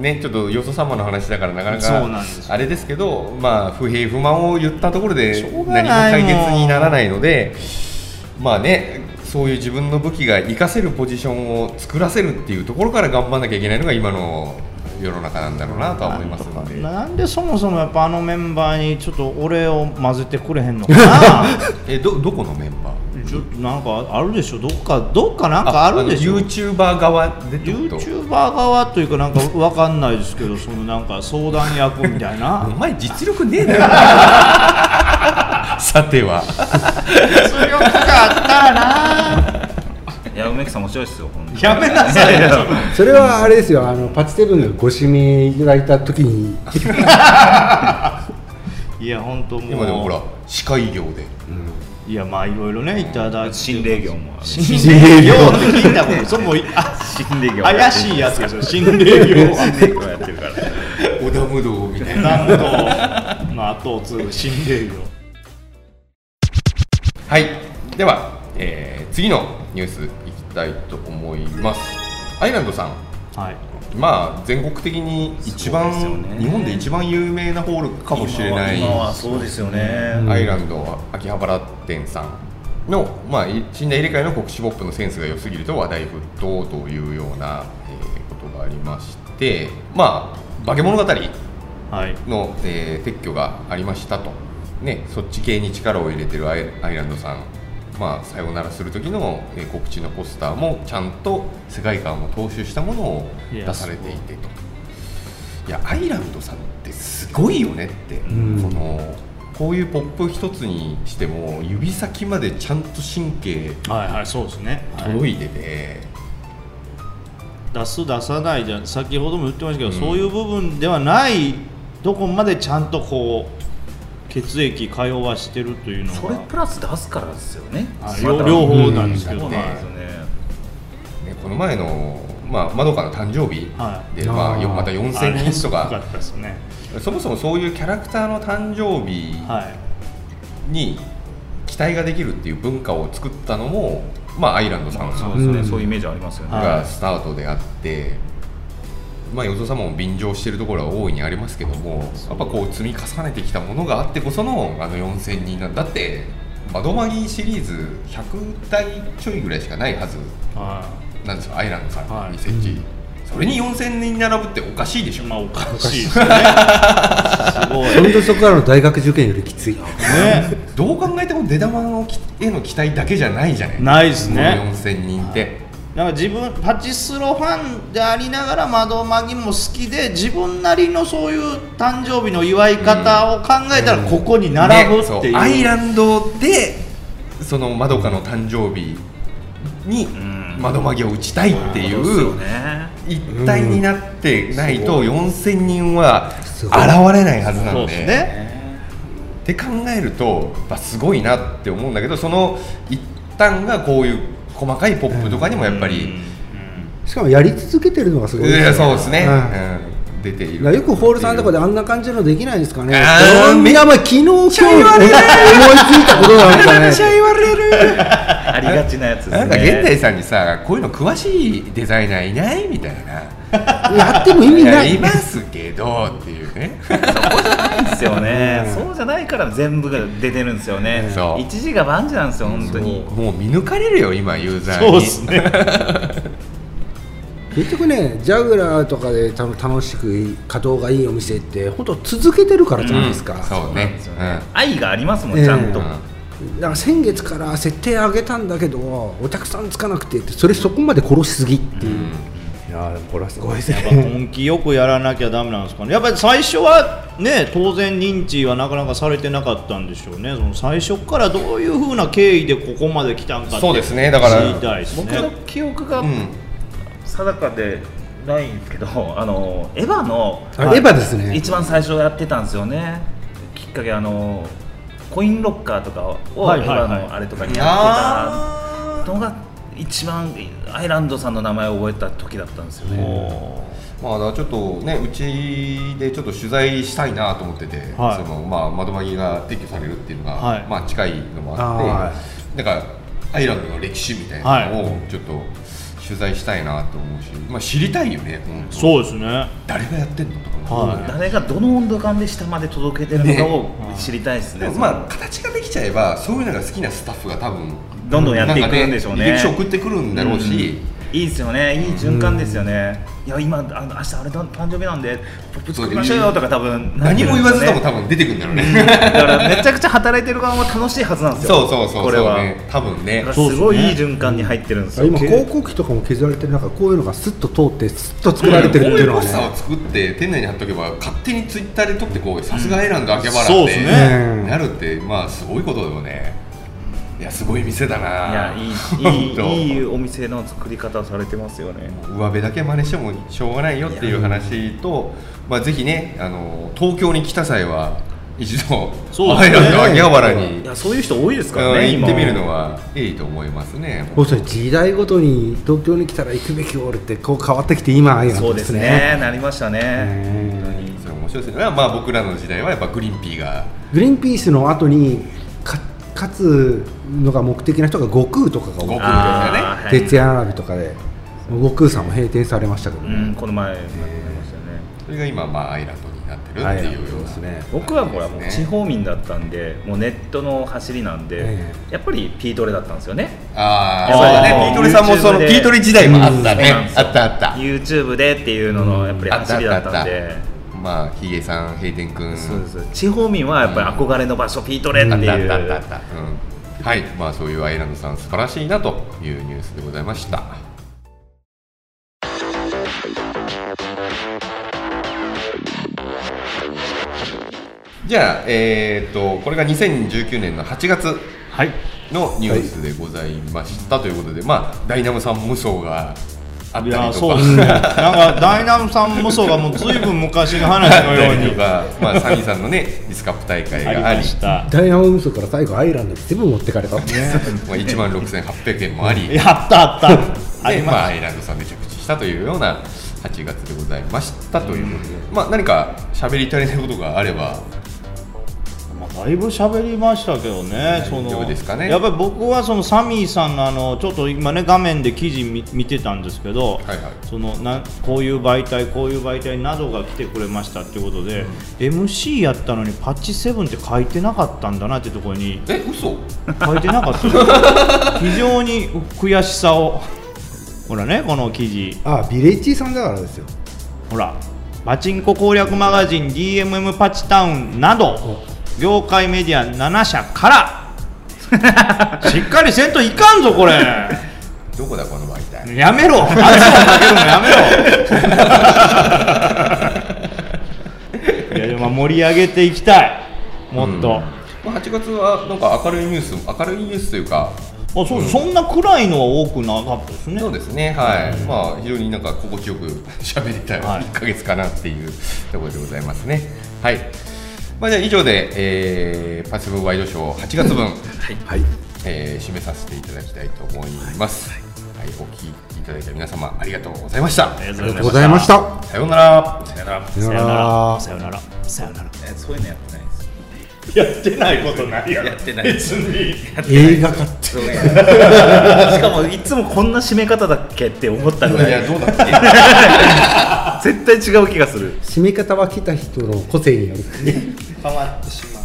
[SPEAKER 1] ね、ちょっとよそ様の話だから、なかな
[SPEAKER 4] そうなんです
[SPEAKER 1] かあれですけど、まあ、不平不満を言ったところで
[SPEAKER 4] しょう、がない
[SPEAKER 1] 何も解決にならないので、まあね、そういう自分の武器が活かせるポジションを作らせるっていうところから頑張らなきゃいけないのが、今の世の中なんだろうなとは思いますので。
[SPEAKER 4] なんでそもそもやっぱあのメンバーにちょっと俺を混ぜてくれへんのかな
[SPEAKER 1] えどどこのメンバー
[SPEAKER 4] ちょっとなんかあるでしょどっかどっかなんかあるでしょ
[SPEAKER 1] ユーチューバー側でってこと
[SPEAKER 4] YouTuber 側というかなんかわかんないですけどそのなんか相談役みたい
[SPEAKER 1] お
[SPEAKER 4] な
[SPEAKER 1] 前実力ねえだろ さては
[SPEAKER 4] 実力があったらない
[SPEAKER 2] や梅木さん面白いですよ。ほんとに
[SPEAKER 4] やめなさいよ
[SPEAKER 3] それはあれですよあのパチセブンがご指名いただいた時に
[SPEAKER 4] いや本当もう
[SPEAKER 1] 今でもほら司会業で
[SPEAKER 4] いやまあいろいろねいただいて
[SPEAKER 2] 心霊業もあるし。
[SPEAKER 4] 心霊業って聞いたことそれもいあ
[SPEAKER 2] 心霊業もやってる。
[SPEAKER 4] 怪しいやつでしょ心霊業
[SPEAKER 2] 心霊業やってるから。
[SPEAKER 1] 織田無道みたいな
[SPEAKER 4] なんとまあ後を継ぐ心霊業
[SPEAKER 1] はいでは、えー次のニュースいきたいと思いますアイランドさん
[SPEAKER 4] はい
[SPEAKER 1] まあ全国的に一番、
[SPEAKER 2] そうですよね
[SPEAKER 1] 日本で一番有名なホールかもしれない
[SPEAKER 2] 今はそうですよね。
[SPEAKER 1] アイランド秋葉原店さんの、まあ、い信頼入れ替えの国士ポップのセンスが良すぎると話題沸騰というような、えーことがありまして、まあ、化け物語
[SPEAKER 4] はい
[SPEAKER 1] の、えー撤去がありましたと、ね、そっち系に力を入れてるアイアイランドさん、まあ、さようならする時の、えー告知のポスターもちゃんと世界観を踏襲したものを
[SPEAKER 4] いや
[SPEAKER 1] 出されていてと。いやアイランドさんってすごいよねって、
[SPEAKER 3] ん
[SPEAKER 1] このこういうポップ一つにしても指先までちゃんと神経
[SPEAKER 4] はいはいそうですね、はい
[SPEAKER 1] 届いてて、
[SPEAKER 4] 出す出さないじゃ先ほども言ってましたけど、そういう部分ではないどこまでちゃんとこう血液通わしてるというのが
[SPEAKER 2] それプラス出すからですよね
[SPEAKER 4] あ両両方なんですけ
[SPEAKER 2] そ
[SPEAKER 4] ど
[SPEAKER 2] う
[SPEAKER 4] ね、
[SPEAKER 2] なんですよね
[SPEAKER 1] ね、この前の、まあ、まどかの誕生日で、
[SPEAKER 3] はい
[SPEAKER 1] ま
[SPEAKER 3] あ
[SPEAKER 1] あ、
[SPEAKER 3] ー
[SPEAKER 1] よまた
[SPEAKER 4] あれ
[SPEAKER 1] 4000人と
[SPEAKER 4] すご
[SPEAKER 1] か
[SPEAKER 4] かったですね
[SPEAKER 1] そもそもそういうキャラクターの誕生日
[SPEAKER 4] はい
[SPEAKER 1] に期待ができるっていう文化を作ったのも、まあ、アイランドさん
[SPEAKER 2] そう
[SPEAKER 3] う
[SPEAKER 2] ですね、
[SPEAKER 3] ん
[SPEAKER 2] そういうイメージありますよね、
[SPEAKER 4] はい
[SPEAKER 1] がスタートであって、まあ、よそ様も便乗してるところは大いにありますけどもやっぱこう積み重ねてきたものがあってこそのあの4000人なんだだって窓マギーシリーズ100台ちょいぐらいしかないはず
[SPEAKER 4] は
[SPEAKER 1] なんですよアイランドさ
[SPEAKER 4] は
[SPEAKER 1] ん
[SPEAKER 4] い
[SPEAKER 1] に設置、それに4000人並ぶっておかしいでしょ
[SPEAKER 4] いまあおかしいですねすごい
[SPEAKER 3] それとそこからの大学受験よりきつい
[SPEAKER 4] ね
[SPEAKER 1] どう考えても出玉のきへの期待だけじゃないじゃない
[SPEAKER 4] ないですね
[SPEAKER 1] この4000人って、
[SPEAKER 4] なんか自分パチスロファンでありながら窓マギも好きで自分なりのそういう誕生日の祝い方を考えたらここに並ぶっていう,、
[SPEAKER 1] ねそうアイランドでそのまどかの誕生日に
[SPEAKER 2] ん
[SPEAKER 1] 窓マギを打ちたいってい
[SPEAKER 2] そうですよ
[SPEAKER 1] う
[SPEAKER 2] ね
[SPEAKER 1] 一体になってないと4000人は現
[SPEAKER 3] すごい
[SPEAKER 1] れないはずな
[SPEAKER 4] そ
[SPEAKER 1] ん
[SPEAKER 4] うです
[SPEAKER 1] で。
[SPEAKER 4] ね
[SPEAKER 1] って考えると、まあ、すごいなって思うんだけどその一端がこういう細かいポップとかにもやっぱり、
[SPEAKER 3] しかもやり続けてるのがすごい
[SPEAKER 1] いやそうですね、
[SPEAKER 3] はい
[SPEAKER 1] うん出てい
[SPEAKER 3] だから
[SPEAKER 1] る
[SPEAKER 3] よくホールさんとかであんな感じのできないですかね
[SPEAKER 1] あー
[SPEAKER 3] みんなまあ昨日今日思いついたことなんじゃない
[SPEAKER 1] 言われる
[SPEAKER 2] ありがちなやつですね
[SPEAKER 1] なんか現代さんにさこういうの詳しいデザイナーいないみたいな
[SPEAKER 3] やっても意味
[SPEAKER 1] い
[SPEAKER 3] な
[SPEAKER 1] や
[SPEAKER 3] い
[SPEAKER 1] いますけどっていうね
[SPEAKER 2] ですよねそうじゃないから全部が出てるんですよね
[SPEAKER 1] そう
[SPEAKER 2] 一時が万事なんですよ本当に
[SPEAKER 1] もう見抜かれるよ今ユーザーに
[SPEAKER 4] そうですね
[SPEAKER 3] 結局ねジャグラーとかでた楽しくいい稼働がいいお店って本当続けてるからじゃないですか、
[SPEAKER 1] うんそう
[SPEAKER 2] な
[SPEAKER 1] ね
[SPEAKER 2] んですよね愛がありますも
[SPEAKER 3] え
[SPEAKER 2] ん
[SPEAKER 3] え
[SPEAKER 2] ちゃん
[SPEAKER 1] う
[SPEAKER 2] と
[SPEAKER 1] ん
[SPEAKER 3] だから先月から設定上げたんだけどお客さんつかなくてってそれそこまで殺しすぎっていう、いやーこれはすごいです
[SPEAKER 4] やっぱ根気よくやらなきゃダメなんですかねやっぱり最初はね当然認知はなかなかされてなかったんでしょうねその最初からどういうふうな経緯でここまで来たんかって
[SPEAKER 1] そうですねだから
[SPEAKER 4] 知りたいですね
[SPEAKER 2] 僕の記憶が
[SPEAKER 1] うん
[SPEAKER 2] 定かでないんですけど あのエヴァの
[SPEAKER 3] あエヴァですね
[SPEAKER 2] 一番最初やってたんですよねきっかけあのコインロッカーとかを
[SPEAKER 4] は
[SPEAKER 2] エ
[SPEAKER 4] い
[SPEAKER 2] ヴ
[SPEAKER 4] はい
[SPEAKER 2] ァ
[SPEAKER 4] はい
[SPEAKER 2] のあれとかにやってたのが一番アイランドさんの名前を覚えた時だったんですよね
[SPEAKER 4] お
[SPEAKER 1] まあ、だからちょっとね、うちでちょっと取材したいなと思ってて、
[SPEAKER 4] はい
[SPEAKER 1] そのまあ、窓マギが撤去されるっていうのが、
[SPEAKER 4] はい
[SPEAKER 1] まあ、近いのもあって、
[SPEAKER 3] は
[SPEAKER 1] だからアイランドの歴史みたいなのをちょっと取材したいなと思うし、まあ、知りたいよね、本
[SPEAKER 4] ー
[SPEAKER 1] 当
[SPEAKER 4] そうですね
[SPEAKER 1] 誰がやってんのとかも、
[SPEAKER 4] はい
[SPEAKER 2] 誰がどの温度感で下まで届けてるのかを知りたいです
[SPEAKER 1] で
[SPEAKER 2] ね
[SPEAKER 1] もまあ、形ができちゃえば、そういうのが好きなスタッフが多分
[SPEAKER 2] どんどんやっていくんでしょうね
[SPEAKER 1] なんか履歴書送ってくるんだろうし、
[SPEAKER 2] いいですよね、いい循環ですよね。いや、今、あの明日あれだ誕生日なんで、ポップ作りましょうよとか、多分
[SPEAKER 1] 何も言わずとも
[SPEAKER 2] 多
[SPEAKER 1] 多
[SPEAKER 2] 分
[SPEAKER 1] 分出てくるんだろうね。
[SPEAKER 2] だから、めちゃくちゃ働いてる側も楽しいはずなん です
[SPEAKER 1] そ
[SPEAKER 2] よ。
[SPEAKER 1] うそうそう
[SPEAKER 2] これ
[SPEAKER 1] そう
[SPEAKER 2] は。
[SPEAKER 1] ね、多分ね
[SPEAKER 2] だから。すごいいい循環に入ってるんですよ。
[SPEAKER 3] 今広告費とかも削られてる中こういうのがスッと通ってスッと作られてるっていうのは
[SPEAKER 1] こういうポスター
[SPEAKER 3] ね
[SPEAKER 1] を作って店内に貼っとけば勝手にツイッターで撮ってこうさすがアイランド秋葉原って、
[SPEAKER 4] そうですね
[SPEAKER 3] うん
[SPEAKER 1] なるってまあすごいことだよねいやすごい店だ
[SPEAKER 2] いや
[SPEAKER 1] ないい
[SPEAKER 2] いいいいいお店の作り方をされてますよね。
[SPEAKER 1] 上辺だけ真似してもしょうがないよっていう話と、まあ、ぜひねあの東京に来た際は一度、
[SPEAKER 4] そう
[SPEAKER 1] ア
[SPEAKER 4] です
[SPEAKER 1] イ
[SPEAKER 4] ね
[SPEAKER 1] ランド秋葉原
[SPEAKER 2] い
[SPEAKER 1] に、
[SPEAKER 2] やそういう人多いですからね。
[SPEAKER 1] うん行
[SPEAKER 2] 今
[SPEAKER 1] ってみるのはいいと思いますね
[SPEAKER 3] 本当に時代ごとに東京に来たら行くべきオールってこう変わってきて今ああいう
[SPEAKER 2] そ
[SPEAKER 3] の
[SPEAKER 2] うで
[SPEAKER 3] で
[SPEAKER 2] すす
[SPEAKER 3] ね
[SPEAKER 2] ね。なりましたね。
[SPEAKER 3] うん
[SPEAKER 1] それ面白いですねまあ僕らの時代はやっぱグリーンピーが
[SPEAKER 3] グリーンピースの後にか勝つのが目的な人が悟空とかが多
[SPEAKER 1] 悟
[SPEAKER 3] い
[SPEAKER 1] 空ですよね
[SPEAKER 2] ーはい
[SPEAKER 3] 徹夜並びとかで悟空さんも閉店されましたけど
[SPEAKER 2] う
[SPEAKER 3] ね
[SPEAKER 2] んこの前なりましたよね。
[SPEAKER 1] それが今まあアイランドにななってる
[SPEAKER 3] はい
[SPEAKER 1] っていうよう
[SPEAKER 3] そう
[SPEAKER 1] な、
[SPEAKER 3] ですね
[SPEAKER 2] 僕はほらもう
[SPEAKER 1] ね
[SPEAKER 2] 地方民だったんでもうネットの走りなんで、
[SPEAKER 3] え
[SPEAKER 2] やっぱりピートレだったんですよね
[SPEAKER 1] ああ
[SPEAKER 2] や
[SPEAKER 1] そ
[SPEAKER 2] っ
[SPEAKER 1] う
[SPEAKER 2] ぱ
[SPEAKER 1] だ
[SPEAKER 2] り
[SPEAKER 1] ねピートレさんもその
[SPEAKER 2] YouTube
[SPEAKER 1] ピ
[SPEAKER 2] で
[SPEAKER 1] ートレ時代もあったね
[SPEAKER 2] そうなんです
[SPEAKER 1] あ
[SPEAKER 2] よ
[SPEAKER 1] ったあった
[SPEAKER 2] YouTube でっていうののやっぱり走りだったんで、
[SPEAKER 1] まあヒゲさん平天君
[SPEAKER 2] そうです地方民はやっぱり憧れの場所、ピートレって
[SPEAKER 1] あったあ
[SPEAKER 2] い
[SPEAKER 1] っ
[SPEAKER 2] う
[SPEAKER 1] たあったあった、うん、はいまあそういうアイランドさん素晴らしいなというニュースでございましたじゃあえっ、とこれが2019年の8月
[SPEAKER 4] はい
[SPEAKER 1] のニュースでございました、ということでまあダイナムさん無双があった
[SPEAKER 4] い
[SPEAKER 1] りと
[SPEAKER 4] や
[SPEAKER 1] か
[SPEAKER 4] そ うですねなんかダイナムさんもそうがもうずいぶん昔の
[SPEAKER 1] あっ
[SPEAKER 4] 話 のよ
[SPEAKER 1] た
[SPEAKER 4] う
[SPEAKER 1] りと
[SPEAKER 4] に
[SPEAKER 1] か、まあ、サニーさんのねディスカップ大会
[SPEAKER 4] あり
[SPEAKER 1] があり
[SPEAKER 4] ました
[SPEAKER 3] ダイナモ無双から最後アイランドに全部持ってかれた、
[SPEAKER 1] まあ、1万6800円もあり
[SPEAKER 4] やった あったあ
[SPEAKER 1] で
[SPEAKER 4] り
[SPEAKER 1] まあ、
[SPEAKER 4] ま
[SPEAKER 1] アイランドさんで着地したというような8月でございましたということで、まあ、何か喋り足りないことがあれば、
[SPEAKER 4] す、まあ、だいぶ喋りましたけどねそ
[SPEAKER 1] 大丈
[SPEAKER 4] の
[SPEAKER 1] 夫ですかね
[SPEAKER 4] やっぱり僕はそのサミーさんのあのちょっと今ね画面で記事見見てたんですけど、
[SPEAKER 1] はいはい
[SPEAKER 4] そのなこういう媒体こういう媒体などが来てくれましたっていうことで、MC やったのにパッチセブンって書いてなかったんだなってところに
[SPEAKER 1] え嘘
[SPEAKER 4] 書いてなかったよ 非常に悔しさをほらねこの記事
[SPEAKER 3] あビレッジさんだからですよ
[SPEAKER 4] ほらパチンコ攻略マガジン DMM パチタウンなど業界メディア7社からしっかりせんといかんぞこれ
[SPEAKER 1] どこだこの媒体
[SPEAKER 4] やめろ圧をかけるのやめろいやでも盛り上げていきたいもっと、
[SPEAKER 1] うんまあ、8月はなんか明るいニュース明るいニュースというか
[SPEAKER 4] あそう、そんな暗いのは多くなかったですね
[SPEAKER 1] そうですねはい、まあ非常になんか心地よく 喋りたい
[SPEAKER 4] はい
[SPEAKER 1] 1ヶ月かなっていう ところでございますねはいまあじゃあ以上で、えーパチブワイドショー8月分はい
[SPEAKER 3] はい
[SPEAKER 1] えー締めさせていただきたいと思います。はい、お聞きいただいた皆様ありがとうございました。
[SPEAKER 4] あり
[SPEAKER 3] ありがとうございました
[SPEAKER 1] さようなら。さよなら。
[SPEAKER 3] さよ
[SPEAKER 4] さ
[SPEAKER 3] な
[SPEAKER 4] よな
[SPEAKER 3] ら
[SPEAKER 4] らさよならさよなら
[SPEAKER 5] えそういうのやってないです
[SPEAKER 4] やってないことないや
[SPEAKER 5] やってないです
[SPEAKER 3] 映画化って
[SPEAKER 5] そうね
[SPEAKER 2] しかもいつもこんな締め方だっけって思ったぐ
[SPEAKER 1] い
[SPEAKER 2] ら
[SPEAKER 1] や
[SPEAKER 2] い
[SPEAKER 1] どうだっけ。
[SPEAKER 2] 絶対違う気がする
[SPEAKER 3] 締め方は来た人の個性による
[SPEAKER 5] 変わってしまう